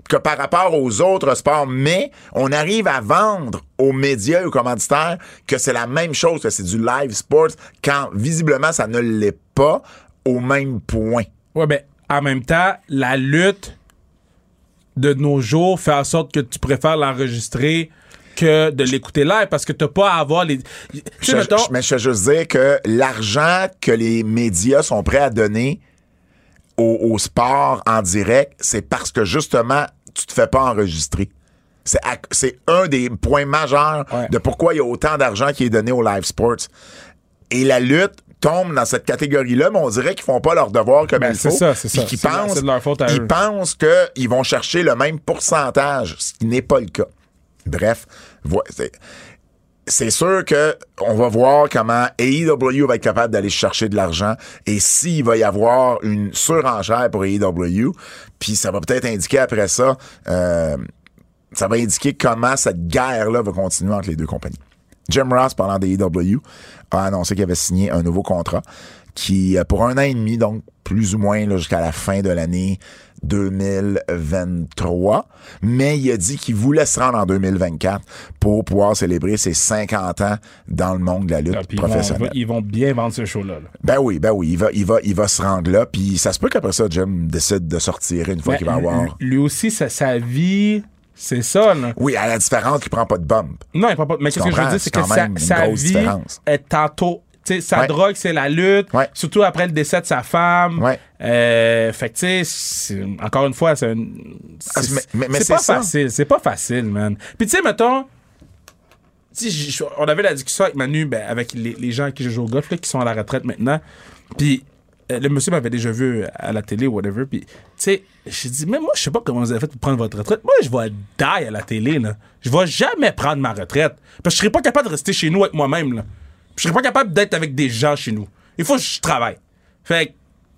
Speaker 2: que par rapport aux autres sports, mais on arrive à vendre aux médias et aux commanditaires que c'est la même chose, que c'est du live sports, quand visiblement ça ne l'est pas au même point.
Speaker 3: Ouais, ben, en même temps, la lutte de nos jours fait en sorte que tu préfères l'enregistrer que de l'écouter live parce que t'as pas à avoir les. Tu sais,
Speaker 2: Je-
Speaker 3: mettons-
Speaker 2: je- mais je veux juste dire que l'argent que les médias sont prêts à donner au, au sport en direct, c'est parce que justement, tu te fais pas enregistrer. C'est à- C'est un des points majeurs
Speaker 3: Ouais.
Speaker 2: de pourquoi il y a autant d'argent qui est donné aux live sports. Et la lutte tombe dans cette catégorie-là, mais on dirait qu'ils font pas leur devoir comme
Speaker 3: Ben,
Speaker 2: il
Speaker 3: c'est
Speaker 2: faut.
Speaker 3: ça, c'est
Speaker 2: puis
Speaker 3: ça.
Speaker 2: qu'ils
Speaker 3: C'est leur-
Speaker 2: pensent-
Speaker 3: c'est de leur faute à
Speaker 2: ils
Speaker 3: eux.
Speaker 2: pensent qu'ils vont chercher le même pourcentage, ce qui n'est pas le cas. Bref, vo- c'est- c'est sûr que on va voir comment AEW va être capable d'aller chercher de l'argent et s'il va y avoir une surenchère pour AEW, puis ça va peut-être indiquer après ça, euh, ça va indiquer comment cette guerre-là va continuer entre les deux compagnies. Jim Ross, parlant d'AEW, a annoncé qu'il avait signé un nouveau contrat qui, euh, pour un an et demi, donc plus ou moins là, jusqu'à la fin de l'année 2023, mais il a dit qu'il voulait se rendre en 2024 pour pouvoir célébrer ses 50 ans dans le monde de la lutte
Speaker 3: Ah, puis ils vont-
Speaker 2: professionnelle.
Speaker 3: ils vont bien vendre ce show-là. là.
Speaker 2: Ben oui, ben oui, il va, il va, il va se rendre là, puis ça se peut qu'après ça, Jim décide de sortir une fois
Speaker 3: Ben,
Speaker 2: qu'il va
Speaker 3: lui-
Speaker 2: avoir...
Speaker 3: Lui aussi, sa, sa vie, c'est ça. là.
Speaker 2: Oui, à la différence qu'il prend pas de bump.
Speaker 3: Non, il prend pas. Mais qu'est-ce que je veux
Speaker 2: comprends,
Speaker 3: dire, c'est
Speaker 2: c'est
Speaker 3: que
Speaker 2: quand
Speaker 3: sa,
Speaker 2: même une
Speaker 3: sa
Speaker 2: grosse
Speaker 3: vie
Speaker 2: différence.
Speaker 3: est tantôt. tu sais, sa
Speaker 2: Ouais.
Speaker 3: drogue, c'est la lutte.
Speaker 2: Ouais.
Speaker 3: Surtout après le décès de sa femme.
Speaker 2: Ouais.
Speaker 3: Euh, fait que, tu sais, c'est- encore une fois, c'est un-
Speaker 2: Ah, mais- mais- mais
Speaker 3: c'est
Speaker 2: c'est
Speaker 3: pas
Speaker 2: ça.
Speaker 3: facile. C'est pas facile, man. Puis, tu sais, mettons. tu sais, j- on avait la discussion avec Manu, ben, avec les, les gens avec qui je joue au golf, là, qui sont à la retraite maintenant. Puis, euh, le monsieur m'avait déjà vu euh, à la télé ou whatever. Puis, tu sais, j'ai dit, mais moi, je sais pas comment vous avez fait pour prendre votre retraite. Moi, je vais die à la télé, là. Je vais jamais prendre ma retraite. Parce que je serais pas capable de rester chez nous avec moi-même, là. Je serais pas capable d'être avec des gens chez nous. Il faut que je travaille. Fait que,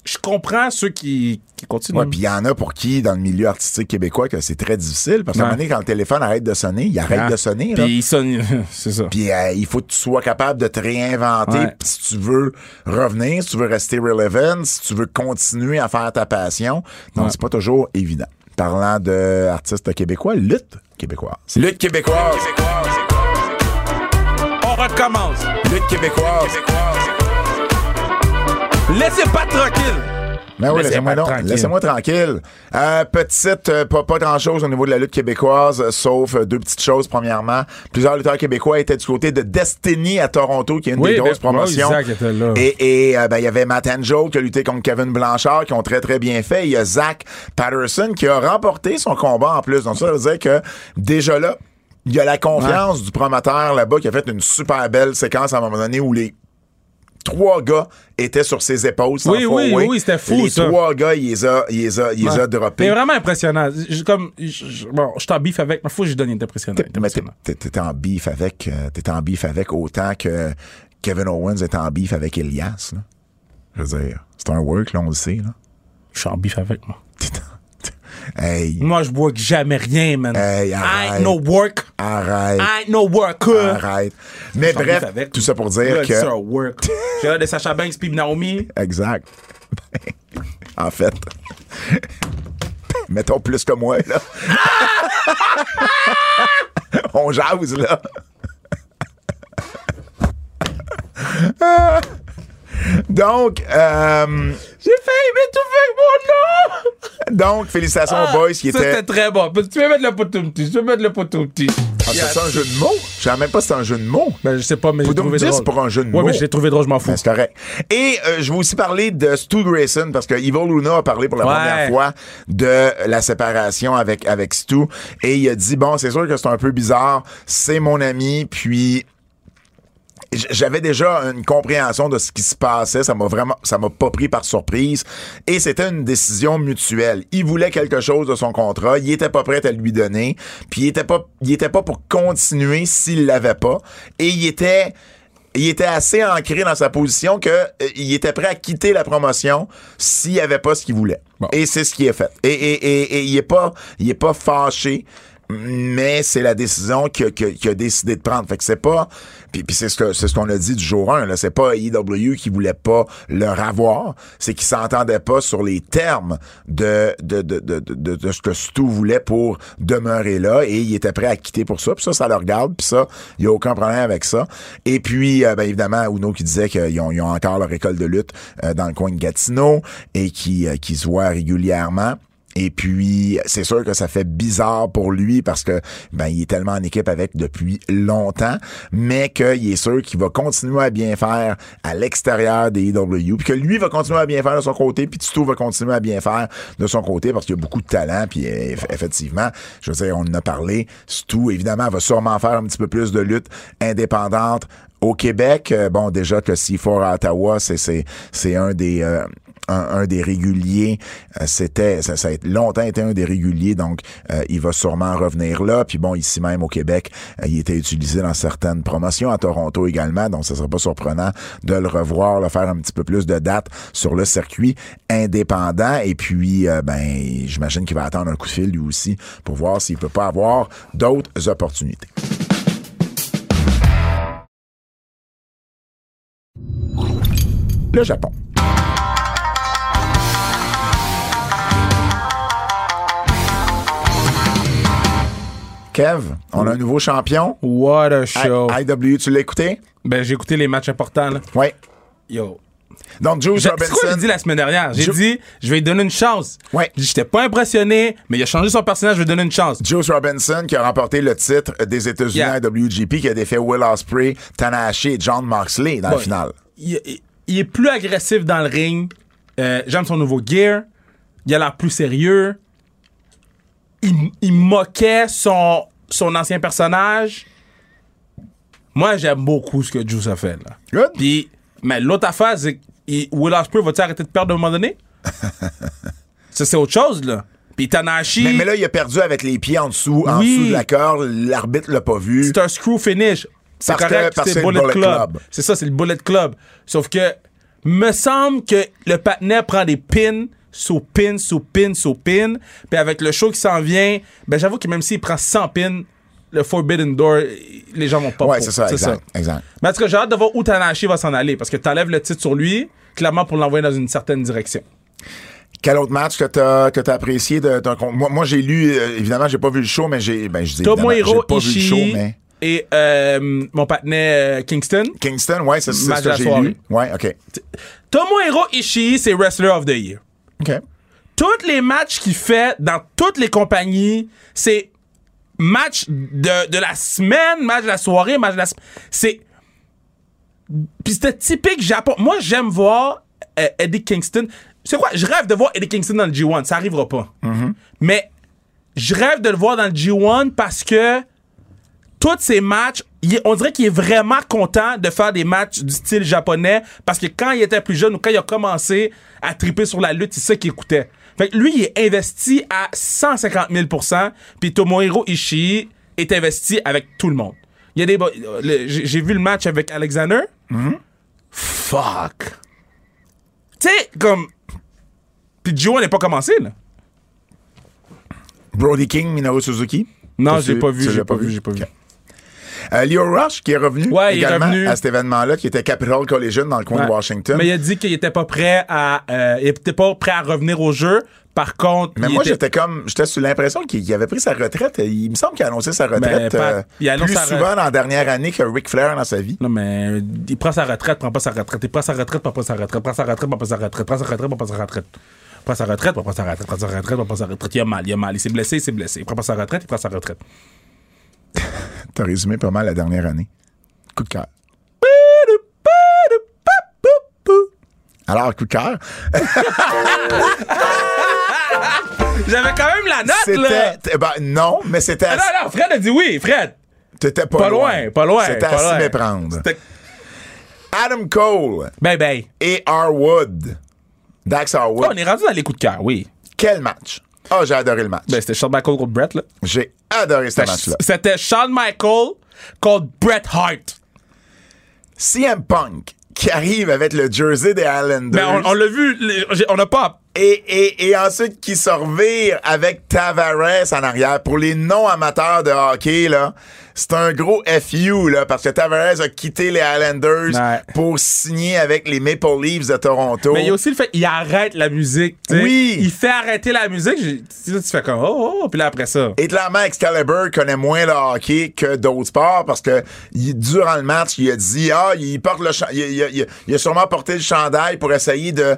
Speaker 3: je comprends ceux qui, qui continuent.
Speaker 2: Ouais, puis il y en a pour qui, dans le milieu artistique québécois, que c'est très difficile. Parce qu'à un
Speaker 3: Ouais.
Speaker 2: moment donné, quand le téléphone arrête de sonner, il arrête
Speaker 3: Ah.
Speaker 2: de sonner. là.
Speaker 3: Puis, ils sonnent. C'est ça.
Speaker 2: Puis euh, il faut que tu sois capable de te réinventer
Speaker 3: Ouais.
Speaker 2: puis si tu veux revenir, si tu veux rester relevant, si tu veux continuer à faire ta passion. Donc, c'est pas toujours évident. Parlant d'artistes québécois, lutte québécoise. Lutte québécoise.
Speaker 3: On recommence.
Speaker 2: Lutte québécoise.
Speaker 3: Laissez pas tranquille.
Speaker 2: Mais Ben oui, laissez-moi
Speaker 3: Laissez-moi
Speaker 2: donc.
Speaker 3: tranquille.
Speaker 2: Laissez-moi tranquille. Euh, petite, euh, pas, pas grand-chose au niveau de la lutte québécoise, euh, sauf euh, deux petites choses. Premièrement, plusieurs lutteurs québécois étaient du côté de Destiny à Toronto, qui est une
Speaker 3: Oui,
Speaker 2: des grosses
Speaker 3: ben,
Speaker 2: promotions.
Speaker 3: ouais, Isaac était là.
Speaker 2: Et et, euh, ben, il y avait Matt Angel qui a lutté contre Kevin Blanchard, qui ont très, très bien fait. Il y a Zach Patterson qui a remporté son combat en plus. Donc ça veut dire que déjà là, il y a la confiance du promoteur là-bas qui a fait une super belle séquence à un moment donné où les trois gars étaient sur ses épaules. sans
Speaker 3: Oui, oui,
Speaker 2: fourrer.
Speaker 3: oui, c'était fou,
Speaker 2: Les
Speaker 3: ça.
Speaker 2: trois gars, il les a, il les a, il les a droppés.
Speaker 3: C'est vraiment impressionnant. Je, comme, je- je- bon, je t'en biffe avec, mais faut que je donne, il est impressionnant. il est
Speaker 2: Mais t'es-
Speaker 3: impressionnant.
Speaker 2: t'es- t'es en beef avec, euh, t'es en beef avec autant que Kevin Owens est en beef avec Elias. là. Je veux dire, c'est un work, là, on le sait. Là.
Speaker 3: Je suis en biffe avec, moi.
Speaker 2: T'es en- Hey,
Speaker 3: Moi, je bois jamais rien, man.
Speaker 2: Hey,
Speaker 3: I ain't
Speaker 2: arrête.
Speaker 3: no work.
Speaker 2: arrête,
Speaker 3: I ain't no worker.
Speaker 2: arrête. Mais
Speaker 3: Je suis Ah. en
Speaker 2: bref,
Speaker 3: biffe avec.
Speaker 2: tout ça pour dire
Speaker 3: Good,
Speaker 2: que...
Speaker 3: sir, work. J'ai l'air de Sacha Banks puis Naomi.
Speaker 2: Exact. en fait, mettons plus que moi, là. On jase, là. Donc, euh,
Speaker 3: J'ai failli m'étouffer avec mon nom.
Speaker 2: donc, félicitations aux boys qui
Speaker 3: Ça, c'était
Speaker 2: étaient.
Speaker 3: très bon. Tu peux mettre le poteau petit. Tu peux mettre le poteau petit.
Speaker 2: Ah, c'est un jeu de mots? Je savais même pas si c'est un jeu de mots.
Speaker 3: Ben, je sais pas, mais j'ai
Speaker 2: Vous
Speaker 3: trouvé
Speaker 2: me dites,
Speaker 3: drôle.
Speaker 2: c'est pour un jeu de
Speaker 3: Ouais,
Speaker 2: mots.
Speaker 3: mais je l'ai trouvé drôle, je m'en fous.
Speaker 2: Ben, c'est correct. Et euh, je vais aussi parler de Stu Grayson parce que Evil Luna a parlé pour la
Speaker 3: Ouais.
Speaker 2: première fois de la séparation avec avec Stu et il a dit bon c'est sûr que c'est un peu bizarre c'est mon ami puis j- j'avais déjà une compréhension de ce qui se passait, ça m'a vraiment ça m'a pas pris par surprise et c'était une décision mutuelle. Il voulait quelque chose de son contrat, il était pas prêt à lui donner, puis il était pas il était pas pour continuer s'il l'avait pas et il était il était assez ancré dans sa position que euh, il était prêt à quitter la promotion s'il n'y avait pas ce qu'il voulait. Et c'est ce qui est fait. Et, et, et, et il est pas il est pas fâché mais c'est la décision qu'il a, qu'il a- qu'il a décidé de prendre. Fait que c'est pas puis, puis c'est ce que c'est ce qu'on a dit du jour 1 là, c'est pas IW qui voulait pas le ravoir, c'est qu'ils s'entendaient pas sur les termes de de, de, de, de, de- de ce que Stu voulait pour demeurer là et il était prêt à quitter pour ça. Puis ça ça le regarde puis ça, il y a aucun problème avec ça. Et puis euh, ben, évidemment Uno qui disait qu'ils ont, ils ont encore leur école de lutte euh, dans le coin de Gatineau et qui euh, qui se voit régulièrement. Et puis, c'est sûr que ça fait bizarre pour lui parce que ben il est tellement en équipe avec depuis longtemps, mais qu'il est sûr qu'il va continuer à bien faire à l'extérieur des IW, puis que lui va continuer à bien faire de son côté, puis Tito va continuer à bien faire de son côté parce qu'il a beaucoup de talent, puis euh, eff- effectivement, je veux dire, on en a parlé, Stu, évidemment, va sûrement faire un petit peu plus de lutte indépendante au Québec. Euh, bon, déjà que C4 à Ottawa, c'est c'est- c'est un des... euh, un, un des réguliers. Euh, C'était, ça, ça a longtemps été un des réguliers, donc euh, il va sûrement revenir là. Puis bon, ici même au Québec, euh, il était utilisé dans certaines promotions, à Toronto également, donc ça serait pas surprenant de le revoir, le faire un petit peu plus de dates sur le circuit indépendant. Et puis, euh, ben, j'imagine qu'il va attendre un coup de fil lui aussi pour voir s'il peut pas avoir d'autres opportunités. Le Japon. Kev, on a un nouveau champion.
Speaker 3: What a show.
Speaker 2: I- IW, tu l'as écouté?
Speaker 3: Ben, j'ai écouté les matchs importants, là.
Speaker 2: Oui.
Speaker 3: Yo.
Speaker 2: Donc, Juice
Speaker 3: Je- C'est quoi que j'ai
Speaker 2: Robinson.
Speaker 3: dit la semaine dernière? J'ai
Speaker 2: Je-
Speaker 3: dit, je vais lui donner une chance.
Speaker 2: Ouais.
Speaker 3: J'étais pas impressionné, mais il a changé son personnage, je vais lui donner une chance.
Speaker 2: Juice Robinson qui a remporté le titre des États-Unis
Speaker 3: Yeah.
Speaker 2: à WGP qui a défait Will Ospreay, Tanahashi et John Moxley dans la
Speaker 3: Ouais.
Speaker 2: finale.
Speaker 3: Il, il- il est plus agressif dans le ring. Euh, J'aime son nouveau gear. Il a l'air plus sérieux. Il, il moquait son, son ancien personnage. Moi, j'aime beaucoup ce que Juice a fait. Là.
Speaker 2: Good.
Speaker 3: Puis, mais l'autre affaire, c'est que il- Will Ospreay va-tu arrêter de perdre à un moment donné? Ça, c'est autre chose, là. Puis Tanahashi,
Speaker 2: Mais, mais là, il a perdu avec les pieds en dessous, en
Speaker 3: Oui.
Speaker 2: dessous de la corde. L'arbitre l'a pas vu.
Speaker 3: c'est un screw finish. C'est
Speaker 2: Parce que-
Speaker 3: correct,
Speaker 2: parce que
Speaker 3: c'est Bullet, Bullet Club.
Speaker 2: Club.
Speaker 3: C'est ça, c'est le Bullet Club. Sauf que, me semble que le patinet prend des pins sous pins, sous pins, sous pins. Puis avec le show qui s'en vient, ben j'avoue que même s'il prend 100 pins, le Forbidden Door, les gens vont pas
Speaker 2: Ouais,
Speaker 3: pour.
Speaker 2: c'est ça, exact, exact.
Speaker 3: Mais en tout cas, j'ai hâte de voir où Tanahashi va s'en aller parce que t'enlèves le titre sur lui, clairement pour l'envoyer dans une certaine direction.
Speaker 2: Quel autre match que t'as que t'as apprécié de, ton con- moi, moi j'ai lu euh, évidemment j'ai pas vu le show mais j'ai ben je dis évidemment, j'ai
Speaker 3: Tomohiro
Speaker 2: pas vu le show
Speaker 3: Ishii
Speaker 2: mais
Speaker 3: et euh, mon partenaire euh, Kingston.
Speaker 2: Kingston ouais c'est c'est
Speaker 3: Match
Speaker 2: ce
Speaker 3: de
Speaker 2: que
Speaker 3: la
Speaker 2: j'ai
Speaker 3: soirée.
Speaker 2: lu ouais ok
Speaker 3: Tomohiro Ishii, c'est Wrestler of the Year.
Speaker 2: ok
Speaker 3: Tous les matchs qu'il fait dans toutes les compagnies, c'est match de, de la semaine, match de la soirée, match de la semaine. C'est. Puis c'était typique Japon. Moi, j'aime voir euh, Eddie Kingston. C'est quoi? Je rêve de voir Eddie Kingston dans le G1. Ça arrivera pas. Mais je rêve de le voir dans le G1 parce que tous ces matchs, il est- on dirait qu'il est vraiment content de faire des matchs du style japonais parce que quand il était plus jeune ou quand il a commencé à triper sur la lutte, c'est ça qu'il écoutait. Fait que lui, il est investi à 150 000 puis Tomohiro Ishii est investi avec tout le monde. Il y a des bo- le- j'ai j'ai vu le match avec Alexander. Fuck. Tu sais comme puis Joe n'est pas commencé là.
Speaker 2: Brody King Minoru Suzuki
Speaker 3: Non,
Speaker 2: Tu-
Speaker 3: je l'ai pas vu,
Speaker 2: tu
Speaker 3: j'ai
Speaker 2: l'as
Speaker 3: pas vu, j'ai pas vu.
Speaker 2: Ok. Euh, Leo Rush qui est revenu
Speaker 3: Ouais, il est
Speaker 2: également
Speaker 3: revenu.
Speaker 2: à cet événement-là, qui était Capitol Collision dans le coin de
Speaker 3: Ouais.
Speaker 2: Washington.
Speaker 3: Mais il a dit qu'il était pas prêt à, euh, il était pas prêt à revenir au jeu. Par contre,
Speaker 2: Mais
Speaker 3: il
Speaker 2: moi,
Speaker 3: était-
Speaker 2: j'étais comme, j'étais sous l'impression qu'il qu'il avait pris sa retraite. Il me semble qu'il a annoncé sa retraite
Speaker 3: Ben, Pat,
Speaker 2: euh,
Speaker 3: il annonce
Speaker 2: plus
Speaker 3: sa re-
Speaker 2: souvent dans la dernière année que Ric Flair dans sa vie.
Speaker 3: Non, mais il prend sa retraite, prend pas sa retraite. Il prend sa retraite, prend pas sa retraite. Prend sa retraite, prend pas sa retraite. Prend sa retraite, prend pas sa retraite. Prend sa retraite, prend pas sa retraite. Prend sa retraite, prend pas sa retraite. Il a mal, il a mal. Il s'est blessé, il s'est blessé. Il prend pas sa retraite, il prend sa retraite.
Speaker 2: T'as résumé pas mal la dernière année. Coup de cœur. Alors, coup de cœur,
Speaker 3: J'avais quand même la note, là.
Speaker 2: c'était... t- Ben, non, mais c'était...
Speaker 3: Ah Non, non, Fred a dit oui, Fred.
Speaker 2: T'étais pas,
Speaker 3: Pas loin, pas loin.
Speaker 2: C'était
Speaker 3: pas
Speaker 2: à s'y
Speaker 3: loin.
Speaker 2: méprendre.
Speaker 3: C'était-
Speaker 2: Adam Cole
Speaker 3: Ben, ben.
Speaker 2: et Harwood. Dax
Speaker 3: Oh,
Speaker 2: Harwood.
Speaker 3: on est rendu dans les coups de cœur, oui.
Speaker 2: Quel match! Ah, j'ai adoré le match.
Speaker 3: Ben, c'était Shawn Michaels contre Brett, là. Ben,
Speaker 2: J'ai adoré ce match-là.
Speaker 3: C'était Shawn Michaels contre Bret Hart.
Speaker 2: CM Punk qui arrive avec le jersey des Islanders
Speaker 3: Ben, on, on l'a vu, les- j'ai- on n'a pas.
Speaker 2: et, et, et ensuite qui se revire avec Tavares en arrière. Pour les non-amateurs de hockey, là, c'est un gros FU là, parce que Tavares a quitté les Islanders
Speaker 3: Ouais.
Speaker 2: pour signer avec les Maple Leafs de Toronto.
Speaker 3: Mais il y a aussi le fait qu'il arrête la musique. tu sais.
Speaker 2: Oh. Oui.
Speaker 3: Il fait arrêter la musique. j'ai- tu- Là, tu fais comme oh, oh, puis là après ça.
Speaker 2: Et clairement, Excalibur connaît moins le hockey que d'autres sports parce que il- durant le match, il a dit ah, il porte le chan- il, il- il- il a sûrement porté le chandail pour essayer de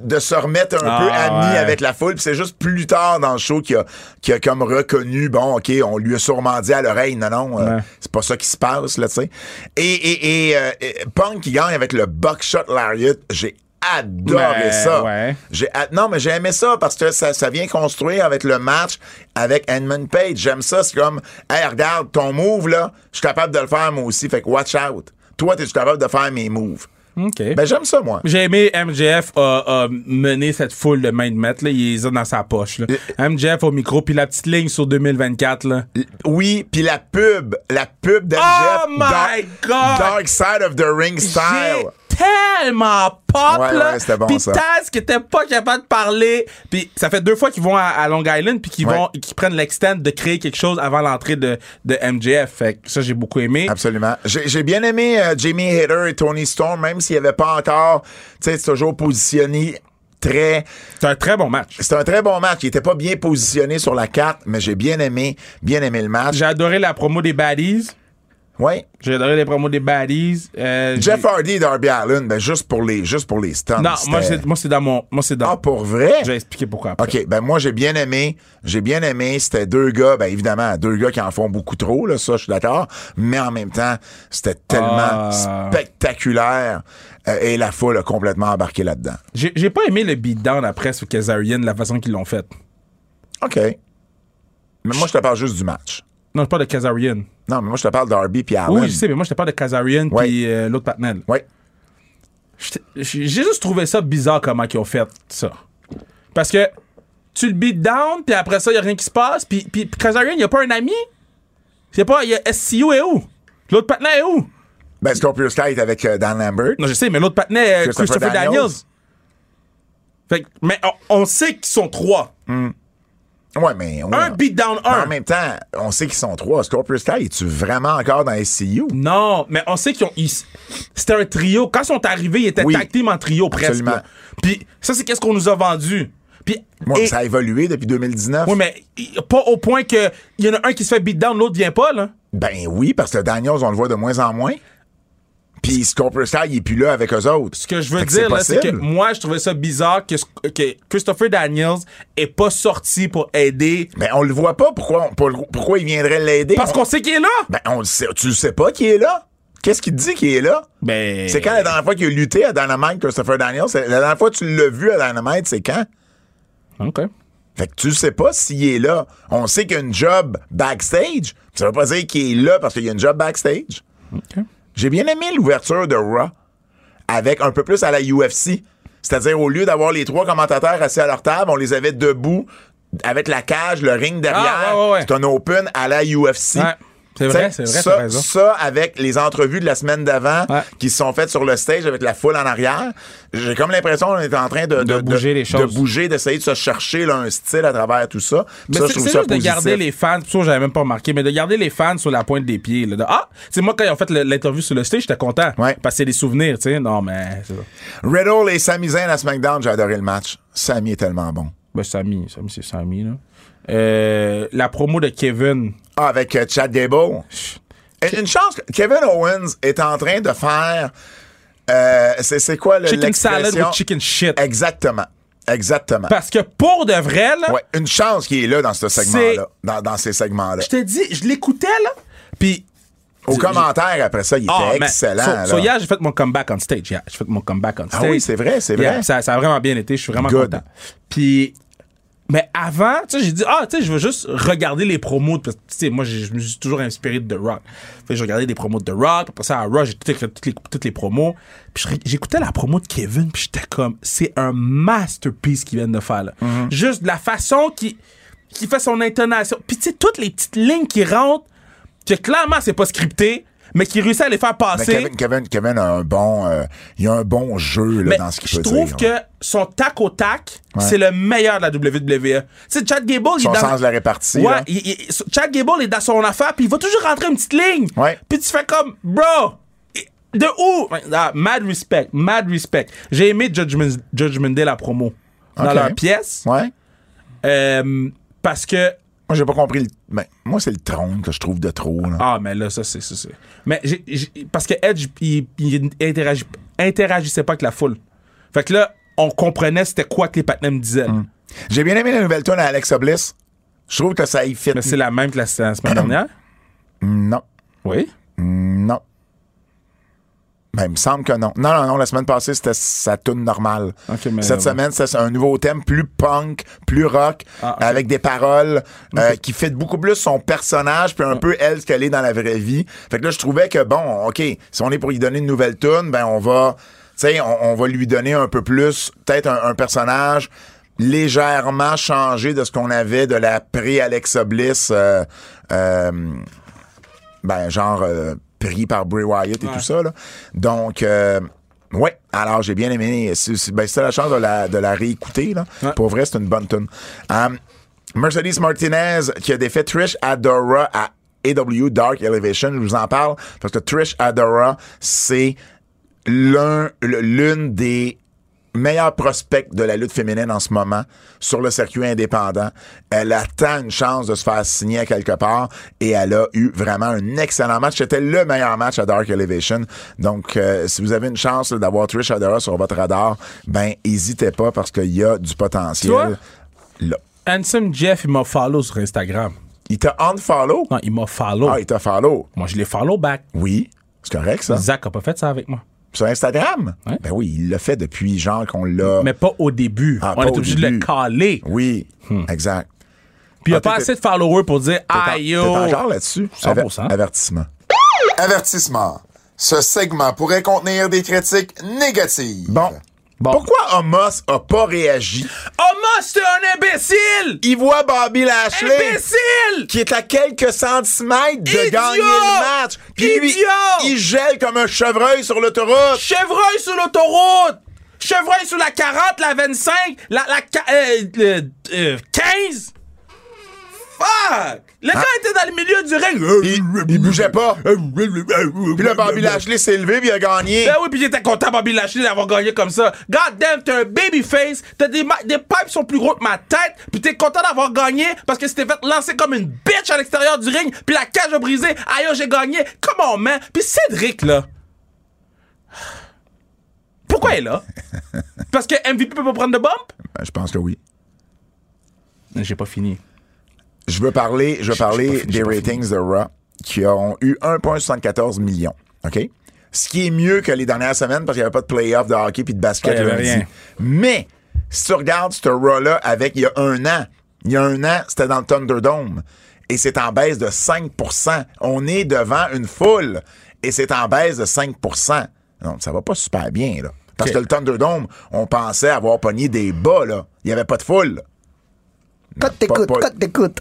Speaker 2: de se remettre un
Speaker 3: Ah,
Speaker 2: peu ami
Speaker 3: ouais.
Speaker 2: avec la foule. Puis c'est juste plus tard dans le show qu'il a qu'il a comme reconnu bon, ok, on lui a sûrement dit à l'oreille non non, euh,
Speaker 3: Ouais.
Speaker 2: c'est pas ça qui se passe là, tu sais. Et et, et, euh, et Punk qui gagne avec le buckshot lariat, j'ai adoré
Speaker 3: Ben,
Speaker 2: ça.
Speaker 3: ouais.
Speaker 2: J'ai hâte- non, mais j'ai aimé ça parce que ça, ça vient construire avec le match avec Edmund Page. J'aime ça. C'est comme, hey, regarde, ton move, là, je suis capable de le faire moi aussi. Fait que watch out. Toi, t'es capable de faire mes moves.
Speaker 3: OK.
Speaker 2: Ben, j'aime ça, moi.
Speaker 3: J'ai aimé MJF a, a mené cette foule de main de maître, là. Il les a dans sa poche, là. MJF au micro, puis la petite ligne sur 2024, là.
Speaker 2: Oui, puis la pub, la pub d'MJF.
Speaker 3: Oh my God!
Speaker 2: Dark Side of the Ring
Speaker 3: J'ai
Speaker 2: style.
Speaker 3: tellement pop,
Speaker 2: Ouais,
Speaker 3: là.
Speaker 2: ouais, c'était bon,
Speaker 3: Puis
Speaker 2: ça.
Speaker 3: Taz qui était pas capable de parler. Puis ça fait deux fois qu'ils vont à, à Long Island puis qu'ils
Speaker 2: Ouais.
Speaker 3: vont qu'ils prennent l'extent de créer quelque chose avant l'entrée de, de MJF. Fait que ça, j'ai beaucoup aimé.
Speaker 2: Absolument. J'ai j'ai bien aimé euh, Jamie Hader et Tony Storm, même s'il n'y avait pas encore, tu sais, c'est toujours positionné très.
Speaker 3: C'est un très bon match.
Speaker 2: C'était un très bon match. Il était pas bien positionné sur la carte, mais j'ai bien aimé, bien aimé le match.
Speaker 3: J'ai adoré la promo des baddies.
Speaker 2: Ouais.
Speaker 3: J'ai adoré les promos des baddies. Euh,
Speaker 2: Jeff
Speaker 3: j'ai-
Speaker 2: Hardy et Darby Allen, ben juste pour les, juste pour les stunts.
Speaker 3: Non, moi,
Speaker 2: c'était-
Speaker 3: c'est- moi, c'est dans mon. Moi, c'est dans.
Speaker 2: Ah, pour vrai?
Speaker 3: Je vais expliquer pourquoi après.
Speaker 2: OK, ben moi j'ai bien aimé, j'ai bien aimé, c'était deux gars, ben évidemment, deux gars qui en font beaucoup trop là, ça je suis d'accord, mais en même temps, c'était tellement
Speaker 3: Ah.
Speaker 2: spectaculaire euh, et la foule a complètement embarqué là-dedans.
Speaker 3: J'ai j'ai pas aimé le beatdown après sur Kazarian, la façon qu'ils l'ont fait.
Speaker 2: OK. Mais moi je te parle juste du match.
Speaker 3: Non, je parle de Kazarian.
Speaker 2: Non, mais moi je te parle d'Arby puis Allen.
Speaker 3: Oui, je sais, mais moi, je te parle de Kazarian
Speaker 2: Ah Ouais.
Speaker 3: puis euh, l'autre patnel.
Speaker 2: Ouais.
Speaker 3: J'étais- J'ai juste trouvé ça bizarre comment ils ont fait ça. Parce que tu le beat down, puis après ça, il a rien qui se passe. Puis, puis, puis Kazarian, il a pas un ami. Il a pas. Il y a SCU est où? L'autre patinet est où?
Speaker 2: Ben Scorpio Sky est avec euh, Dan Lambert.
Speaker 3: Non, je sais, mais l'autre patinet, euh,
Speaker 2: Christopher
Speaker 3: Christopher Daniels.
Speaker 2: Daniels.
Speaker 3: Fait que- mais on, on sait qu'ils sont trois.
Speaker 2: Ouais, mais ouais.
Speaker 3: Un beat down,
Speaker 2: Mais
Speaker 3: un.
Speaker 2: En même temps, on sait qu'ils sont trois. Scorpio Sky, es-tu vraiment encore dans SCU?
Speaker 3: Non, mais on sait qu'ils ont. ils- C'était un trio. Quand ils sont arrivés, ils étaient
Speaker 2: Oui.
Speaker 3: tag team en trio presque.
Speaker 2: Absolument.
Speaker 3: là. Puis ça, c'est qu'est-ce qu'on nous a vendu. Puis.
Speaker 2: Moi,
Speaker 3: et-
Speaker 2: ça a évolué depuis 2019.
Speaker 3: Oui, mais i- pas au point que il y en a un qui se fait beat down, l'autre vient pas, là.
Speaker 2: Ben oui, parce que Daniels, on le voit de moins en moins. Puis Scorpio Sky, il est plus là avec eux autres.
Speaker 3: Ce que je veux
Speaker 2: Fait
Speaker 3: dire, là, c'est que
Speaker 2: possible.
Speaker 3: moi, je trouvais ça bizarre que, que Christopher Daniels est pas sorti pour aider.
Speaker 2: Mais on le voit pas. Pourquoi, on- pour- pourquoi il viendrait l'aider?
Speaker 3: Parce
Speaker 2: On-
Speaker 3: qu'on sait qu'il est là!
Speaker 2: Ben, on le sait, tu le sais pas qui est là? Qu'est-ce qu'il dit qui est là?
Speaker 3: Ben.
Speaker 2: C'est quand la dernière fois qu'il a lutté à Dynamite, Christopher Daniels? La dernière fois que tu l'as vu à Dynamite, c'est quand?
Speaker 3: OK.
Speaker 2: Fait que tu sais pas s'il est là. On sait qu'il y a une job backstage. Ça veut pas dire qu'il est là parce qu'il y a une job backstage. J'ai bien aimé l'ouverture de Raw avec un peu plus à la UFC. C'est-à-dire, au lieu d'avoir les trois commentateurs assis à leur table, on les avait debout avec la cage, le ring derrière.
Speaker 3: Ah, ouais, ouais, ouais.
Speaker 2: C'est un open à la UFC.
Speaker 3: Ouais. C'est vrai,
Speaker 2: T'sais,
Speaker 3: c'est vrai, t'as
Speaker 2: ça,
Speaker 3: raison.
Speaker 2: ça, avec les entrevues de la semaine d'avant
Speaker 3: Ouais.
Speaker 2: qui se sont faites sur le stage avec la foule en arrière, j'ai comme l'impression qu'on est en train de,
Speaker 3: De bouger les choses.
Speaker 2: De bouger, d'essayer de se chercher là, un style à travers tout ça.
Speaker 3: Mais
Speaker 2: ça,
Speaker 3: c'est
Speaker 2: je trouve
Speaker 3: c'est
Speaker 2: ça
Speaker 3: juste de
Speaker 2: positif.
Speaker 3: garder les fans, ça j'avais même pas remarqué, mais de garder les fans sur la pointe des pieds. Là, de, ah, c'est moi quand ils ont fait le- l'interview sur le stage, j'étais content.
Speaker 2: Ouais.
Speaker 3: Parce que c'est des souvenirs, tu sais. Non, mais c'est ça.
Speaker 2: Riddle et Sami Zayn à SmackDown, j'ai adoré le match. Sami est tellement bon.
Speaker 3: Ben, Samy, Samy, c'est Samy, là. Euh, la promo de Kevin.
Speaker 2: Ah, avec euh, Chad Gable. Et Une chance, que Kevin Owens est en train de faire. euh, c'est c'est quoi le
Speaker 3: Chicken salad
Speaker 2: l'expression?
Speaker 3: with chicken shit.
Speaker 2: Exactement. Exactement.
Speaker 3: Parce que pour de vrai, là,
Speaker 2: Ouais, une chance qu'il est là dans ce segment-là. Dans, dans ces segments-là.
Speaker 3: je te dis, je l'écoutais, là. Puis.
Speaker 2: Au commentaire, après ça, il était
Speaker 3: Ah, man.
Speaker 2: excellent.
Speaker 3: So-
Speaker 2: là.
Speaker 3: so, hier, j'ai fait mon comeback on stage. hier. J'ai fait mon comeback on
Speaker 2: Ah
Speaker 3: stage.
Speaker 2: oui, c'est vrai, c'est
Speaker 3: Yeah,
Speaker 2: vrai.
Speaker 3: Ça, ça a vraiment bien été. Je suis vraiment
Speaker 2: Good.
Speaker 3: content. Puis. Mais avant, tu sais, j'ai dit, ah, tu sais, je veux juste regarder les promos. de- Parce que, tu sais, moi, j'ai- je me suis toujours inspiré de The Rock. Fait que je regardais des promos de The Rock. Après ça, à Raw, j'ai tout écrit- toutes les, toutes les promos. Puis je- j'écoutais la promo de Kevin. Puis j'étais comme, c'est un masterpiece qu'ils viennent de faire, là.
Speaker 2: Mm-hmm.
Speaker 3: Juste de la façon qu'il qui fait son intonation. Puis, tu sais, toutes les petites lignes qui rentrent, que clairement, c'est pas scripté, mais qui réussit à les faire
Speaker 2: Mais
Speaker 3: passer.
Speaker 2: Kevin, Kevin, Kevin a un bon, euh, il a un bon jeu là,
Speaker 3: Mais
Speaker 2: dans ce qu'il
Speaker 3: je
Speaker 2: peut
Speaker 3: trouve
Speaker 2: dire.
Speaker 3: que son tac au tac, c'est le meilleur de la WWE. Tu sais, Chad Gable, il est
Speaker 2: Son
Speaker 3: dans...
Speaker 2: sens de la répartie,
Speaker 3: Ouais,
Speaker 2: là.
Speaker 3: il- il- Chad Gable est dans son affaire, puis il va toujours rentrer une petite ligne.
Speaker 2: Ouais.
Speaker 3: Puis tu fais comme, bro, de où? Ah, mad respect, mad respect. J'ai aimé Judgment, Judgment Day, la promo, dans
Speaker 2: Ok.
Speaker 3: leur pièce,
Speaker 2: Ouais.
Speaker 3: euh, parce que...
Speaker 2: Moi, j'ai pas compris. Le... ben, moi, c'est le trône que je trouve de trop. là.
Speaker 3: Ah, mais là, ça, c'est... ça, c'est- Mais j'ai- j'ai- parce que Edge, il, il interagi- interagissait pas avec la foule. Fait que là, on comprenait c'était quoi que les patins me disaient. là.
Speaker 2: Mm. J'ai bien aimé la nouvelle tune à Alexa Bliss. Je trouve que ça y fit.
Speaker 3: Mais c'est la même que la, la semaine dernière?
Speaker 2: Non.
Speaker 3: Oui.
Speaker 2: Non. Ben, il me semble que non. Non, non, non. La semaine passée, c'était sa tune normale.
Speaker 3: Ok, mais-
Speaker 2: Cette semaine, c'était un nouveau thème plus punk, plus rock,
Speaker 3: Ah, ok.
Speaker 2: avec des paroles euh, qui fit beaucoup plus son personnage, puis un peu elle, ce qu'elle est dans la vraie vie. Fait que là, je trouvais que, bon, OK, si on est pour lui donner une nouvelle tune, ben, on va sais, on, on va lui donner un peu plus, peut-être un, un personnage légèrement changé de ce qu'on avait de la pré-Alexa Bliss, euh, euh, ben, genre euh, pris par Bray Wyatt et tout ça. Là. Donc, euh, ouais, alors j'ai bien aimé. Si, si- ben, si t'as la chance de la, de la réécouter, là, pour vrai, c'est une bonne tune. Euh, Mercedes Martinez qui a défait Trish Adora à AW Dark Elevation. Je vous en parle parce que Trish Adora, c'est l'un, le- l'une des meilleurs prospects de la lutte féminine en ce moment sur le circuit indépendant. Elle attend une chance de se faire signer à quelque part et elle a eu vraiment un excellent match. C'était le meilleur match à Dark Elevation. Donc, euh, si vous avez une chance là, d'avoir Trish Adora sur votre radar, ben, hésitez pas parce qu'il y a du potentiel.
Speaker 3: Toi?
Speaker 2: Là.
Speaker 3: Handsome Jeff, il m'a follow sur Instagram.
Speaker 2: Il t'a unfollow?
Speaker 3: Non, il m'a follow.
Speaker 2: Ah, il t'a follow.
Speaker 3: Moi, je l'ai follow back.
Speaker 2: Oui. C'est correct, ça.
Speaker 3: Zach a pas fait ça avec moi.
Speaker 2: Sur Instagram?
Speaker 3: Ouais.
Speaker 2: Ben oui, il l'a fait depuis, genre, qu'on l'a...
Speaker 3: Mais pas au début.
Speaker 2: Ah,
Speaker 3: On
Speaker 2: pas
Speaker 3: est
Speaker 2: au
Speaker 3: obligé de le
Speaker 2: début.
Speaker 3: caler.
Speaker 2: Oui,
Speaker 3: Hmm.
Speaker 2: exact.
Speaker 3: Puis il n'y
Speaker 2: Ah,
Speaker 3: a pas
Speaker 2: t'es-
Speaker 3: assez de followers pour dire
Speaker 2: T'es
Speaker 3: Ah
Speaker 2: en-
Speaker 3: yo.
Speaker 2: T'es encore là-dessus?
Speaker 3: 100%.
Speaker 2: avertissement.
Speaker 6: Avertissement. Ce segment pourrait contenir des critiques négatives.
Speaker 2: Bon.
Speaker 3: Bon.
Speaker 2: Pourquoi Homos a pas réagi?
Speaker 3: Homo, c'est un imbécile!
Speaker 2: Il voit Bobby Lashley
Speaker 3: Imbécile!
Speaker 2: qui est à quelques centimètres de
Speaker 3: Idiot!
Speaker 2: gagner le match. Puis lui,
Speaker 3: Idiot!
Speaker 2: il gèle comme un chevreuil sur l'autoroute.
Speaker 3: Chevreuil sur l'autoroute! Chevreuil sur la 40, la 25, la, la ca- euh, euh, euh, 15! Fuck! Le gars était dans le milieu du ring.
Speaker 2: Ah.
Speaker 3: Euh,
Speaker 2: Il, il bougeait pas. Puis là, Bobby Lashley s'est levé puis il a gagné.
Speaker 3: Ben oui, puis j'étais content, Bobby Lashley, d'avoir gagné comme ça. God damn, t'es un babyface, t'as des, ma- des pipes sont plus gros que ma tête, puis t'es content d'avoir gagné parce que c'était fait lancer comme une bitch à l'extérieur du ring, puis la cage a brisé. Aïe, j'ai gagné. Comment, man? Puis Cédric, là. Pourquoi il est là? Parce que MVP peut pas prendre de bump?
Speaker 2: Ben, Je pense que oui.
Speaker 3: J'ai pas fini.
Speaker 2: Je veux parler, je veux parler des ratings de Raw qui ont eu 1,74 million. OK? Ce qui est mieux que les dernières semaines parce qu'il n'y avait pas de playoff de hockey puis de basket
Speaker 3: Ouais, il y avait
Speaker 2: lundi.
Speaker 3: rien.
Speaker 2: Mais, si tu regardes ce Raw-là avec il y a un an, il y a un an, c'était dans le Thunderdome. Et c'est en baisse de 5 On est devant une foule et c'est en baisse de 5 Non, ça va pas super bien, là. Parce
Speaker 3: Ok.
Speaker 2: que le Thunderdome, on pensait avoir pogné des bas, là. Il n'y avait pas de foule. Cote d'écoute, cote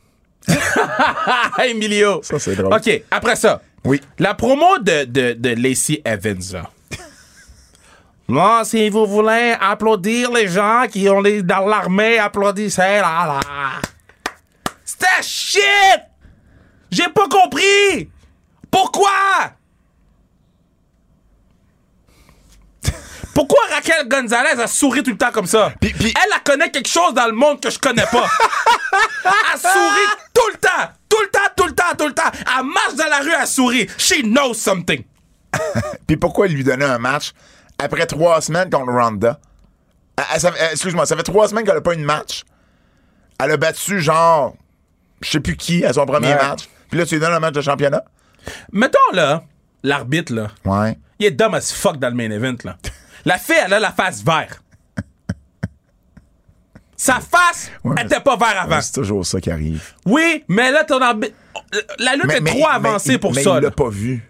Speaker 3: Ah, Emilio!
Speaker 2: Ça, c'est drôle.
Speaker 3: OK, après ça.
Speaker 2: Oui.
Speaker 3: La promo de, de, de Lacey Evans, là. Là, si vous voulez applaudir les gens qui ont les dans l'armée, applaudissez, là, là. C'était shit! J'ai pas compris! Pourquoi? Pourquoi Raquel Gonzalez a souri tout le temps comme ça?
Speaker 2: Puis- puis-
Speaker 3: Elle, elle connaît quelque chose dans le monde que je connais pas. elle sourit tout le temps! Tout le temps, tout le temps, tout le temps! Elle marche dans la rue, elle sourit. She knows something.
Speaker 2: Puis pourquoi lui donner un match après trois semaines contre Ronda? Elle- elle- ça fait- euh, Excuse-moi, ça fait trois semaines qu'elle n'a pas eu de match. Elle a battu genre, je sais plus qui, à son premier
Speaker 3: Ouais.
Speaker 2: match. Puis là, tu lui donnes un match de championnat?
Speaker 3: Mettons, là, l'arbitre, là,
Speaker 2: Ouais.
Speaker 3: il est dumb as fuck dans le main event, là. La fille, elle a la face verte. Sa face
Speaker 2: Ouais, mais-
Speaker 3: était pas verte avant.
Speaker 2: C'est toujours ça qui arrive.
Speaker 3: Oui, mais là, ton arbitre... La lutte est trop avancée
Speaker 2: mais-
Speaker 3: pour
Speaker 2: mais
Speaker 3: ça,
Speaker 2: il l'a
Speaker 3: là.
Speaker 2: pas vu.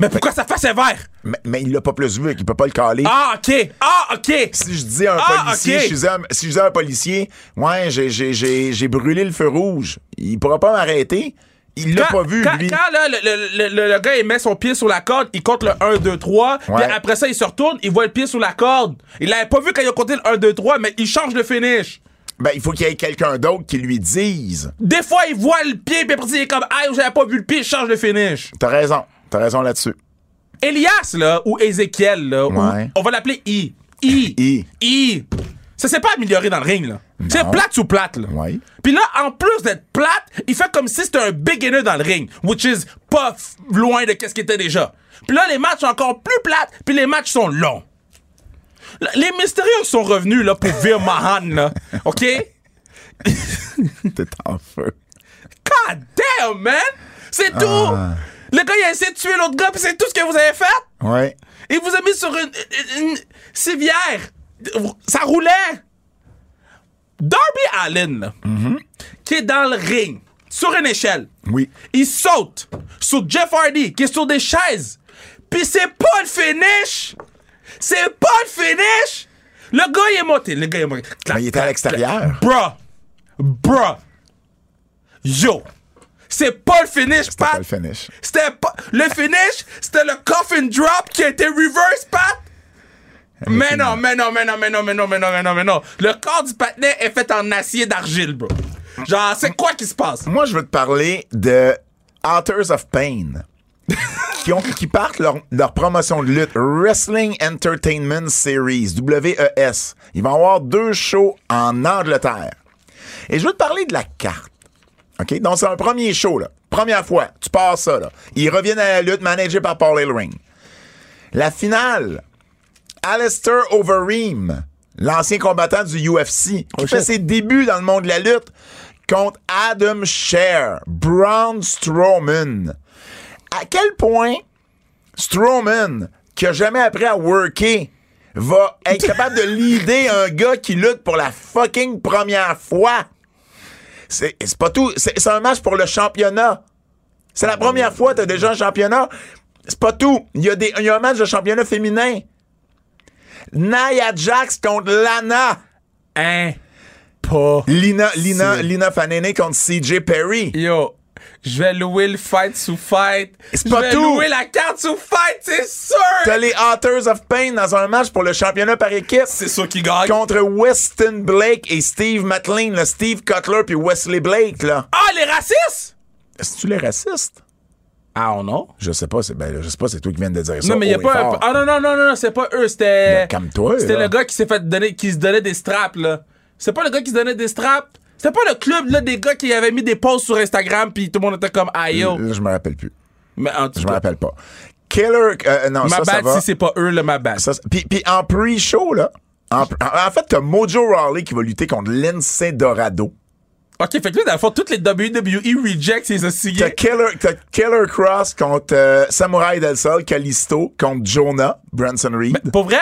Speaker 3: Mais pourquoi sa face est verte?
Speaker 2: Mais, mais il l'a pas plus vu et qu'il peut pas le caler.
Speaker 3: Ah, OK! Ah, OK!
Speaker 2: Si je dis à un
Speaker 3: Ah,
Speaker 2: policier,
Speaker 3: ok.
Speaker 2: je disais à- si je dis à un policier, ouais, j'ai- j'ai- j'ai j'ai brûlé le feu rouge, il pourra pas m'arrêter. Il l'a
Speaker 3: Quand-
Speaker 2: pas vu,
Speaker 3: quand,
Speaker 2: lui.
Speaker 3: quand, là, le, le- le- le- le gars, il met son pied sur la corde, il compte le 1, 2, 3. Puis
Speaker 2: Ouais.
Speaker 3: après ça, il se retourne, il voit le pied sur la corde. Il l'avait pas vu quand il a compté le 1, 2, 3, mais il change le finish.
Speaker 2: Ben, il faut qu'il y ait quelqu'un d'autre qui lui dise.
Speaker 3: Des fois, il voit le pied, puis après, il est comme, ah, j'avais pas vu le pied, il change le finish.
Speaker 2: T'as raison. T'as raison là-dessus.
Speaker 3: Elias, là, ou Ézéchiel, là, ou-
Speaker 2: Ouais.
Speaker 3: on va l'appeler I. I.
Speaker 2: I.
Speaker 3: I. Ça s'est pas amélioré dans le ring, là. C'est plate sous plate, là.
Speaker 2: Ouais.
Speaker 3: Puis là, en plus d'être plate, il fait comme si c'était un beginner dans le ring, which is pas f- loin de qu'est-ce qu'il était déjà. Puis là, les matchs sont encore plus plates, puis les matchs sont longs. Là, Les mystérieux sont revenus, là, pour Vir Mahan, là. OK?
Speaker 2: T'es en feu.
Speaker 3: God damn, man! C'est
Speaker 2: Ah.
Speaker 3: tout! Le gars, il a essayé de tuer l'autre gars, puis c'est tout ce que vous avez fait?
Speaker 2: Ouais.
Speaker 3: Il vous a mis sur une, une- une civière. Ça roulait. Darby Allen, là, qui est dans le ring, sur une échelle.
Speaker 2: Mhm. Oui.
Speaker 3: Il saute sur Jeff Hardy, qui est sur des chaises. Puis c'est pas le finish. C'est pas le finish! Le gars, il est monté. Le gars, il est monté. Clac,
Speaker 2: Mais Ah, il était à
Speaker 3: clac,
Speaker 2: l'extérieur.
Speaker 3: Bruh! Bruh! Yo! C'est pas le finish,
Speaker 2: Pas
Speaker 3: Pat!
Speaker 2: le finish.
Speaker 3: C'était pas. Le finish, c'était le coffin drop qui a été reverse, Pat! Mais non, mais non, mais non, mais non, mais non, mais non, mais non, mais non. Le corps du patinet est fait en acier d'argile, bro. Genre, c'est quoi qui se passe?
Speaker 2: Moi, je veux te parler de Authors of Pain. qui, ont, qui partent leur, leur promotion de lutte Wrestling Entertainment Series, WES. Ils vont avoir deux shows en Angleterre. Et je veux te parler de la carte. OK? Donc, c'est un premier show, là. Première fois, tu passes ça, là. Ils reviennent à la lutte, managés par Paul Ellering. La finale, Alistair Overeem, l'ancien combattant du UFC, qui fait ses débuts dans le monde de la lutte, contre Adam Scher, Braun Strowman. À quel point Strowman, qui a jamais appris à worker, va être capable de leader un gars qui lutte pour la fucking première fois? C'est c'est pas tout. C'est c'est un match pour le championnat. C'est la première fois que tu as déjà un championnat. C'est pas tout. Il y, a des- il y a un match de championnat féminin. Nia Jax contre Lana.
Speaker 3: Hein? Pas.
Speaker 2: Lina, Lina, Lina Fanene contre CJ Perry.
Speaker 3: Yo, je vais louer le fight sous fight.
Speaker 2: C'est
Speaker 3: Je
Speaker 2: pas
Speaker 3: vais
Speaker 2: tout.
Speaker 3: louer la carte sous fight, c'est sûr!
Speaker 2: T'as les Authors of Pain dans un match pour le championnat par équipe
Speaker 3: C'est sûr qui gagne.
Speaker 2: contre Weston Blake et Steve McLean, là, Steve Cutler puis Wesley Blake. là.
Speaker 3: Ah, les racistes?
Speaker 2: Est-ce que tu les racistes?
Speaker 3: Ah, on non?
Speaker 2: Je sais pas, c'est ben, là, je sais pas, c'est toi qui viens de dire ça.
Speaker 3: Non, mais il y a
Speaker 2: haut et
Speaker 3: pas un.
Speaker 2: fort.
Speaker 3: Ah, non, non, non, non, non, c'est pas eux, c'était.
Speaker 2: Mais calme-toi,
Speaker 3: C'était
Speaker 2: là.
Speaker 3: le gars qui s'est fait donner, qui se donnait des straps, là. C'est pas le gars qui se donnait des straps. C'était pas le club, là, des gars qui avaient mis des posts sur Instagram, puis tout le monde était comme, ah yo.
Speaker 2: Là, je me rappelle plus.
Speaker 3: Mais en
Speaker 2: Euh, Je
Speaker 3: tout
Speaker 2: me
Speaker 3: cas,
Speaker 2: rappelle pas. Killer. euh, non,
Speaker 3: ma
Speaker 2: ça, ça
Speaker 3: bad
Speaker 2: va.
Speaker 3: si c'est pas eux, là, ma bad.
Speaker 2: Ça, c'est- puis, puis en pre-show, là. En, en- en fait, t'as Mojo Rawley qui va lutter contre Lindsay Dorado.
Speaker 3: Ok, fait que là, dans le fond, toutes les WWE rejects, ils ont
Speaker 2: T'as
Speaker 3: signé.
Speaker 2: Killer, t'as Killer Cross contre euh, Samurai Del Sol, Callisto contre Jonah, Branson Reed.
Speaker 3: Pour vrai,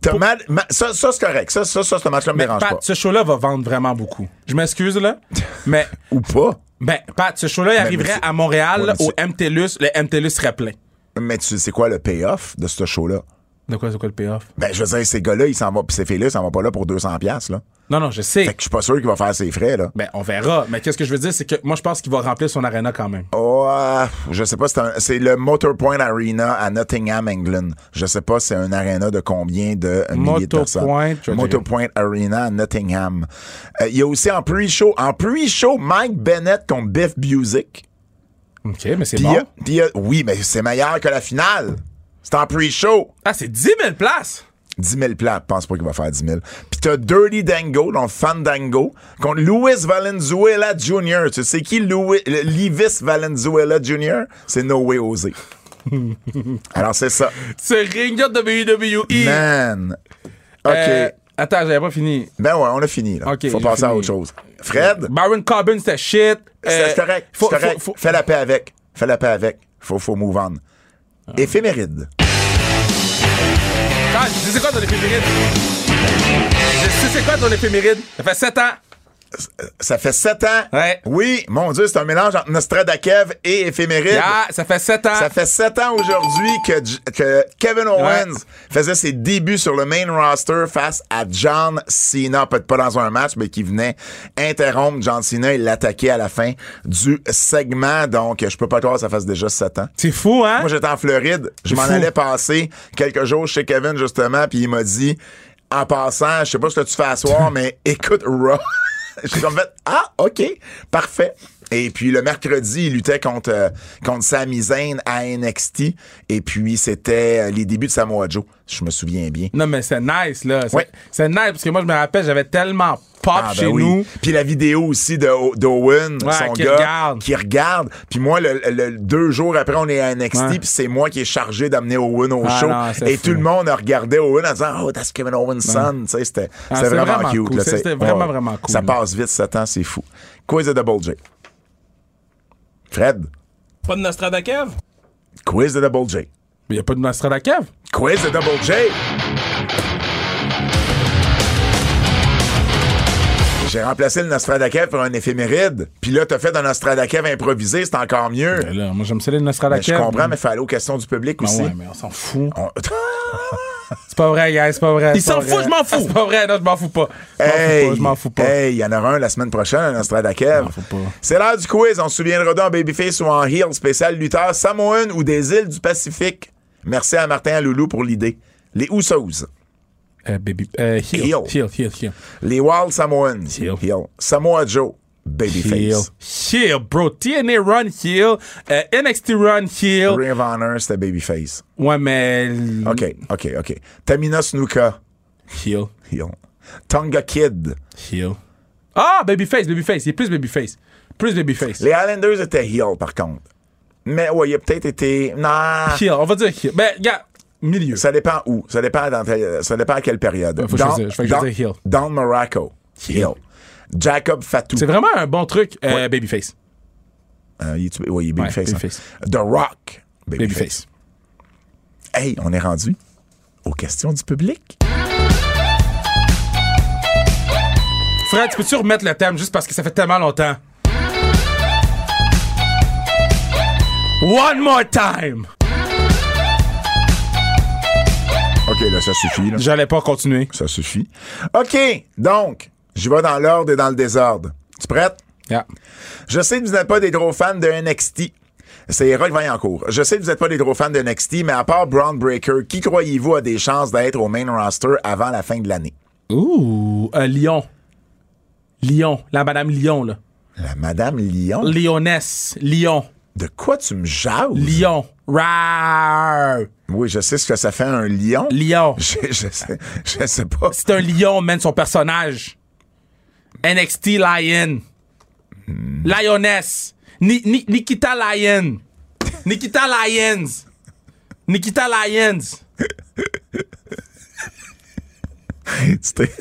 Speaker 2: T'as Mad- Ma- ça, ça, c'est correct. Ça, ça, ça, ce match-là me dérange
Speaker 3: Pat,
Speaker 2: pas.
Speaker 3: ce show-là va vendre vraiment beaucoup. Je m'excuse, là. mais,
Speaker 2: Ou pas.
Speaker 3: ben, Pat, ce show-là, il
Speaker 2: mais
Speaker 3: arriverait
Speaker 2: c'est-
Speaker 3: à Montréal,
Speaker 2: Ouais,
Speaker 3: là,
Speaker 2: mais
Speaker 3: au MTLUS. Le MTLUS serait plein.
Speaker 2: Mais tu c'est quoi le payoff de ce show-là?
Speaker 3: De quoi, c'est quoi le payoff?
Speaker 2: Ben, je veux dire, ces gars-là, ils s'en vont, pis ces filles-là, ils s'en vont pas là pour 200$, piastres, là.
Speaker 3: Non, non, je sais.
Speaker 2: Fait que je suis pas sûr qu'il va faire ses frais, là.
Speaker 3: Ben, on verra. Mais qu'est-ce que je veux dire, c'est que moi, je pense qu'il va remplir son arena quand même.
Speaker 2: Oh, euh, je sais pas, c'est un- c'est le Motor Point Arena à Nottingham, England. Je sais pas, c'est un arena de combien de milliers de
Speaker 3: Motor
Speaker 2: personnes.
Speaker 3: Point, je vais
Speaker 2: Motor
Speaker 3: dire.
Speaker 2: Point Arena à Nottingham. Euh, Il y a aussi en pre-show, en pre-show, Mike Bennett contre Biff Music.
Speaker 3: OK, mais c'est
Speaker 2: Puis euh, il
Speaker 3: bon.
Speaker 2: y a- puis il y a- oui, mais c'est meilleur que la finale. C'est en pre-show.
Speaker 3: Ah, c'est 10 000 places!
Speaker 2: 10 000 plats, pense pas qu'il va faire 10 000. Puis t'as Dirty Dango, donc Fandango, contre Luis Valenzuela Jr. Tu sais qui Louis, le- Levis Valenzuela Jr.? C'est No Way Osé. Alors c'est ça.
Speaker 3: C'est Ringot de WWE!
Speaker 2: Man. OK.
Speaker 3: Euh, attends, j'avais pas fini.
Speaker 2: ben ouais, on a fini. Là.
Speaker 3: OK,
Speaker 2: Faut
Speaker 3: j'ai
Speaker 2: passer à
Speaker 3: fini.
Speaker 2: autre chose. Fred,
Speaker 3: Baron Corbin, c'était shit.
Speaker 2: c'est
Speaker 3: Euh,
Speaker 2: c'est correct.
Speaker 3: faut-
Speaker 2: c'est correct.
Speaker 3: faut- faut-
Speaker 2: Fais la paix avec. Fais la paix avec. Faut, faut move on. Éphéméride.
Speaker 3: Ah, je sais c'est quoi ton éphéméride? Je sais c'est quoi ton éphéméride? Ça fait 7 ans.
Speaker 2: Ça fait 7 ans.
Speaker 3: Ouais.
Speaker 2: Oui, mon Dieu, c'est un mélange entre Nostradakev et Éphéméride.
Speaker 3: Yeah, ça fait 7 ans.
Speaker 2: Ça fait sept ans aujourd'hui que, J- que Kevin Owens faisait ses débuts sur le main roster face à John Cena. Peut-être pas dans un match, mais qui venait interrompre John Cena et l'attaquer à la fin du segment. Donc, je peux pas croire que ça fasse déjà sept ans.
Speaker 3: C'est fou, hein?
Speaker 2: Moi, j'étais en Floride. Je m'en
Speaker 3: fou.
Speaker 2: allais passer quelques jours chez Kevin, justement, puis il m'a dit, en passant, je sais pas ce que tu fais à soir, mais écoute Raw. J'ai comme fait, ah, OK, parfait. Et puis, le mercredi, il luttait contre, euh, contre Sami Zayn à NXT. Et puis, c'était euh, les débuts de Samoa Joe. Je me souviens bien.
Speaker 3: Non, mais c'est nice, là. C'est
Speaker 2: Ouais.
Speaker 3: c'est nice, parce que moi, je me rappelle, j'avais tellement pop
Speaker 2: Ah, ben
Speaker 3: chez
Speaker 2: oui.
Speaker 3: nous.
Speaker 2: Puis la vidéo aussi de- d'Owen,
Speaker 3: Ouais,
Speaker 2: son
Speaker 3: qui
Speaker 2: gars,
Speaker 3: regarde.
Speaker 2: qui regarde. Puis moi, le, le- deux jours après, on est à NXT,
Speaker 3: Ouais.
Speaker 2: puis c'est moi qui est chargé d'amener Owen au
Speaker 3: Ah
Speaker 2: show.
Speaker 3: non, c'est
Speaker 2: et
Speaker 3: fou.
Speaker 2: tout le monde regardait Owen en disant Oh, that's Kevin Owens' son. Tu sais, C'était c'était
Speaker 3: Ah, c'est
Speaker 2: vraiment,
Speaker 3: vraiment
Speaker 2: cute.
Speaker 3: cool.
Speaker 2: là, tu sais.
Speaker 3: C'était vraiment,
Speaker 2: Ouais.
Speaker 3: vraiment cool.
Speaker 2: Ça passe vite, 7 ans, c'est fou. Quiz de Double J. Fred,
Speaker 7: Pas de Nostradakev?
Speaker 2: quiz de Double J.
Speaker 3: Mais y a pas de Nostradakev.
Speaker 2: Quiz de Double J. J'ai remplacé le Nostradakev pour un éphéméride. Puis là, t'as fait un Nostradakev improvisé, c'est encore mieux.
Speaker 3: Ben là, moi, j'aime ça, les
Speaker 2: Mais je
Speaker 3: Nostradakev.
Speaker 5: Ben
Speaker 2: comprends, mais il faut aller aux questions du public
Speaker 3: Ah
Speaker 2: aussi.
Speaker 3: ouais, mais on s'en fout.
Speaker 2: On-
Speaker 5: C'est pas vrai, guys, c'est pas vrai.
Speaker 3: Il s'en fout, je m'en fous.
Speaker 5: C'est pas vrai, non, je m'en fous pas. Je m'en fous
Speaker 2: Hey,
Speaker 5: pas, je m'en fous pas.
Speaker 2: Hey, il y en aura un la semaine prochaine, un Nostradakev.
Speaker 3: pas.
Speaker 2: C'est l'heure du quiz. On se souviendra d'un Babyface ou en heel spécial lutteur Samoan ou des îles du Pacifique. Merci à Martin et à Loulou pour l'idée. Les Usos,
Speaker 3: Euh, baby, euh, heel,
Speaker 2: Heel.
Speaker 3: heel, heel, heel.
Speaker 2: les Wild Samoans,
Speaker 3: Heel.
Speaker 2: heel. Samoa Joe, Babyface.
Speaker 3: Heel. Heel, bro. TNA run heel. Euh, NXT run heel.
Speaker 2: Ring of Honor, c'était Babyface.
Speaker 3: Ouais, mais. l-
Speaker 2: OK, OK, OK. Tamina Snuka,
Speaker 3: Heel.
Speaker 2: heel. Tonga Kid.
Speaker 3: Heel. Ah, babyface, babyface. Il est plus babyface. Plus babyface.
Speaker 2: Les Highlanders étaient heel, par contre. Mais ouais, il a peut-être été... Non.
Speaker 3: Heel, on va dire heel. Ben, regarde, milieu.
Speaker 2: Ça dépend où. Ça dépend, dans quelle- ça dépend à quelle période.
Speaker 3: faut
Speaker 2: Don-
Speaker 3: choisir. Je vais choisir
Speaker 2: Don-
Speaker 3: heel.
Speaker 2: Don Morocco. Heel. Jacob Fatou.
Speaker 3: C'est vraiment un bon truc, euh, babyface.
Speaker 2: Euh, il est tu- ouais, il est babyface.
Speaker 3: Ouais,
Speaker 2: hein.
Speaker 3: babyface.
Speaker 2: The Rock. Babyface.
Speaker 3: Babyface.
Speaker 2: Hey, on est rendu aux questions du public.
Speaker 3: Fred, tu peux-tu remettre le thème juste parce que ça fait tellement longtemps? One more time!
Speaker 2: OK, là, ça suffit. là.
Speaker 3: J'allais pas continuer.
Speaker 2: Ça suffit. OK, donc, j'y vais dans l'ordre et dans le désordre. Tu prête?
Speaker 3: Yeah.
Speaker 2: Je sais que vous n'êtes pas des gros fans de NXT. C'est Rock Vaillancourt. Je sais que vous n'êtes pas des gros fans de NXT, mais à part Brown Breaker, qui croyez-vous a des chances d'être au main roster avant la fin de l'année?
Speaker 3: Ouh, euh, Lyon. Lyon, la madame Lyon, là.
Speaker 2: La Madame Lyon?
Speaker 3: Lyonesse, Lyon,
Speaker 2: De quoi tu me jases?
Speaker 3: Lyon, Rar,
Speaker 2: Oui, je sais ce que ça fait un lion.
Speaker 3: Lyon.
Speaker 2: Je, je sais, je sais pas.
Speaker 3: C'est un lion, man, son personnage. NXT Lion. Lioness. Ni- Ni- Nikita Lion. Nikita Lions. Nikita Lions.
Speaker 2: Tu t'es-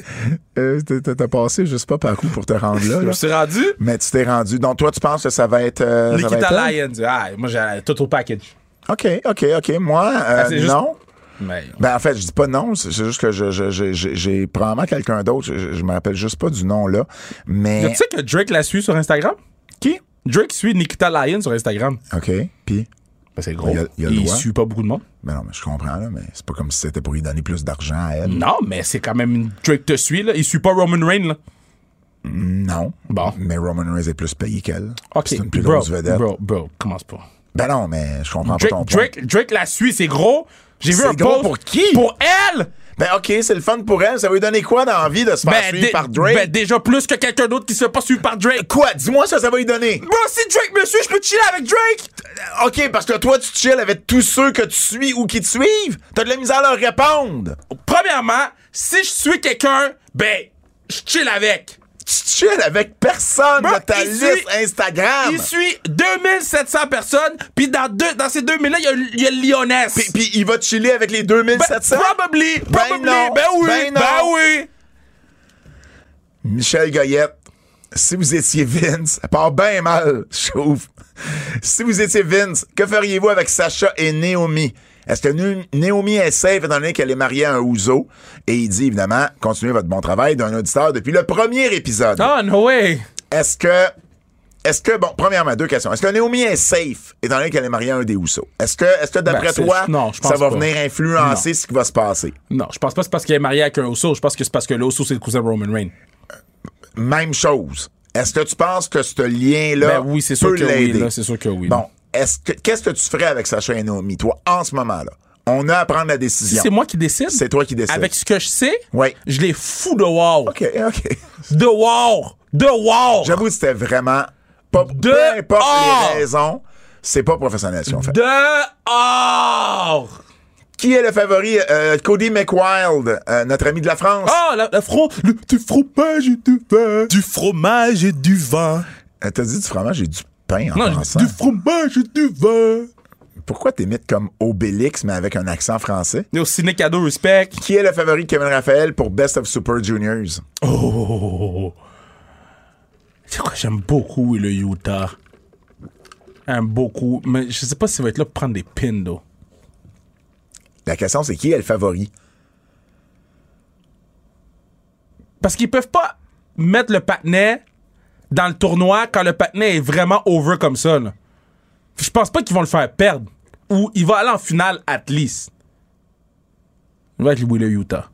Speaker 2: euh, t'es- t'es- T'as passé, je sais pas par où pour te rendre là.
Speaker 3: Je
Speaker 2: là.
Speaker 3: me suis rendu.
Speaker 2: Mais tu t'es rendu. Donc, toi, tu penses que ça va être. euh, ça va être
Speaker 3: Nikita
Speaker 2: elle?
Speaker 3: Lions. Ah, moi, j'ai tout au package.
Speaker 2: OK, OK, OK. Moi, euh,
Speaker 3: Ah, c'est juste-
Speaker 2: non.
Speaker 3: Mais.
Speaker 2: Ben, en fait, je dis pas non. C'est c'est juste que je- je- je- j'ai j'ai probablement quelqu'un d'autre. Je, je- je me rappelle juste pas du nom, là. Mais.
Speaker 3: Tu sais que Drake la suit sur Instagram?
Speaker 2: Qui?
Speaker 3: Drake suit Nikita Lion sur Instagram.
Speaker 2: OK. Puis.
Speaker 3: Ben, c'est gros.
Speaker 2: Il y a- il y a le
Speaker 3: il
Speaker 2: droit.
Speaker 3: suit pas beaucoup de monde.
Speaker 2: Ben non, mais je comprends, là. Mais c'est pas comme si c'était pour lui donner plus d'argent à elle.
Speaker 3: Non, mais c'est quand même une- Drake te suit, là. Il suit pas Roman Reigns, là.
Speaker 2: Non.
Speaker 3: Bon.
Speaker 2: Mais Roman Reigns est plus payé qu'elle.
Speaker 3: Ok,
Speaker 2: C'est une plus
Speaker 3: bro,
Speaker 2: grosse vedette.
Speaker 3: Bro, bro, commence pas.
Speaker 2: Ben non, mais je comprends pas ton
Speaker 3: Drake,
Speaker 2: point.
Speaker 3: Drake, Drake la suit, c'est gros. J'ai vu
Speaker 2: C'est
Speaker 3: un
Speaker 2: gros
Speaker 3: post.
Speaker 2: pour qui?
Speaker 3: Pour elle!
Speaker 2: Ben OK, c'est le fun pour elle. Ça veut lui donner quoi dans la vie de se faire
Speaker 3: Ben,
Speaker 2: suivre
Speaker 3: dé-
Speaker 2: par Drake?
Speaker 3: ben, déjà plus que quelqu'un d'autre qui se fait pas suivre par Drake.
Speaker 2: quoi? Dis-moi ça, ça va lui donner.
Speaker 3: Bro, si Drake me suit, je peux chiller avec Drake!
Speaker 2: OK, parce que toi, tu chill avec tous ceux que tu suis ou qui te suivent. T'as de la misère à leur répondre.
Speaker 3: Premièrement, si je suis quelqu'un, ben, je chill avec.
Speaker 2: Tu chill avec personne
Speaker 3: Bro,
Speaker 2: de ta
Speaker 3: il
Speaker 2: liste
Speaker 3: suit-
Speaker 2: Instagram.
Speaker 3: Il suit 2700 personnes, puis dans, deux, dans ces 2000-là, il y a- il y a, le Lyonesse.
Speaker 2: Puis, puis il va chiller avec les 2700.
Speaker 3: Probably,
Speaker 2: Ben
Speaker 3: probably,
Speaker 2: non,
Speaker 3: ben oui,
Speaker 2: ben non.
Speaker 3: oui.
Speaker 2: Michel Goyette, si vous étiez Vince, ça part bien mal, je trouve. Si vous étiez Vince, que feriez-vous avec Sacha et Naomi? Est-ce que Nu- Naomi est safe étant donné qu'elle est mariée à un ouzo? Et il dit, évidemment, continuez votre bon travail d'un auditeur depuis le premier épisode.
Speaker 3: Oh, no way.
Speaker 2: Est-ce que... Est-ce que, bon, premièrement, deux questions. Est-ce que Naomi est safe, étant donné qu'elle est mariée à un des Ouzo? Est-ce que, est-ce que d'après
Speaker 3: Ben, c'est-
Speaker 2: toi,
Speaker 3: non, je pense
Speaker 2: ça va
Speaker 3: pas.
Speaker 2: venir influencer ce qui va se passer?
Speaker 3: Non, je pense pas que c'est parce qu'il est marié avec un osso. Je pense que c'est parce que l'osso, c'est le cousin de Roman Reigns.
Speaker 2: Même chose. Est-ce que tu penses que ce lien-là
Speaker 3: Ben oui, c'est sûr
Speaker 2: Ah, peut
Speaker 3: que oui,
Speaker 2: l'aider?
Speaker 3: là, c'est sûr que oui,
Speaker 2: Bon,
Speaker 3: là.
Speaker 2: est-ce que qu'est-ce que tu ferais avec Sacha et Naomi, toi, en ce moment-là? On a à prendre la
Speaker 3: Si
Speaker 2: décision.
Speaker 3: c'est moi qui décide.
Speaker 2: C'est toi qui décides.
Speaker 3: Avec ce que je sais,
Speaker 2: Ouais.
Speaker 3: je les fous dehors.
Speaker 2: OK, OK.
Speaker 3: Dehors. Dehors.
Speaker 2: J'avoue que c'était vraiment... Pas, peu
Speaker 3: Dehors.
Speaker 2: importe les raisons, c'est pas professionnel ce qu'on fait.
Speaker 3: Dehors.
Speaker 2: Qui est le favori? Euh, Cody McWild, euh, notre ami de la France.
Speaker 3: Oh, la, la fro- le- du fromage et du vin. Du fromage et du vin.
Speaker 2: Euh, T'as dit du fromage et du pain en
Speaker 3: Non,
Speaker 2: français.
Speaker 3: du fromage et du vin.
Speaker 2: Pourquoi t'imites comme Obélix, mais avec un accent français?
Speaker 3: Yo, ciné cadeau, respect.
Speaker 2: Qui est le favori de Kevin Raphaël pour Best of Super Juniors?
Speaker 3: Oh, C'est quoi, j'aime beaucoup le Utah. J'aime beaucoup. Mais je sais pas s'il va être là pour prendre des pins, though.
Speaker 2: La question, c'est qui est le favori?
Speaker 3: Parce qu'ils peuvent pas mettre le patinet dans le tournoi quand le patinet est vraiment over comme ça. là. Je pense pas qu'ils vont le faire perdre. Ou il va aller en finale at least. Je vais avec les Wheeler Utah.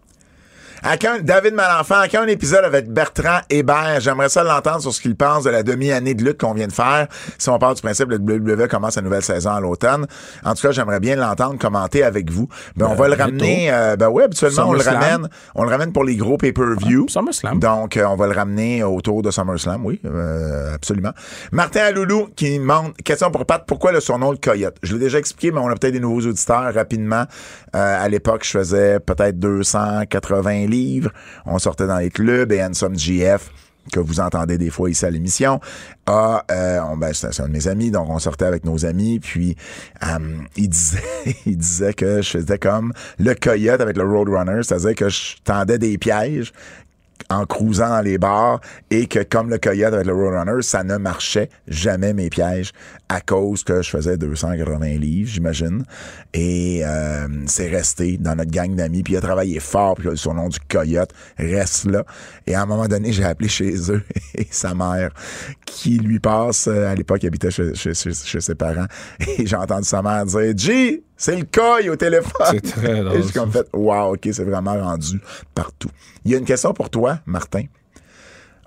Speaker 2: À quand- David Malenfant, à quand un épisode avec Bertrand Hébert? J'aimerais ça l'entendre sur ce qu'il pense de la demi-année de lutte qu'on vient de faire. Si on part du principe que le WWE commence sa nouvelle saison à l'automne. En tout cas, j'aimerais bien l'entendre commenter avec vous. Ben, on va le ramener, euh, ben oui, habituellement, on le
Speaker 3: SummerSlam.
Speaker 2: ramène, on le ramène pour les gros pay-per-view.
Speaker 3: SummerSlam.
Speaker 2: Donc, euh, on va le ramener autour de SummerSlam, oui, euh, absolument. Martin Aloulou qui demande, question pour Pat, pourquoi le surnom le Coyote? Je l'ai déjà expliqué, mais on a peut-être des nouveaux auditeurs rapidement. Euh, à l'époque, je faisais peut-être 280 livres. On sortait dans les clubs et Handsome GF que vous entendez des fois ici à l'émission. Ah, euh, on- ben, c'est c'est un de mes amis, donc on sortait avec nos amis, puis euh, il, disait, il disait que je faisais comme le coyote avec le Roadrunner, c'est-à-dire que je tendais des pièges en cruisant dans les bars et que comme le coyote avec le Roadrunner, ça ne marchait jamais mes pièges à cause que je faisais 280 livres, j'imagine. Et euh, c'est resté dans notre gang d'amis. Puis il a travaillé fort, puis son nom du coyote reste là. Et à un moment donné, j'ai appelé chez eux et sa mère qui lui passe, euh, à l'époque, il habitait chez, chez- chez- chez ses parents. Et j'ai entendu sa mère dire « G, c'est le coy au téléphone! »
Speaker 3: C'est très
Speaker 2: Et
Speaker 3: drôle,
Speaker 2: j'ai comme fait, wow, OK, c'est vraiment rendu partout. Il y a une question pour toi, Martin.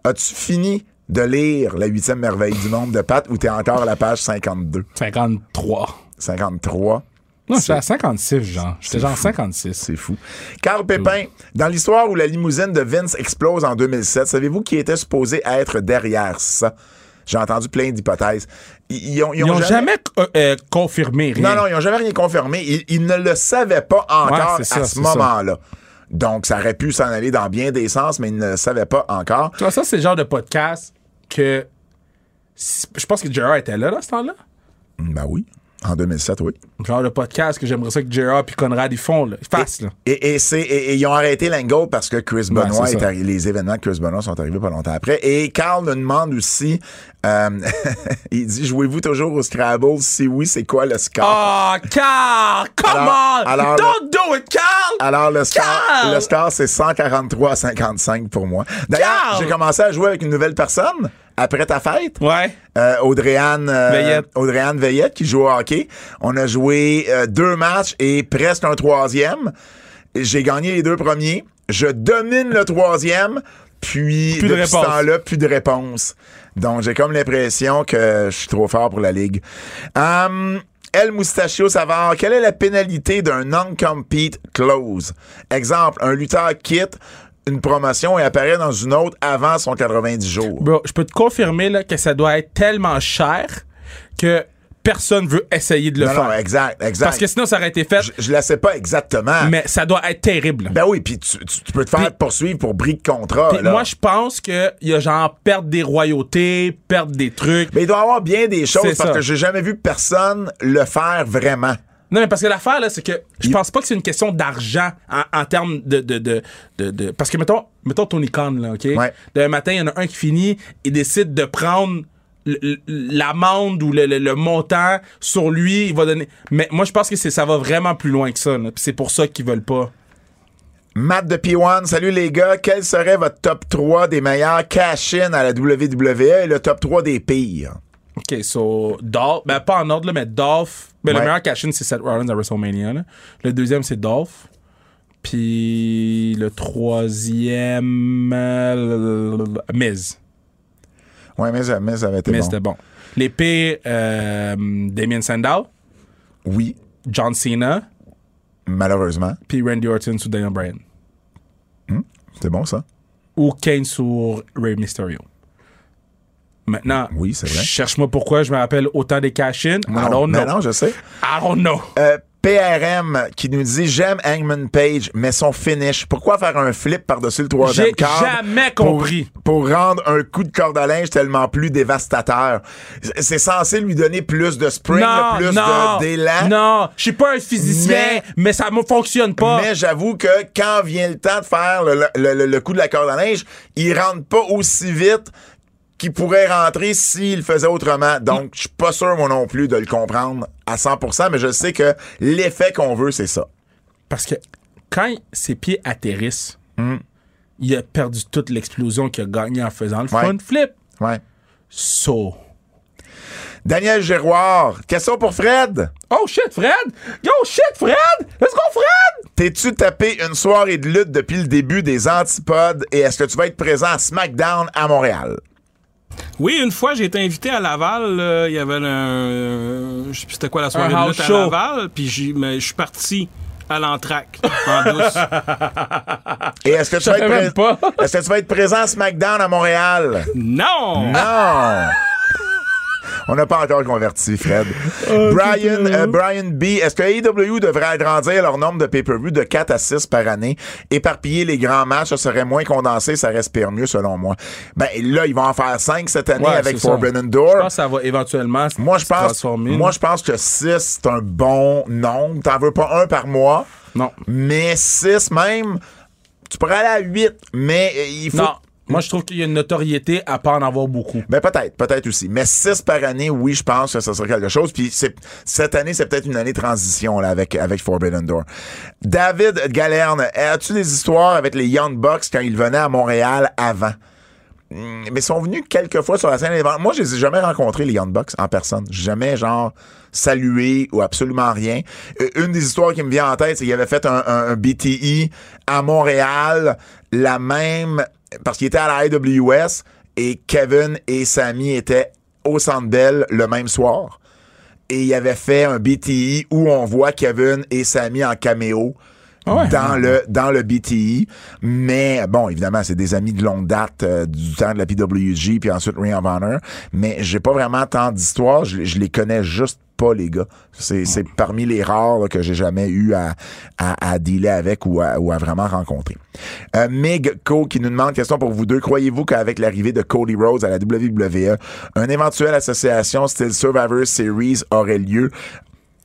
Speaker 2: As-tu fini de lire La huitième merveille du monde de Pat ou t'es encore à la page 52?
Speaker 3: 53.
Speaker 2: 53?
Speaker 3: Non, j'étais à 56, genre. J'étais genre 56.
Speaker 2: C'est fou. Carl Pépin, dans l'histoire où la limousine de Vince explose en 2007, savez-vous qui était supposé être derrière ça? J'ai entendu plein d'hypothèses. Ils n'ont
Speaker 3: Ils n'ont jamais euh, euh, confirmé rien.
Speaker 2: Non, non, ils n'ont jamais rien confirmé. Ils, ils ne le savaient pas encore
Speaker 3: Ouais, c'est ça,
Speaker 2: à ce
Speaker 3: c'est
Speaker 2: moment-là. Donc, ça aurait pu s'en aller dans bien des sens, mais ils ne le savaient pas encore.
Speaker 3: Tu vois, ça, c'est le genre de podcast que. si- Je pense que JR était là, dans ce temps-là.
Speaker 2: Ben oui, en 2007, oui.
Speaker 3: Le genre de podcast que j'aimerais ça que JR et Conrad ils font, là. Ils fassent, là.
Speaker 2: Et, et, c'est- et- et ils ont arrêté Langold parce que Chris
Speaker 3: Ouais,
Speaker 2: Benoit
Speaker 3: Ben, c'est
Speaker 2: est
Speaker 3: ça.
Speaker 2: arri- les événements de Chris Benoit sont arrivés pas longtemps après. Et Carl nous demande aussi, euh, il dit, jouez-vous toujours au Scrabble? Si oui, c'est quoi le score?
Speaker 3: Oh, Carl! Come
Speaker 2: Alors-
Speaker 3: on!
Speaker 2: alors-
Speaker 3: Don't do it, Carl!
Speaker 2: Alors, le score,
Speaker 3: Carl!
Speaker 2: le score, c'est 143 à 55 pour moi. D'ailleurs,
Speaker 3: Carl!
Speaker 2: j'ai commencé à jouer avec une nouvelle personne après ta fête.
Speaker 3: Ouais.
Speaker 2: Euh, Audrey-Anne euh,
Speaker 3: Veillette.
Speaker 2: Audrey-Anne Veillette qui joue au hockey. On a joué euh, deux matchs et presque un troisième. J'ai gagné les deux premiers. Je domine le troisième. Puis,
Speaker 3: Plus de
Speaker 2: depuis ce
Speaker 3: réponse.
Speaker 2: temps-là, plus de réponse. Donc, j'ai comme l'impression que je suis trop fort pour la Ligue. Hum, El Moustachio Savard, quelle est la pénalité d'un non-compete clause? Exemple, un lutteur quitte une promotion et apparaît dans une autre avant son 90 jours.
Speaker 3: Bro, je peux te confirmer là, que ça doit être tellement cher que personne veut essayer de le
Speaker 2: non,
Speaker 3: faire.
Speaker 2: non, exact, exact.
Speaker 3: Parce que sinon, ça aurait été fait,
Speaker 2: Je, je la sais pas exactement.
Speaker 3: mais ça doit être terrible.
Speaker 2: Ben oui, puis tu, tu- tu peux te faire
Speaker 3: Puis-
Speaker 2: poursuivre pour bris de contrat.
Speaker 3: Puis
Speaker 2: là.
Speaker 3: moi, je pense qu'il y a genre perdre des royautés, perdre des trucs.
Speaker 2: Mais il doit y avoir bien des choses
Speaker 3: C'est
Speaker 2: parce
Speaker 3: ça.
Speaker 2: que j'ai jamais vu personne le faire vraiment.
Speaker 3: Non, mais parce que l'affaire, là, c'est que je pense pas que c'est une question d'argent en, en termes de, de, de, de, de- Parce que, mettons, mettons Tony Khan, là, OK?
Speaker 2: Ouais.
Speaker 3: Le matin, il y en a un qui finit, il décide de prendre l- l- l'amende ou le, le- le montant sur lui, il va donner... Mais moi, je pense que c'est- ça va vraiment plus loin que ça, là. Puis c'est pour ça qu'ils veulent pas.
Speaker 2: Matt de P1, salut les gars. Quel serait votre top 3 des meilleurs cash-in à la WWE et le top 3 des pires?
Speaker 3: OK, so... Dolph... Ben, pas en ordre, là, mais Dolph... Ben,
Speaker 2: Ouais.
Speaker 3: le meilleur cash-in, c'est Seth Rollins à WrestleMania, là. Le deuxième, c'est Dolph. Puis le troisième... euh, Miz.
Speaker 2: Ouais, mais, ça- mais ça avait été
Speaker 3: Mais
Speaker 2: bon.
Speaker 3: c'était bon. Les pires, euh, Damien Sandow,
Speaker 2: Oui,
Speaker 3: John Cena,
Speaker 2: malheureusement.
Speaker 3: puis Randy Orton sur Daniel Bryan.
Speaker 2: C'est bon, ça?
Speaker 3: Ou Kane sur Ray Mysterio. Maintenant,
Speaker 2: Oui, c'est vrai.
Speaker 3: cherche-moi pourquoi je me rappelle autant des cash-in. I don't
Speaker 2: mais
Speaker 3: know.
Speaker 2: non, je sais.
Speaker 3: I don't know.
Speaker 2: Euh, PRM qui nous dit J'aime Hangman Page, mais son finish. Pourquoi faire un flip par-dessus le troisième
Speaker 3: J'ai
Speaker 2: cadre
Speaker 3: jamais
Speaker 2: pour-
Speaker 3: compris.
Speaker 2: Pour, rendre un coup de corde à linge tellement plus dévastateur. C'est- C'est censé lui donner plus de spring,
Speaker 3: non,
Speaker 2: plus
Speaker 3: non,
Speaker 2: de- d'élan.
Speaker 3: non, je suis pas un physicien,
Speaker 2: Mais-
Speaker 3: mais, ça ne fonctionne pas.
Speaker 2: Mais j'avoue que quand vient le temps de faire le, le- le- le coup de la corde à linge, il rentre pas aussi vite qu'il pourrait rentrer s'il faisait autrement. Donc, je suis pas sûr, moi non plus, de le comprendre à 100%, mais je sais que l'effet qu'on veut, c'est ça.
Speaker 3: Parce que quand ses pieds atterrissent,
Speaker 2: Hmm.
Speaker 3: il a perdu toute l'explosion qu'il a gagnée en faisant le
Speaker 2: Ouais.
Speaker 3: front flip.
Speaker 2: Ouais.
Speaker 3: So,
Speaker 2: Daniel Giroir, question pour Fred.
Speaker 3: Oh shit, Fred! Yo shit, Fred! Let's go, Fred!
Speaker 2: T'es-tu tapé une soirée de lutte depuis le début des antipodes et est-ce que tu vas être présent à SmackDown à Montréal?
Speaker 7: Oui, une fois, j'ai été invité à Laval. là, Il y avait un. euh, je sais plus c'était quoi la soirée
Speaker 3: Un house
Speaker 7: de lutte à
Speaker 3: show.
Speaker 7: Laval. Puis j'ai- mais je suis parti à l'entraque en douce.
Speaker 2: Et est-ce que, tu vas être
Speaker 3: savais même
Speaker 2: pré-
Speaker 3: pas.
Speaker 2: est-ce que tu vas être présent à SmackDown à Montréal?
Speaker 7: non!
Speaker 2: Non! On n'a pas encore converti, Fred.
Speaker 3: Oh,
Speaker 2: Brian, euh, Brian B., est-ce que AEW devrait agrandir leur nombre de pay-per-view de 4 à 6 par année? Éparpiller les grands matchs, ça serait moins condensé, ça respire mieux, selon moi. Ben là, ils vont en faire 5 cette année
Speaker 3: Ouais,
Speaker 2: avec
Speaker 3: c'est ça.
Speaker 2: Forbidden
Speaker 3: Je
Speaker 2: Door.
Speaker 3: pense que ça va éventuellement se
Speaker 2: Moi, je
Speaker 3: se
Speaker 2: pense,
Speaker 3: transformer.
Speaker 2: moi, je pense que 6, c'est un bon nombre. T'en veux pas un par mois,
Speaker 3: Non.
Speaker 2: mais 6 même, tu pourrais aller à 8, mais euh, il faut...
Speaker 3: Non. Moi, je trouve qu'il y a une notoriété à pas en avoir beaucoup.
Speaker 2: Ben peut-être, peut-être aussi. Mais 6 par année, oui, je pense que ça serait quelque chose. Puis c'est- cette année, c'est peut-être une année de transition là, avec, avec Forbidden Door. David Galerne, as-tu des histoires avec les Young Bucks quand ils venaient à Montréal avant? Hmm, Mais ils sont venus quelques fois sur la scène des ventes. Moi, je les ai jamais rencontrés, les Young Bucks, en personne. J'ai jamais, genre, salué ou absolument rien. Euh, Une des histoires qui me vient en tête, c'est qu'ils avaient fait un, un- un BTI à Montréal, la même, parce qu'il était à la AWS, et Kevin et Sammy étaient au Centre Bell le même soir. Et il avait fait un BTI où on voit Kevin et Sammy en caméo dans, le, dans le BTI. Mais bon, évidemment, c'est des amis de longue date euh, du temps de la PWG puis ensuite Ring of Honor. Mais j'ai pas vraiment tant d'histoires. Je, je les connais juste pas, les gars. C'est c'est parmi les rares là, que j'ai jamais eu à, à, à dealer avec ou à, ou à vraiment rencontrer. Euh, Mig Co qui nous demande, question pour vous deux, croyez-vous qu'avec l'arrivée de Cody Rhodes à la WWE, une éventuelle association style Survivor Series aurait lieu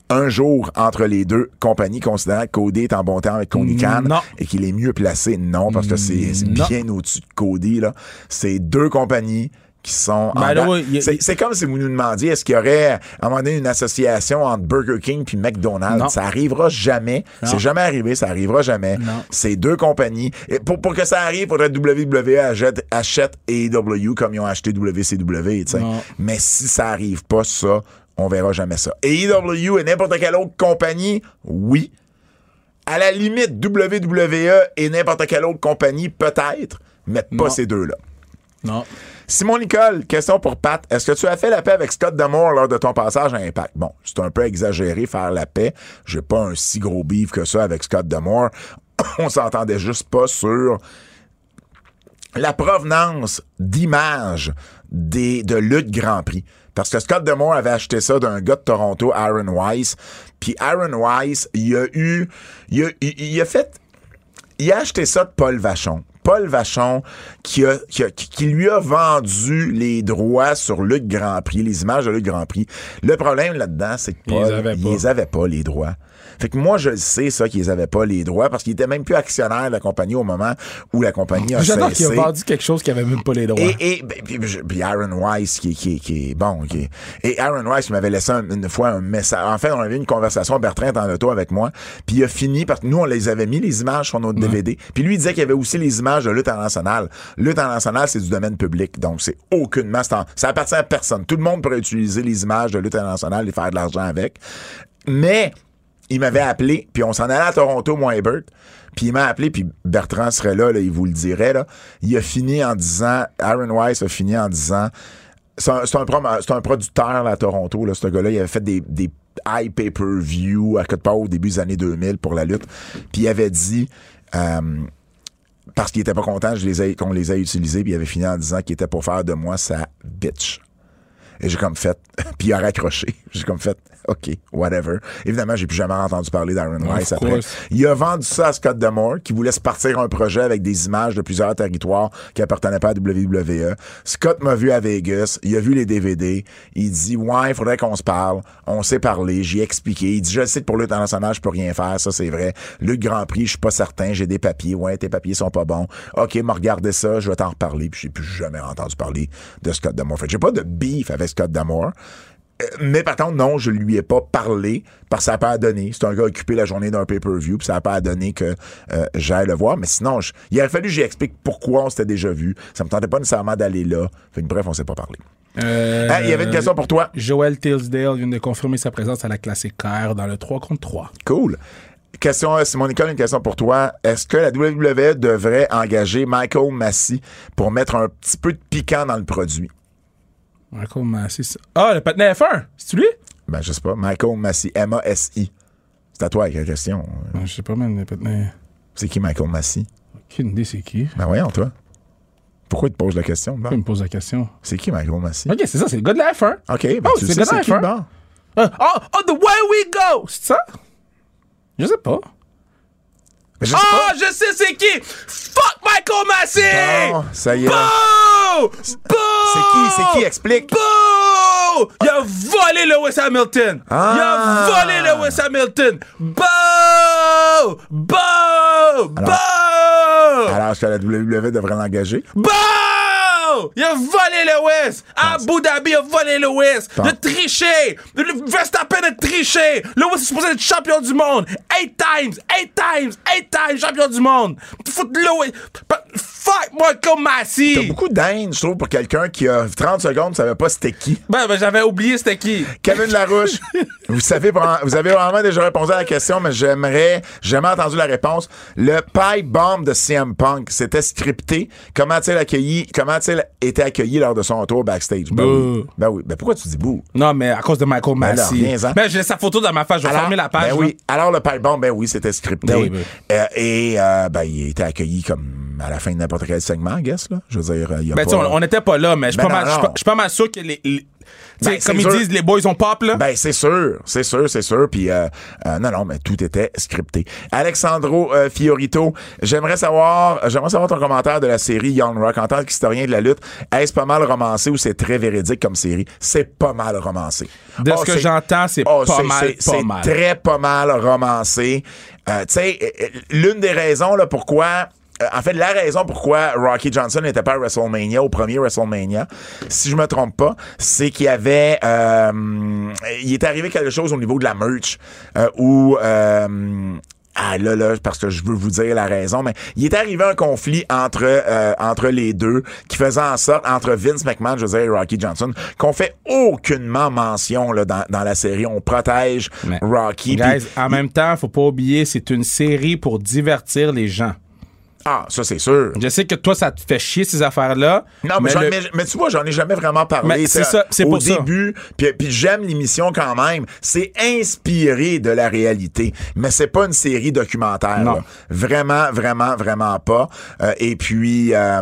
Speaker 2: un jour entre les deux compagnies, considérant que Cody est en bon temps avec Cody Khan
Speaker 3: Non.
Speaker 2: et qu'il est mieux placé. Non, parce que c'est c'est
Speaker 3: Non.
Speaker 2: bien au-dessus de Cody. là. C'est deux compagnies qui sont en
Speaker 3: Ben là,
Speaker 2: bas.
Speaker 3: oui, il y a-
Speaker 2: C'est- C'est comme si vous nous demandiez est-ce qu'il y aurait à un moment donné une association entre Burger King puis McDonald's.
Speaker 3: Non.
Speaker 2: Ça arrivera jamais. C'est jamais arrivé, ça arrivera jamais.
Speaker 3: Non.
Speaker 2: C'est deux compagnies. Et pour, pour que ça arrive, il faudrait que WWE achète, achète AEW comme ils ont acheté WCW. tu sais.
Speaker 3: Non.
Speaker 2: Mais si ça arrive pas, ça, on verra jamais ça. AEW et n'importe quelle autre compagnie, oui. À la limite, WWE et n'importe quelle autre compagnie, peut-être, mais pas
Speaker 3: Non.
Speaker 2: ces deux-là.
Speaker 3: Non.
Speaker 2: Simon Nicole, question pour Pat. Est-ce que tu as fait la paix avec Scott Damore lors de ton passage à Impact? Bon, c'est un peu exagéré faire la paix. J'ai pas un si gros bif que ça avec Scott Damore. On s'entendait juste pas sur la provenance d'images des- de lutte Grand Prix. Parce que Scott Demore avait acheté ça d'un gars de Toronto, Aaron Weiss. Puis Aaron Weiss, il a eu. Il a, il- il a fait. Il a acheté ça de Paul Vachon. Paul Vachon, qui, a- qui, a- qui lui a vendu les droits sur Lutte Grand Prix, les images de Lutte Grand Prix. Le problème là-dedans, c'est que
Speaker 7: Il les
Speaker 2: Paul,
Speaker 7: avait
Speaker 2: il
Speaker 7: pas.
Speaker 2: les avait pas, les droits. Fait que moi, je le sais, ça, qu'ils avaient pas les droits, parce qu'ils étaient même plus actionnaires de la compagnie au moment où la compagnie a
Speaker 3: J'adore qu'il a
Speaker 2: cessé.
Speaker 3: vendu quelque chose qui avait même pas les droits.
Speaker 2: Ah, Et, et ben, puis, je- puis Aaron Weiss qui, qui, qui est bon. Qui, et Aaron Weiss m'avait laissé un- une fois un message. En fait, on avait eu une conversation, Bertrand était en auto avec moi. Puis il a fini parce que nous, on les avait mis les images sur notre DVD. Puis lui, il disait qu'il y avait aussi les images de lutte internationale. Lutte internationale, c'est du domaine public. Donc, c'est aucunement. c'est en- Ça appartient à personne. Tout le monde pourrait utiliser les images de lutte internationale et faire de l'argent avec. Mais il m'avait appelé, puis on s'en allait à Toronto, moi et Bert. Puis il m'a appelé, puis Bertrand serait là, là, il vous le dirait. Là. Il a fini en disant, Aaron Weiss a fini en disant, c'est un, c'est un prom- c'est un producteur là, à Toronto, là, ce gars-là, il avait fait des, des high pay-per-view à quelque part au début des années 2000 pour la lutte. Puis il avait dit, euh, parce qu'il était pas content je les ai- qu'on les ait utilisés, puis il avait fini en disant qu'il était pour faire de moi sa bitch. Et j'ai comme fait, puis il a raccroché. J'ai comme fait, OK, whatever. Évidemment, j'ai plus jamais entendu parler d'Aaron Rice après.
Speaker 3: course.
Speaker 2: Il a vendu ça à Scott Demore, qui voulait se partir un projet avec des images de plusieurs territoires qui appartenaient pas à WWE. Scott m'a vu à Vegas, il a vu les DVD, il dit, ouais, il faudrait qu'on se parle. On s'est parlé, j'ai expliqué. Il dit, je le sais que pour l'international, je peux rien faire, ça c'est vrai. Le Grand Prix, je suis pas certain, j'ai des papiers, ouais, tes papiers sont pas bons. OK, m'a regardé ça, je vais t'en reparler, puis j'ai plus jamais entendu parler de Scott Demore. Fait que j'ai pas de beef avec Scott Demore. Euh, mais par contre, non, je lui ai pas parlé parce que ça n'a pas à donner. C'est un gars occupé la journée d'un pay-per-view, puis ça n'a pas à donner que euh, j'aille le voir. Mais sinon, je- il aurait fallu que j'explique pourquoi on s'était déjà vu. Ça me tentait pas nécessairement d'aller là. Fait que bref, on s'est pas parlé.
Speaker 3: Euh,
Speaker 2: Hey, Il y avait une question pour toi.
Speaker 3: Joel Tilsdale vient de confirmer sa présence à la classique R dans le 3 contre 3.
Speaker 2: Cool. Question, euh, Simon Nicole, une question pour toi. Est-ce que la WWE devrait engager Michael Massey pour mettre un petit peu de piquant dans le produit?
Speaker 3: Michael Massey. c'est- Ah, le patinet F1! C'est lui?
Speaker 2: Ben, je sais pas. Michael Massey, M-A-S-I. C'est à toi avec la question.
Speaker 3: Ben, Je sais pas, même le patinet.
Speaker 2: C'est qui Michael Massey?
Speaker 3: Aucune idée, c'est qui?
Speaker 2: Ben voyons, toi. Pourquoi il te pose la question? Bon.
Speaker 3: Il me pose la question.
Speaker 2: C'est qui Michael Massey?
Speaker 3: Ok, c'est ça, c'est le gars de la F1.
Speaker 2: OK, ben
Speaker 3: Oh,
Speaker 2: tu
Speaker 3: c'est
Speaker 2: sais
Speaker 3: le
Speaker 2: c'est
Speaker 3: gars
Speaker 2: qui,
Speaker 3: F1.
Speaker 2: bon.
Speaker 3: Ah, Oh, oh, the way we go! C'est ça? Je sais pas.
Speaker 2: Ben, je sais
Speaker 3: Ah, je sais c'est qui! Fuck Michael
Speaker 2: pas.
Speaker 3: Massey!
Speaker 2: Bon, ça y est.
Speaker 3: Boo! Boo!
Speaker 2: C'est qui? C'est qui? Explique.
Speaker 3: Boo! Il a volé Lewis Hamilton! Il
Speaker 2: Ah!
Speaker 3: a volé Lewis Hamilton! Boo! Boo! Boo!
Speaker 2: Alors, est-ce que la WWE devrait l'engager?
Speaker 3: Boo! Il a volé Lewis! Abu Dhabi a volé Lewis!
Speaker 2: Pense-
Speaker 3: Il a triché! Le- Verstappen a triché! Lewis est supposé être champion du monde! Eight times! Eight times! Eight times champion du monde! Foot Lewis! Pa- Fuck Michael
Speaker 2: T'as
Speaker 3: Massey!
Speaker 2: beaucoup d'haine, je trouve, pour quelqu'un qui a 30 secondes, ne savait pas c'était qui.
Speaker 3: Ben, ben j'avais oublié c'était qui.
Speaker 2: Kevin Larouche, vous savez, probablement- vous avez vraiment déjà répondu à la question, mais j'aimerais, j'ai jamais entendu la réponse. Le pipe bomb de CM Punk, c'était scripté. Comment a-t-il accueilli, comment a-t-il été accueilli lors de son retour backstage? Ben oui.
Speaker 3: Bouh.
Speaker 2: Ben oui. Ben pourquoi tu dis bouh?
Speaker 3: Non, mais à cause de Michael
Speaker 2: alors,
Speaker 3: Massey.
Speaker 2: viens-en.
Speaker 3: Ben, j'ai sa photo dans ma face, je vais fermer la page.
Speaker 2: ben
Speaker 3: là.
Speaker 2: oui. Alors, le pipe bomb, ben oui, c'était scripté.
Speaker 3: Ben oui, ben oui.
Speaker 2: Euh, et, euh, ben, il était accueilli comme à la fin de n'importe quel segment, I guess, là. Je veux dire, il y a
Speaker 3: Ben, tu
Speaker 2: pas...
Speaker 3: sais, on on était pas là, mais je suis
Speaker 2: Ben
Speaker 3: pas mal-
Speaker 2: non,
Speaker 3: je suis
Speaker 2: non.
Speaker 3: pas- je suis pas mal sûr que les. les- tu sais,
Speaker 2: Ben, c'est
Speaker 3: comme ils
Speaker 2: sûr.
Speaker 3: disent, les boys ont pop, là.
Speaker 2: Ben, c'est sûr, c'est sûr, c'est sûr. Puis, euh, euh, non, non, mais tout était scripté. Alexandro euh, Fiorito, j'aimerais savoir, j'aimerais savoir ton commentaire de la série Young Rock en tant qu'historien de la lutte. Est-ce pas mal romancé ou c'est très véridique comme série? C'est pas mal romancé.
Speaker 3: De
Speaker 2: Ah,
Speaker 3: ce que
Speaker 2: c'est-
Speaker 3: j'entends, c'est
Speaker 2: ah,
Speaker 3: pas
Speaker 2: c'est-
Speaker 3: mal,
Speaker 2: c'est-
Speaker 3: pas
Speaker 2: c'est
Speaker 3: mal.
Speaker 2: très pas mal romancé. Euh, tu sais, euh, l'une des raisons là, pourquoi. euh, en fait, la raison pourquoi Rocky Johnson n'était pas à WrestleMania, au premier WrestleMania, si je me trompe pas, c'est qu'il y avait. euh, il est arrivé quelque chose au niveau de la merch euh, où. euh, ah là là, parce que je veux vous dire la raison, mais il est arrivé un conflit entre euh, entre les deux qui faisait en sorte entre Vince McMahon, je veux dire, et Rocky Johnson, qu'on fait aucunement mention là, dans, dans la série. On protège
Speaker 3: Mais,
Speaker 2: Rocky.
Speaker 3: Guys,
Speaker 2: puis-
Speaker 3: en même temps, faut pas oublier, c'est une série pour divertir les gens.
Speaker 2: Ah, ça c'est sûr.
Speaker 3: Je sais que toi, ça te fait chier ces affaires-là.
Speaker 2: Non, mais, j'en-
Speaker 3: le-
Speaker 2: mais- mais tu vois, j'en ai jamais vraiment parlé.
Speaker 3: Mais c'est
Speaker 2: ça,
Speaker 3: ça, c'est
Speaker 2: au
Speaker 3: pour ça.
Speaker 2: début, puis puis j'aime l'émission quand même. C'est inspiré de la réalité, mais c'est pas une série documentaire.
Speaker 3: Non.
Speaker 2: là. Vraiment, vraiment, vraiment pas. Euh, et puis. euh,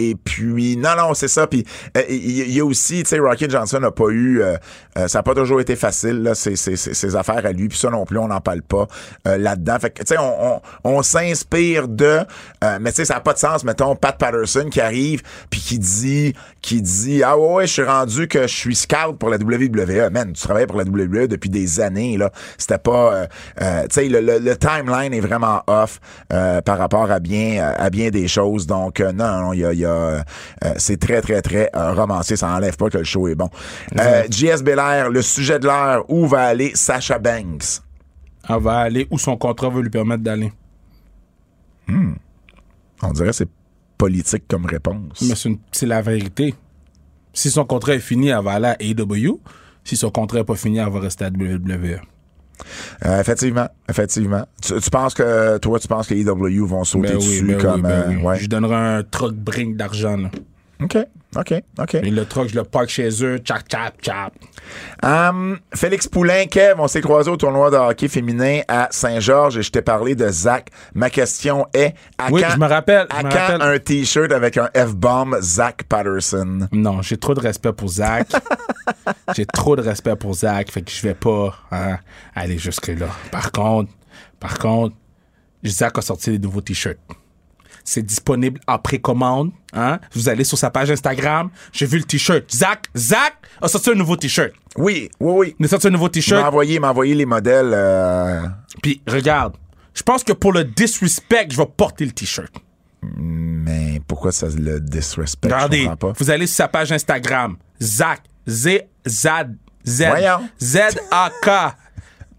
Speaker 2: et puis, non, non, c'est ça. Puis, euh, il y, il y a aussi, tu sais, Rocky Johnson n'a pas eu, euh, euh, ça n'a pas toujours été facile, là, ses, ses- ses- ses affaires à lui. Puis ça non plus, on n'en parle pas euh, là-dedans. Fait que, tu sais, on, on, on s'inspire de, euh, mais tu sais, ça n'a pas de sens, mettons, Pat Patterson qui arrive, puis qui dit, qui dit, ah ouais, ouais, je suis rendu que je suis scout pour la WWE. Man, tu travailles pour la WWE depuis des années, là. C'était pas, euh, euh, tu sais, le, le- le timeline est vraiment off euh, par rapport à bien, euh, à bien des choses. Donc, euh, non, non, il y a, il y a, euh, euh, c'est très, très, très euh, romancé. Ça n'enlève pas que le show est bon. Euh, JS Belair, le sujet de l'heure, où va aller Sasha Banks?
Speaker 3: On va aller où son contrat veut lui permettre d'aller.
Speaker 2: On dirait que c'est politique comme réponse.
Speaker 3: Mais c'est une- c'est la vérité. Si son contrat est fini, elle va aller à AEW. Si son contrat n'est pas fini, elle va rester à E. WWE.
Speaker 2: Euh, effectivement, effectivement. Tu, tu penses que, toi, tu penses que les EW vont sauter
Speaker 3: Ben oui,
Speaker 2: dessus
Speaker 3: ben oui,
Speaker 2: comme,
Speaker 3: ben
Speaker 2: euh,
Speaker 3: oui.
Speaker 2: ouais.
Speaker 3: Je lui donnerai un truck brink d'argent. là.
Speaker 2: OK, OK, OK.
Speaker 3: Et le truck, je le parque chez eux. Chap, chap, chap.
Speaker 2: Hum, Félix Poulain, Kev, on s'est croisés au tournoi de hockey féminin à Saint-Georges et je t'ai parlé de Zach. Ma question est à
Speaker 3: Oui,
Speaker 2: quand,
Speaker 3: je me rappelle,
Speaker 2: à
Speaker 3: je me
Speaker 2: quand
Speaker 3: rappelle.
Speaker 2: un T-shirt avec un F-bomb Zach Patterson?
Speaker 3: Non, j'ai trop de respect pour Zach. j'ai trop de respect pour Zach, fait que je vais pas hein, aller jusque-là. Par contre, par contre, Zach a sorti des nouveaux t-shirts. C'est disponible en précommande. Hein? Vous allez sur sa page Instagram, j'ai vu le t-shirt. Zach, Zach a sorti un nouveau t-shirt.
Speaker 2: Oui, oui, oui.
Speaker 3: Il a sorti un nouveau
Speaker 2: Il m'a
Speaker 3: t-shirt.
Speaker 2: envoyé, il m'a envoyé les modèles. euh,
Speaker 3: Puis regarde, je pense que pour le disrespect, je vais porter le t-shirt.
Speaker 2: mais pourquoi ça le disrespect? je
Speaker 3: Regardez,
Speaker 2: comprends pas.
Speaker 3: vous allez sur sa page Instagram, Zach, Z, Zad, Z,
Speaker 2: Voyons.
Speaker 3: Z, A, K,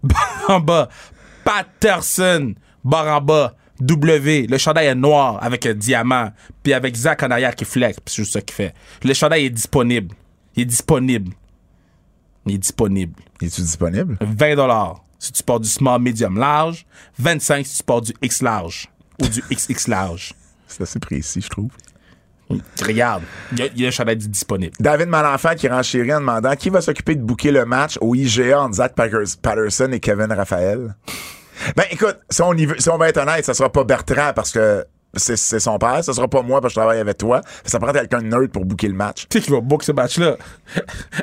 Speaker 3: barre en bas, Patterson, barre en bas, W, le chandail est noir avec un diamant, puis avec Zach en arrière qui flex, puis c'est juste ça qu'il fait. Le chandail est disponible. Il est disponible. Il est disponible.
Speaker 2: Es-tu disponible?
Speaker 3: 20 dollars si tu portes du small medium large, 25 si tu portes du X large ou du XX large.
Speaker 2: C'est assez précis, je trouve.
Speaker 3: Regarde, il y a, il y a le chandail disponible.
Speaker 2: David Malenfant qui renchérit en demandant qui va s'occuper de booker le match au IGA entre Zach Packers- Patterson et Kevin Raphaël. Ben écoute, si on, y veut- si on va être honnête, ça sera pas Bertrand parce que c'est c'est son père, ça sera pas moi parce que je travaille avec toi. Ça prend quelqu'un de nerd pour booker le match.
Speaker 3: Tu sais qui va book ce match-là?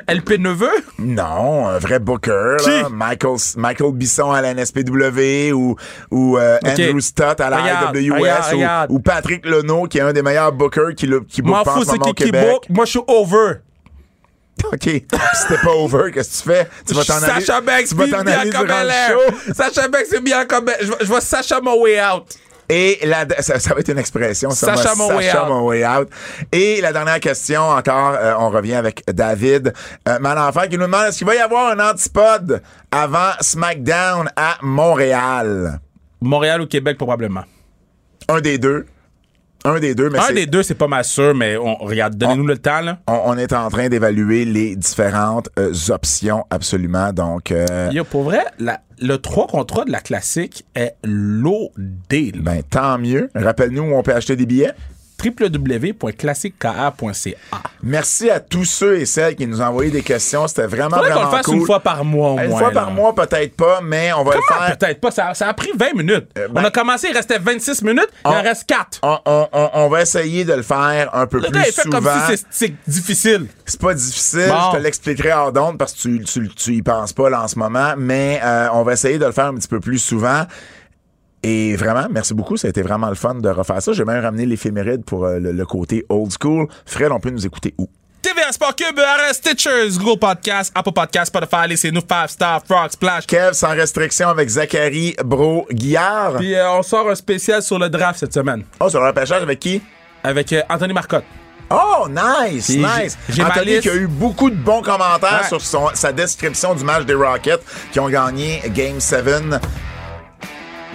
Speaker 3: LP Neveu?
Speaker 2: Non, un vrai booker, là.
Speaker 3: Qui?
Speaker 2: Michael, Michael Bisson à la NSPW ou, ou euh,
Speaker 3: Ok.
Speaker 2: Andrew Stott à la
Speaker 3: Regarde,
Speaker 2: IWS
Speaker 3: regarde,
Speaker 2: ou,
Speaker 3: regarde.
Speaker 2: ou Patrick Leno qui est un des meilleurs bookers qui, le- qui
Speaker 3: M'en
Speaker 2: book pas en
Speaker 3: fous,
Speaker 2: ce
Speaker 3: c'est
Speaker 2: moment
Speaker 3: qui
Speaker 2: au
Speaker 3: qui
Speaker 2: Québec.
Speaker 3: book? Moi, je suis over.
Speaker 2: OK. Puis si t'es pas over, qu'est-ce que tu fais? Tu vas t'en aller.
Speaker 3: Sacha Banks,
Speaker 2: tu vas
Speaker 3: puis
Speaker 2: t'en aller
Speaker 3: Bianca
Speaker 2: durant le
Speaker 3: Belair.
Speaker 2: show.
Speaker 3: Sacha Banks, c'est Bianca Belair. Je vais- Je vais Sacha mon way out.
Speaker 2: Et la, ça, ça va être une expression. Ça
Speaker 3: Sacha
Speaker 2: va-
Speaker 3: mon way
Speaker 2: Sacha
Speaker 3: out.
Speaker 2: mon way out. Et la dernière question encore, euh, on revient avec David euh, Malenfant qui nous demande est-ce qu'il va y avoir un antipode avant SmackDown à Montréal?
Speaker 3: Montréal ou Québec, probablement.
Speaker 2: Un des deux. Un des deux, mais
Speaker 3: Un
Speaker 2: c'est-
Speaker 3: des deux, c'est Ah. pas mal sûr, mais on regarde, donnez-nous le temps, là.
Speaker 2: on, on est en train d'évaluer les différentes euh, options absolument. Donc, euh,
Speaker 3: Yo, pour vrai, la- le 3 contre 3 de la classique est loadé. là.
Speaker 2: ben, tant mieux. Rappelle-nous où on peut acheter des billets.
Speaker 3: www.classiqueka.ca.
Speaker 2: Ah, Merci à tous ceux et celles qui nous ont envoyé des questions. C'était vraiment,
Speaker 3: Faudrait qu'on
Speaker 2: vraiment
Speaker 3: le fasse
Speaker 2: cool. Ben,
Speaker 3: une fois par mois, au moins.
Speaker 2: Une fois par
Speaker 3: là.
Speaker 2: mois, peut-être pas, mais on va le
Speaker 3: Comment?
Speaker 2: faire.
Speaker 3: Peut-être pas. Ça, ça a pris 20 minutes.
Speaker 2: ben- Ah.
Speaker 3: on a commencé, il restait 26 minutes, il
Speaker 2: On-
Speaker 3: en reste 4.
Speaker 2: On, on- on- on va essayer de le faire un peu
Speaker 3: Le
Speaker 2: plus
Speaker 3: gars, il fait
Speaker 2: souvent.
Speaker 3: comme si c'est- c'est difficile.
Speaker 2: c'est pas difficile,
Speaker 3: Bon.
Speaker 2: je te l'expliquerai hors d'onde parce que tu, tu, tu y penses pas là en ce moment, mais euh, on va essayer de le faire un petit peu plus souvent. Et vraiment, merci beaucoup. Ça a été vraiment le fun de refaire ça. J'ai même ramené l'éphéméride pour euh, le, le côté old school. Fred, on peut nous écouter où?
Speaker 3: TVA Sport Cube, RS, Stitchers, Google Podcast, Apple Podcast, Spotify, laissez-nous 5 Star, Frog, Splash.
Speaker 2: Kev, sans restriction avec Zachary Bro Guillard.
Speaker 3: Puis euh, on sort un spécial sur le draft cette semaine
Speaker 2: Oh, sur le repêchage avec qui?
Speaker 3: avec euh, Anthony Marcotte.
Speaker 2: Oh, nice,
Speaker 3: Puis
Speaker 2: nice.
Speaker 3: j'ai- j'ai ma
Speaker 2: Anthony
Speaker 3: liste.
Speaker 2: qui a eu beaucoup de bons commentaires
Speaker 3: Ouais.
Speaker 2: sur son- sa description du match des Rockets qui ont gagné Game 7.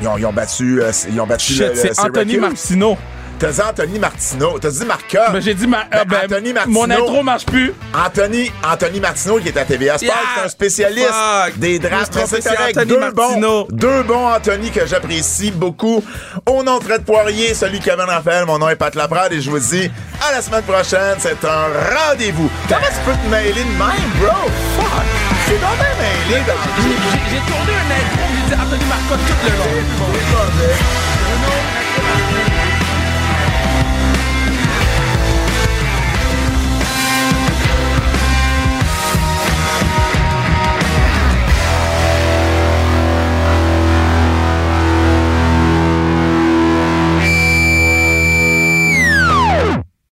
Speaker 2: Ils ont, ils ont battu, euh, ils ont battu le,
Speaker 3: Shit,
Speaker 2: le
Speaker 3: c'est Anthony
Speaker 2: Syracuse.
Speaker 3: Martino.
Speaker 2: T'as dit Anthony Martino. T'as dit Marca.
Speaker 3: Ben, j'ai dit, ma- euh, ben,
Speaker 2: Anthony Martino.
Speaker 3: mon intro marche plus.
Speaker 2: Anthony, Anthony Martino qui est à TVA Sport,
Speaker 3: Yeah!
Speaker 2: c'est un spécialiste
Speaker 3: Fuck!
Speaker 2: des drafts.
Speaker 3: Je me suis
Speaker 2: Mais c'est
Speaker 3: trompé,
Speaker 2: correct.
Speaker 3: c'est
Speaker 2: deux,
Speaker 3: Anthony
Speaker 2: bons,
Speaker 3: Martino.
Speaker 2: deux bons Anthony que j'apprécie beaucoup. Au nom de Fred Poirier, celui qui Kevin Raphaël, mon nom est Pat Laprade et je vous dis à la semaine prochaine, c'est un rendez-vous. Comment tu peux te mêler de même, bro? Fuck! C'est dans ta mêlée.
Speaker 3: J'ai tourné un intro, j'ai dit Anthony Marcotte tout le long.
Speaker 2: dans-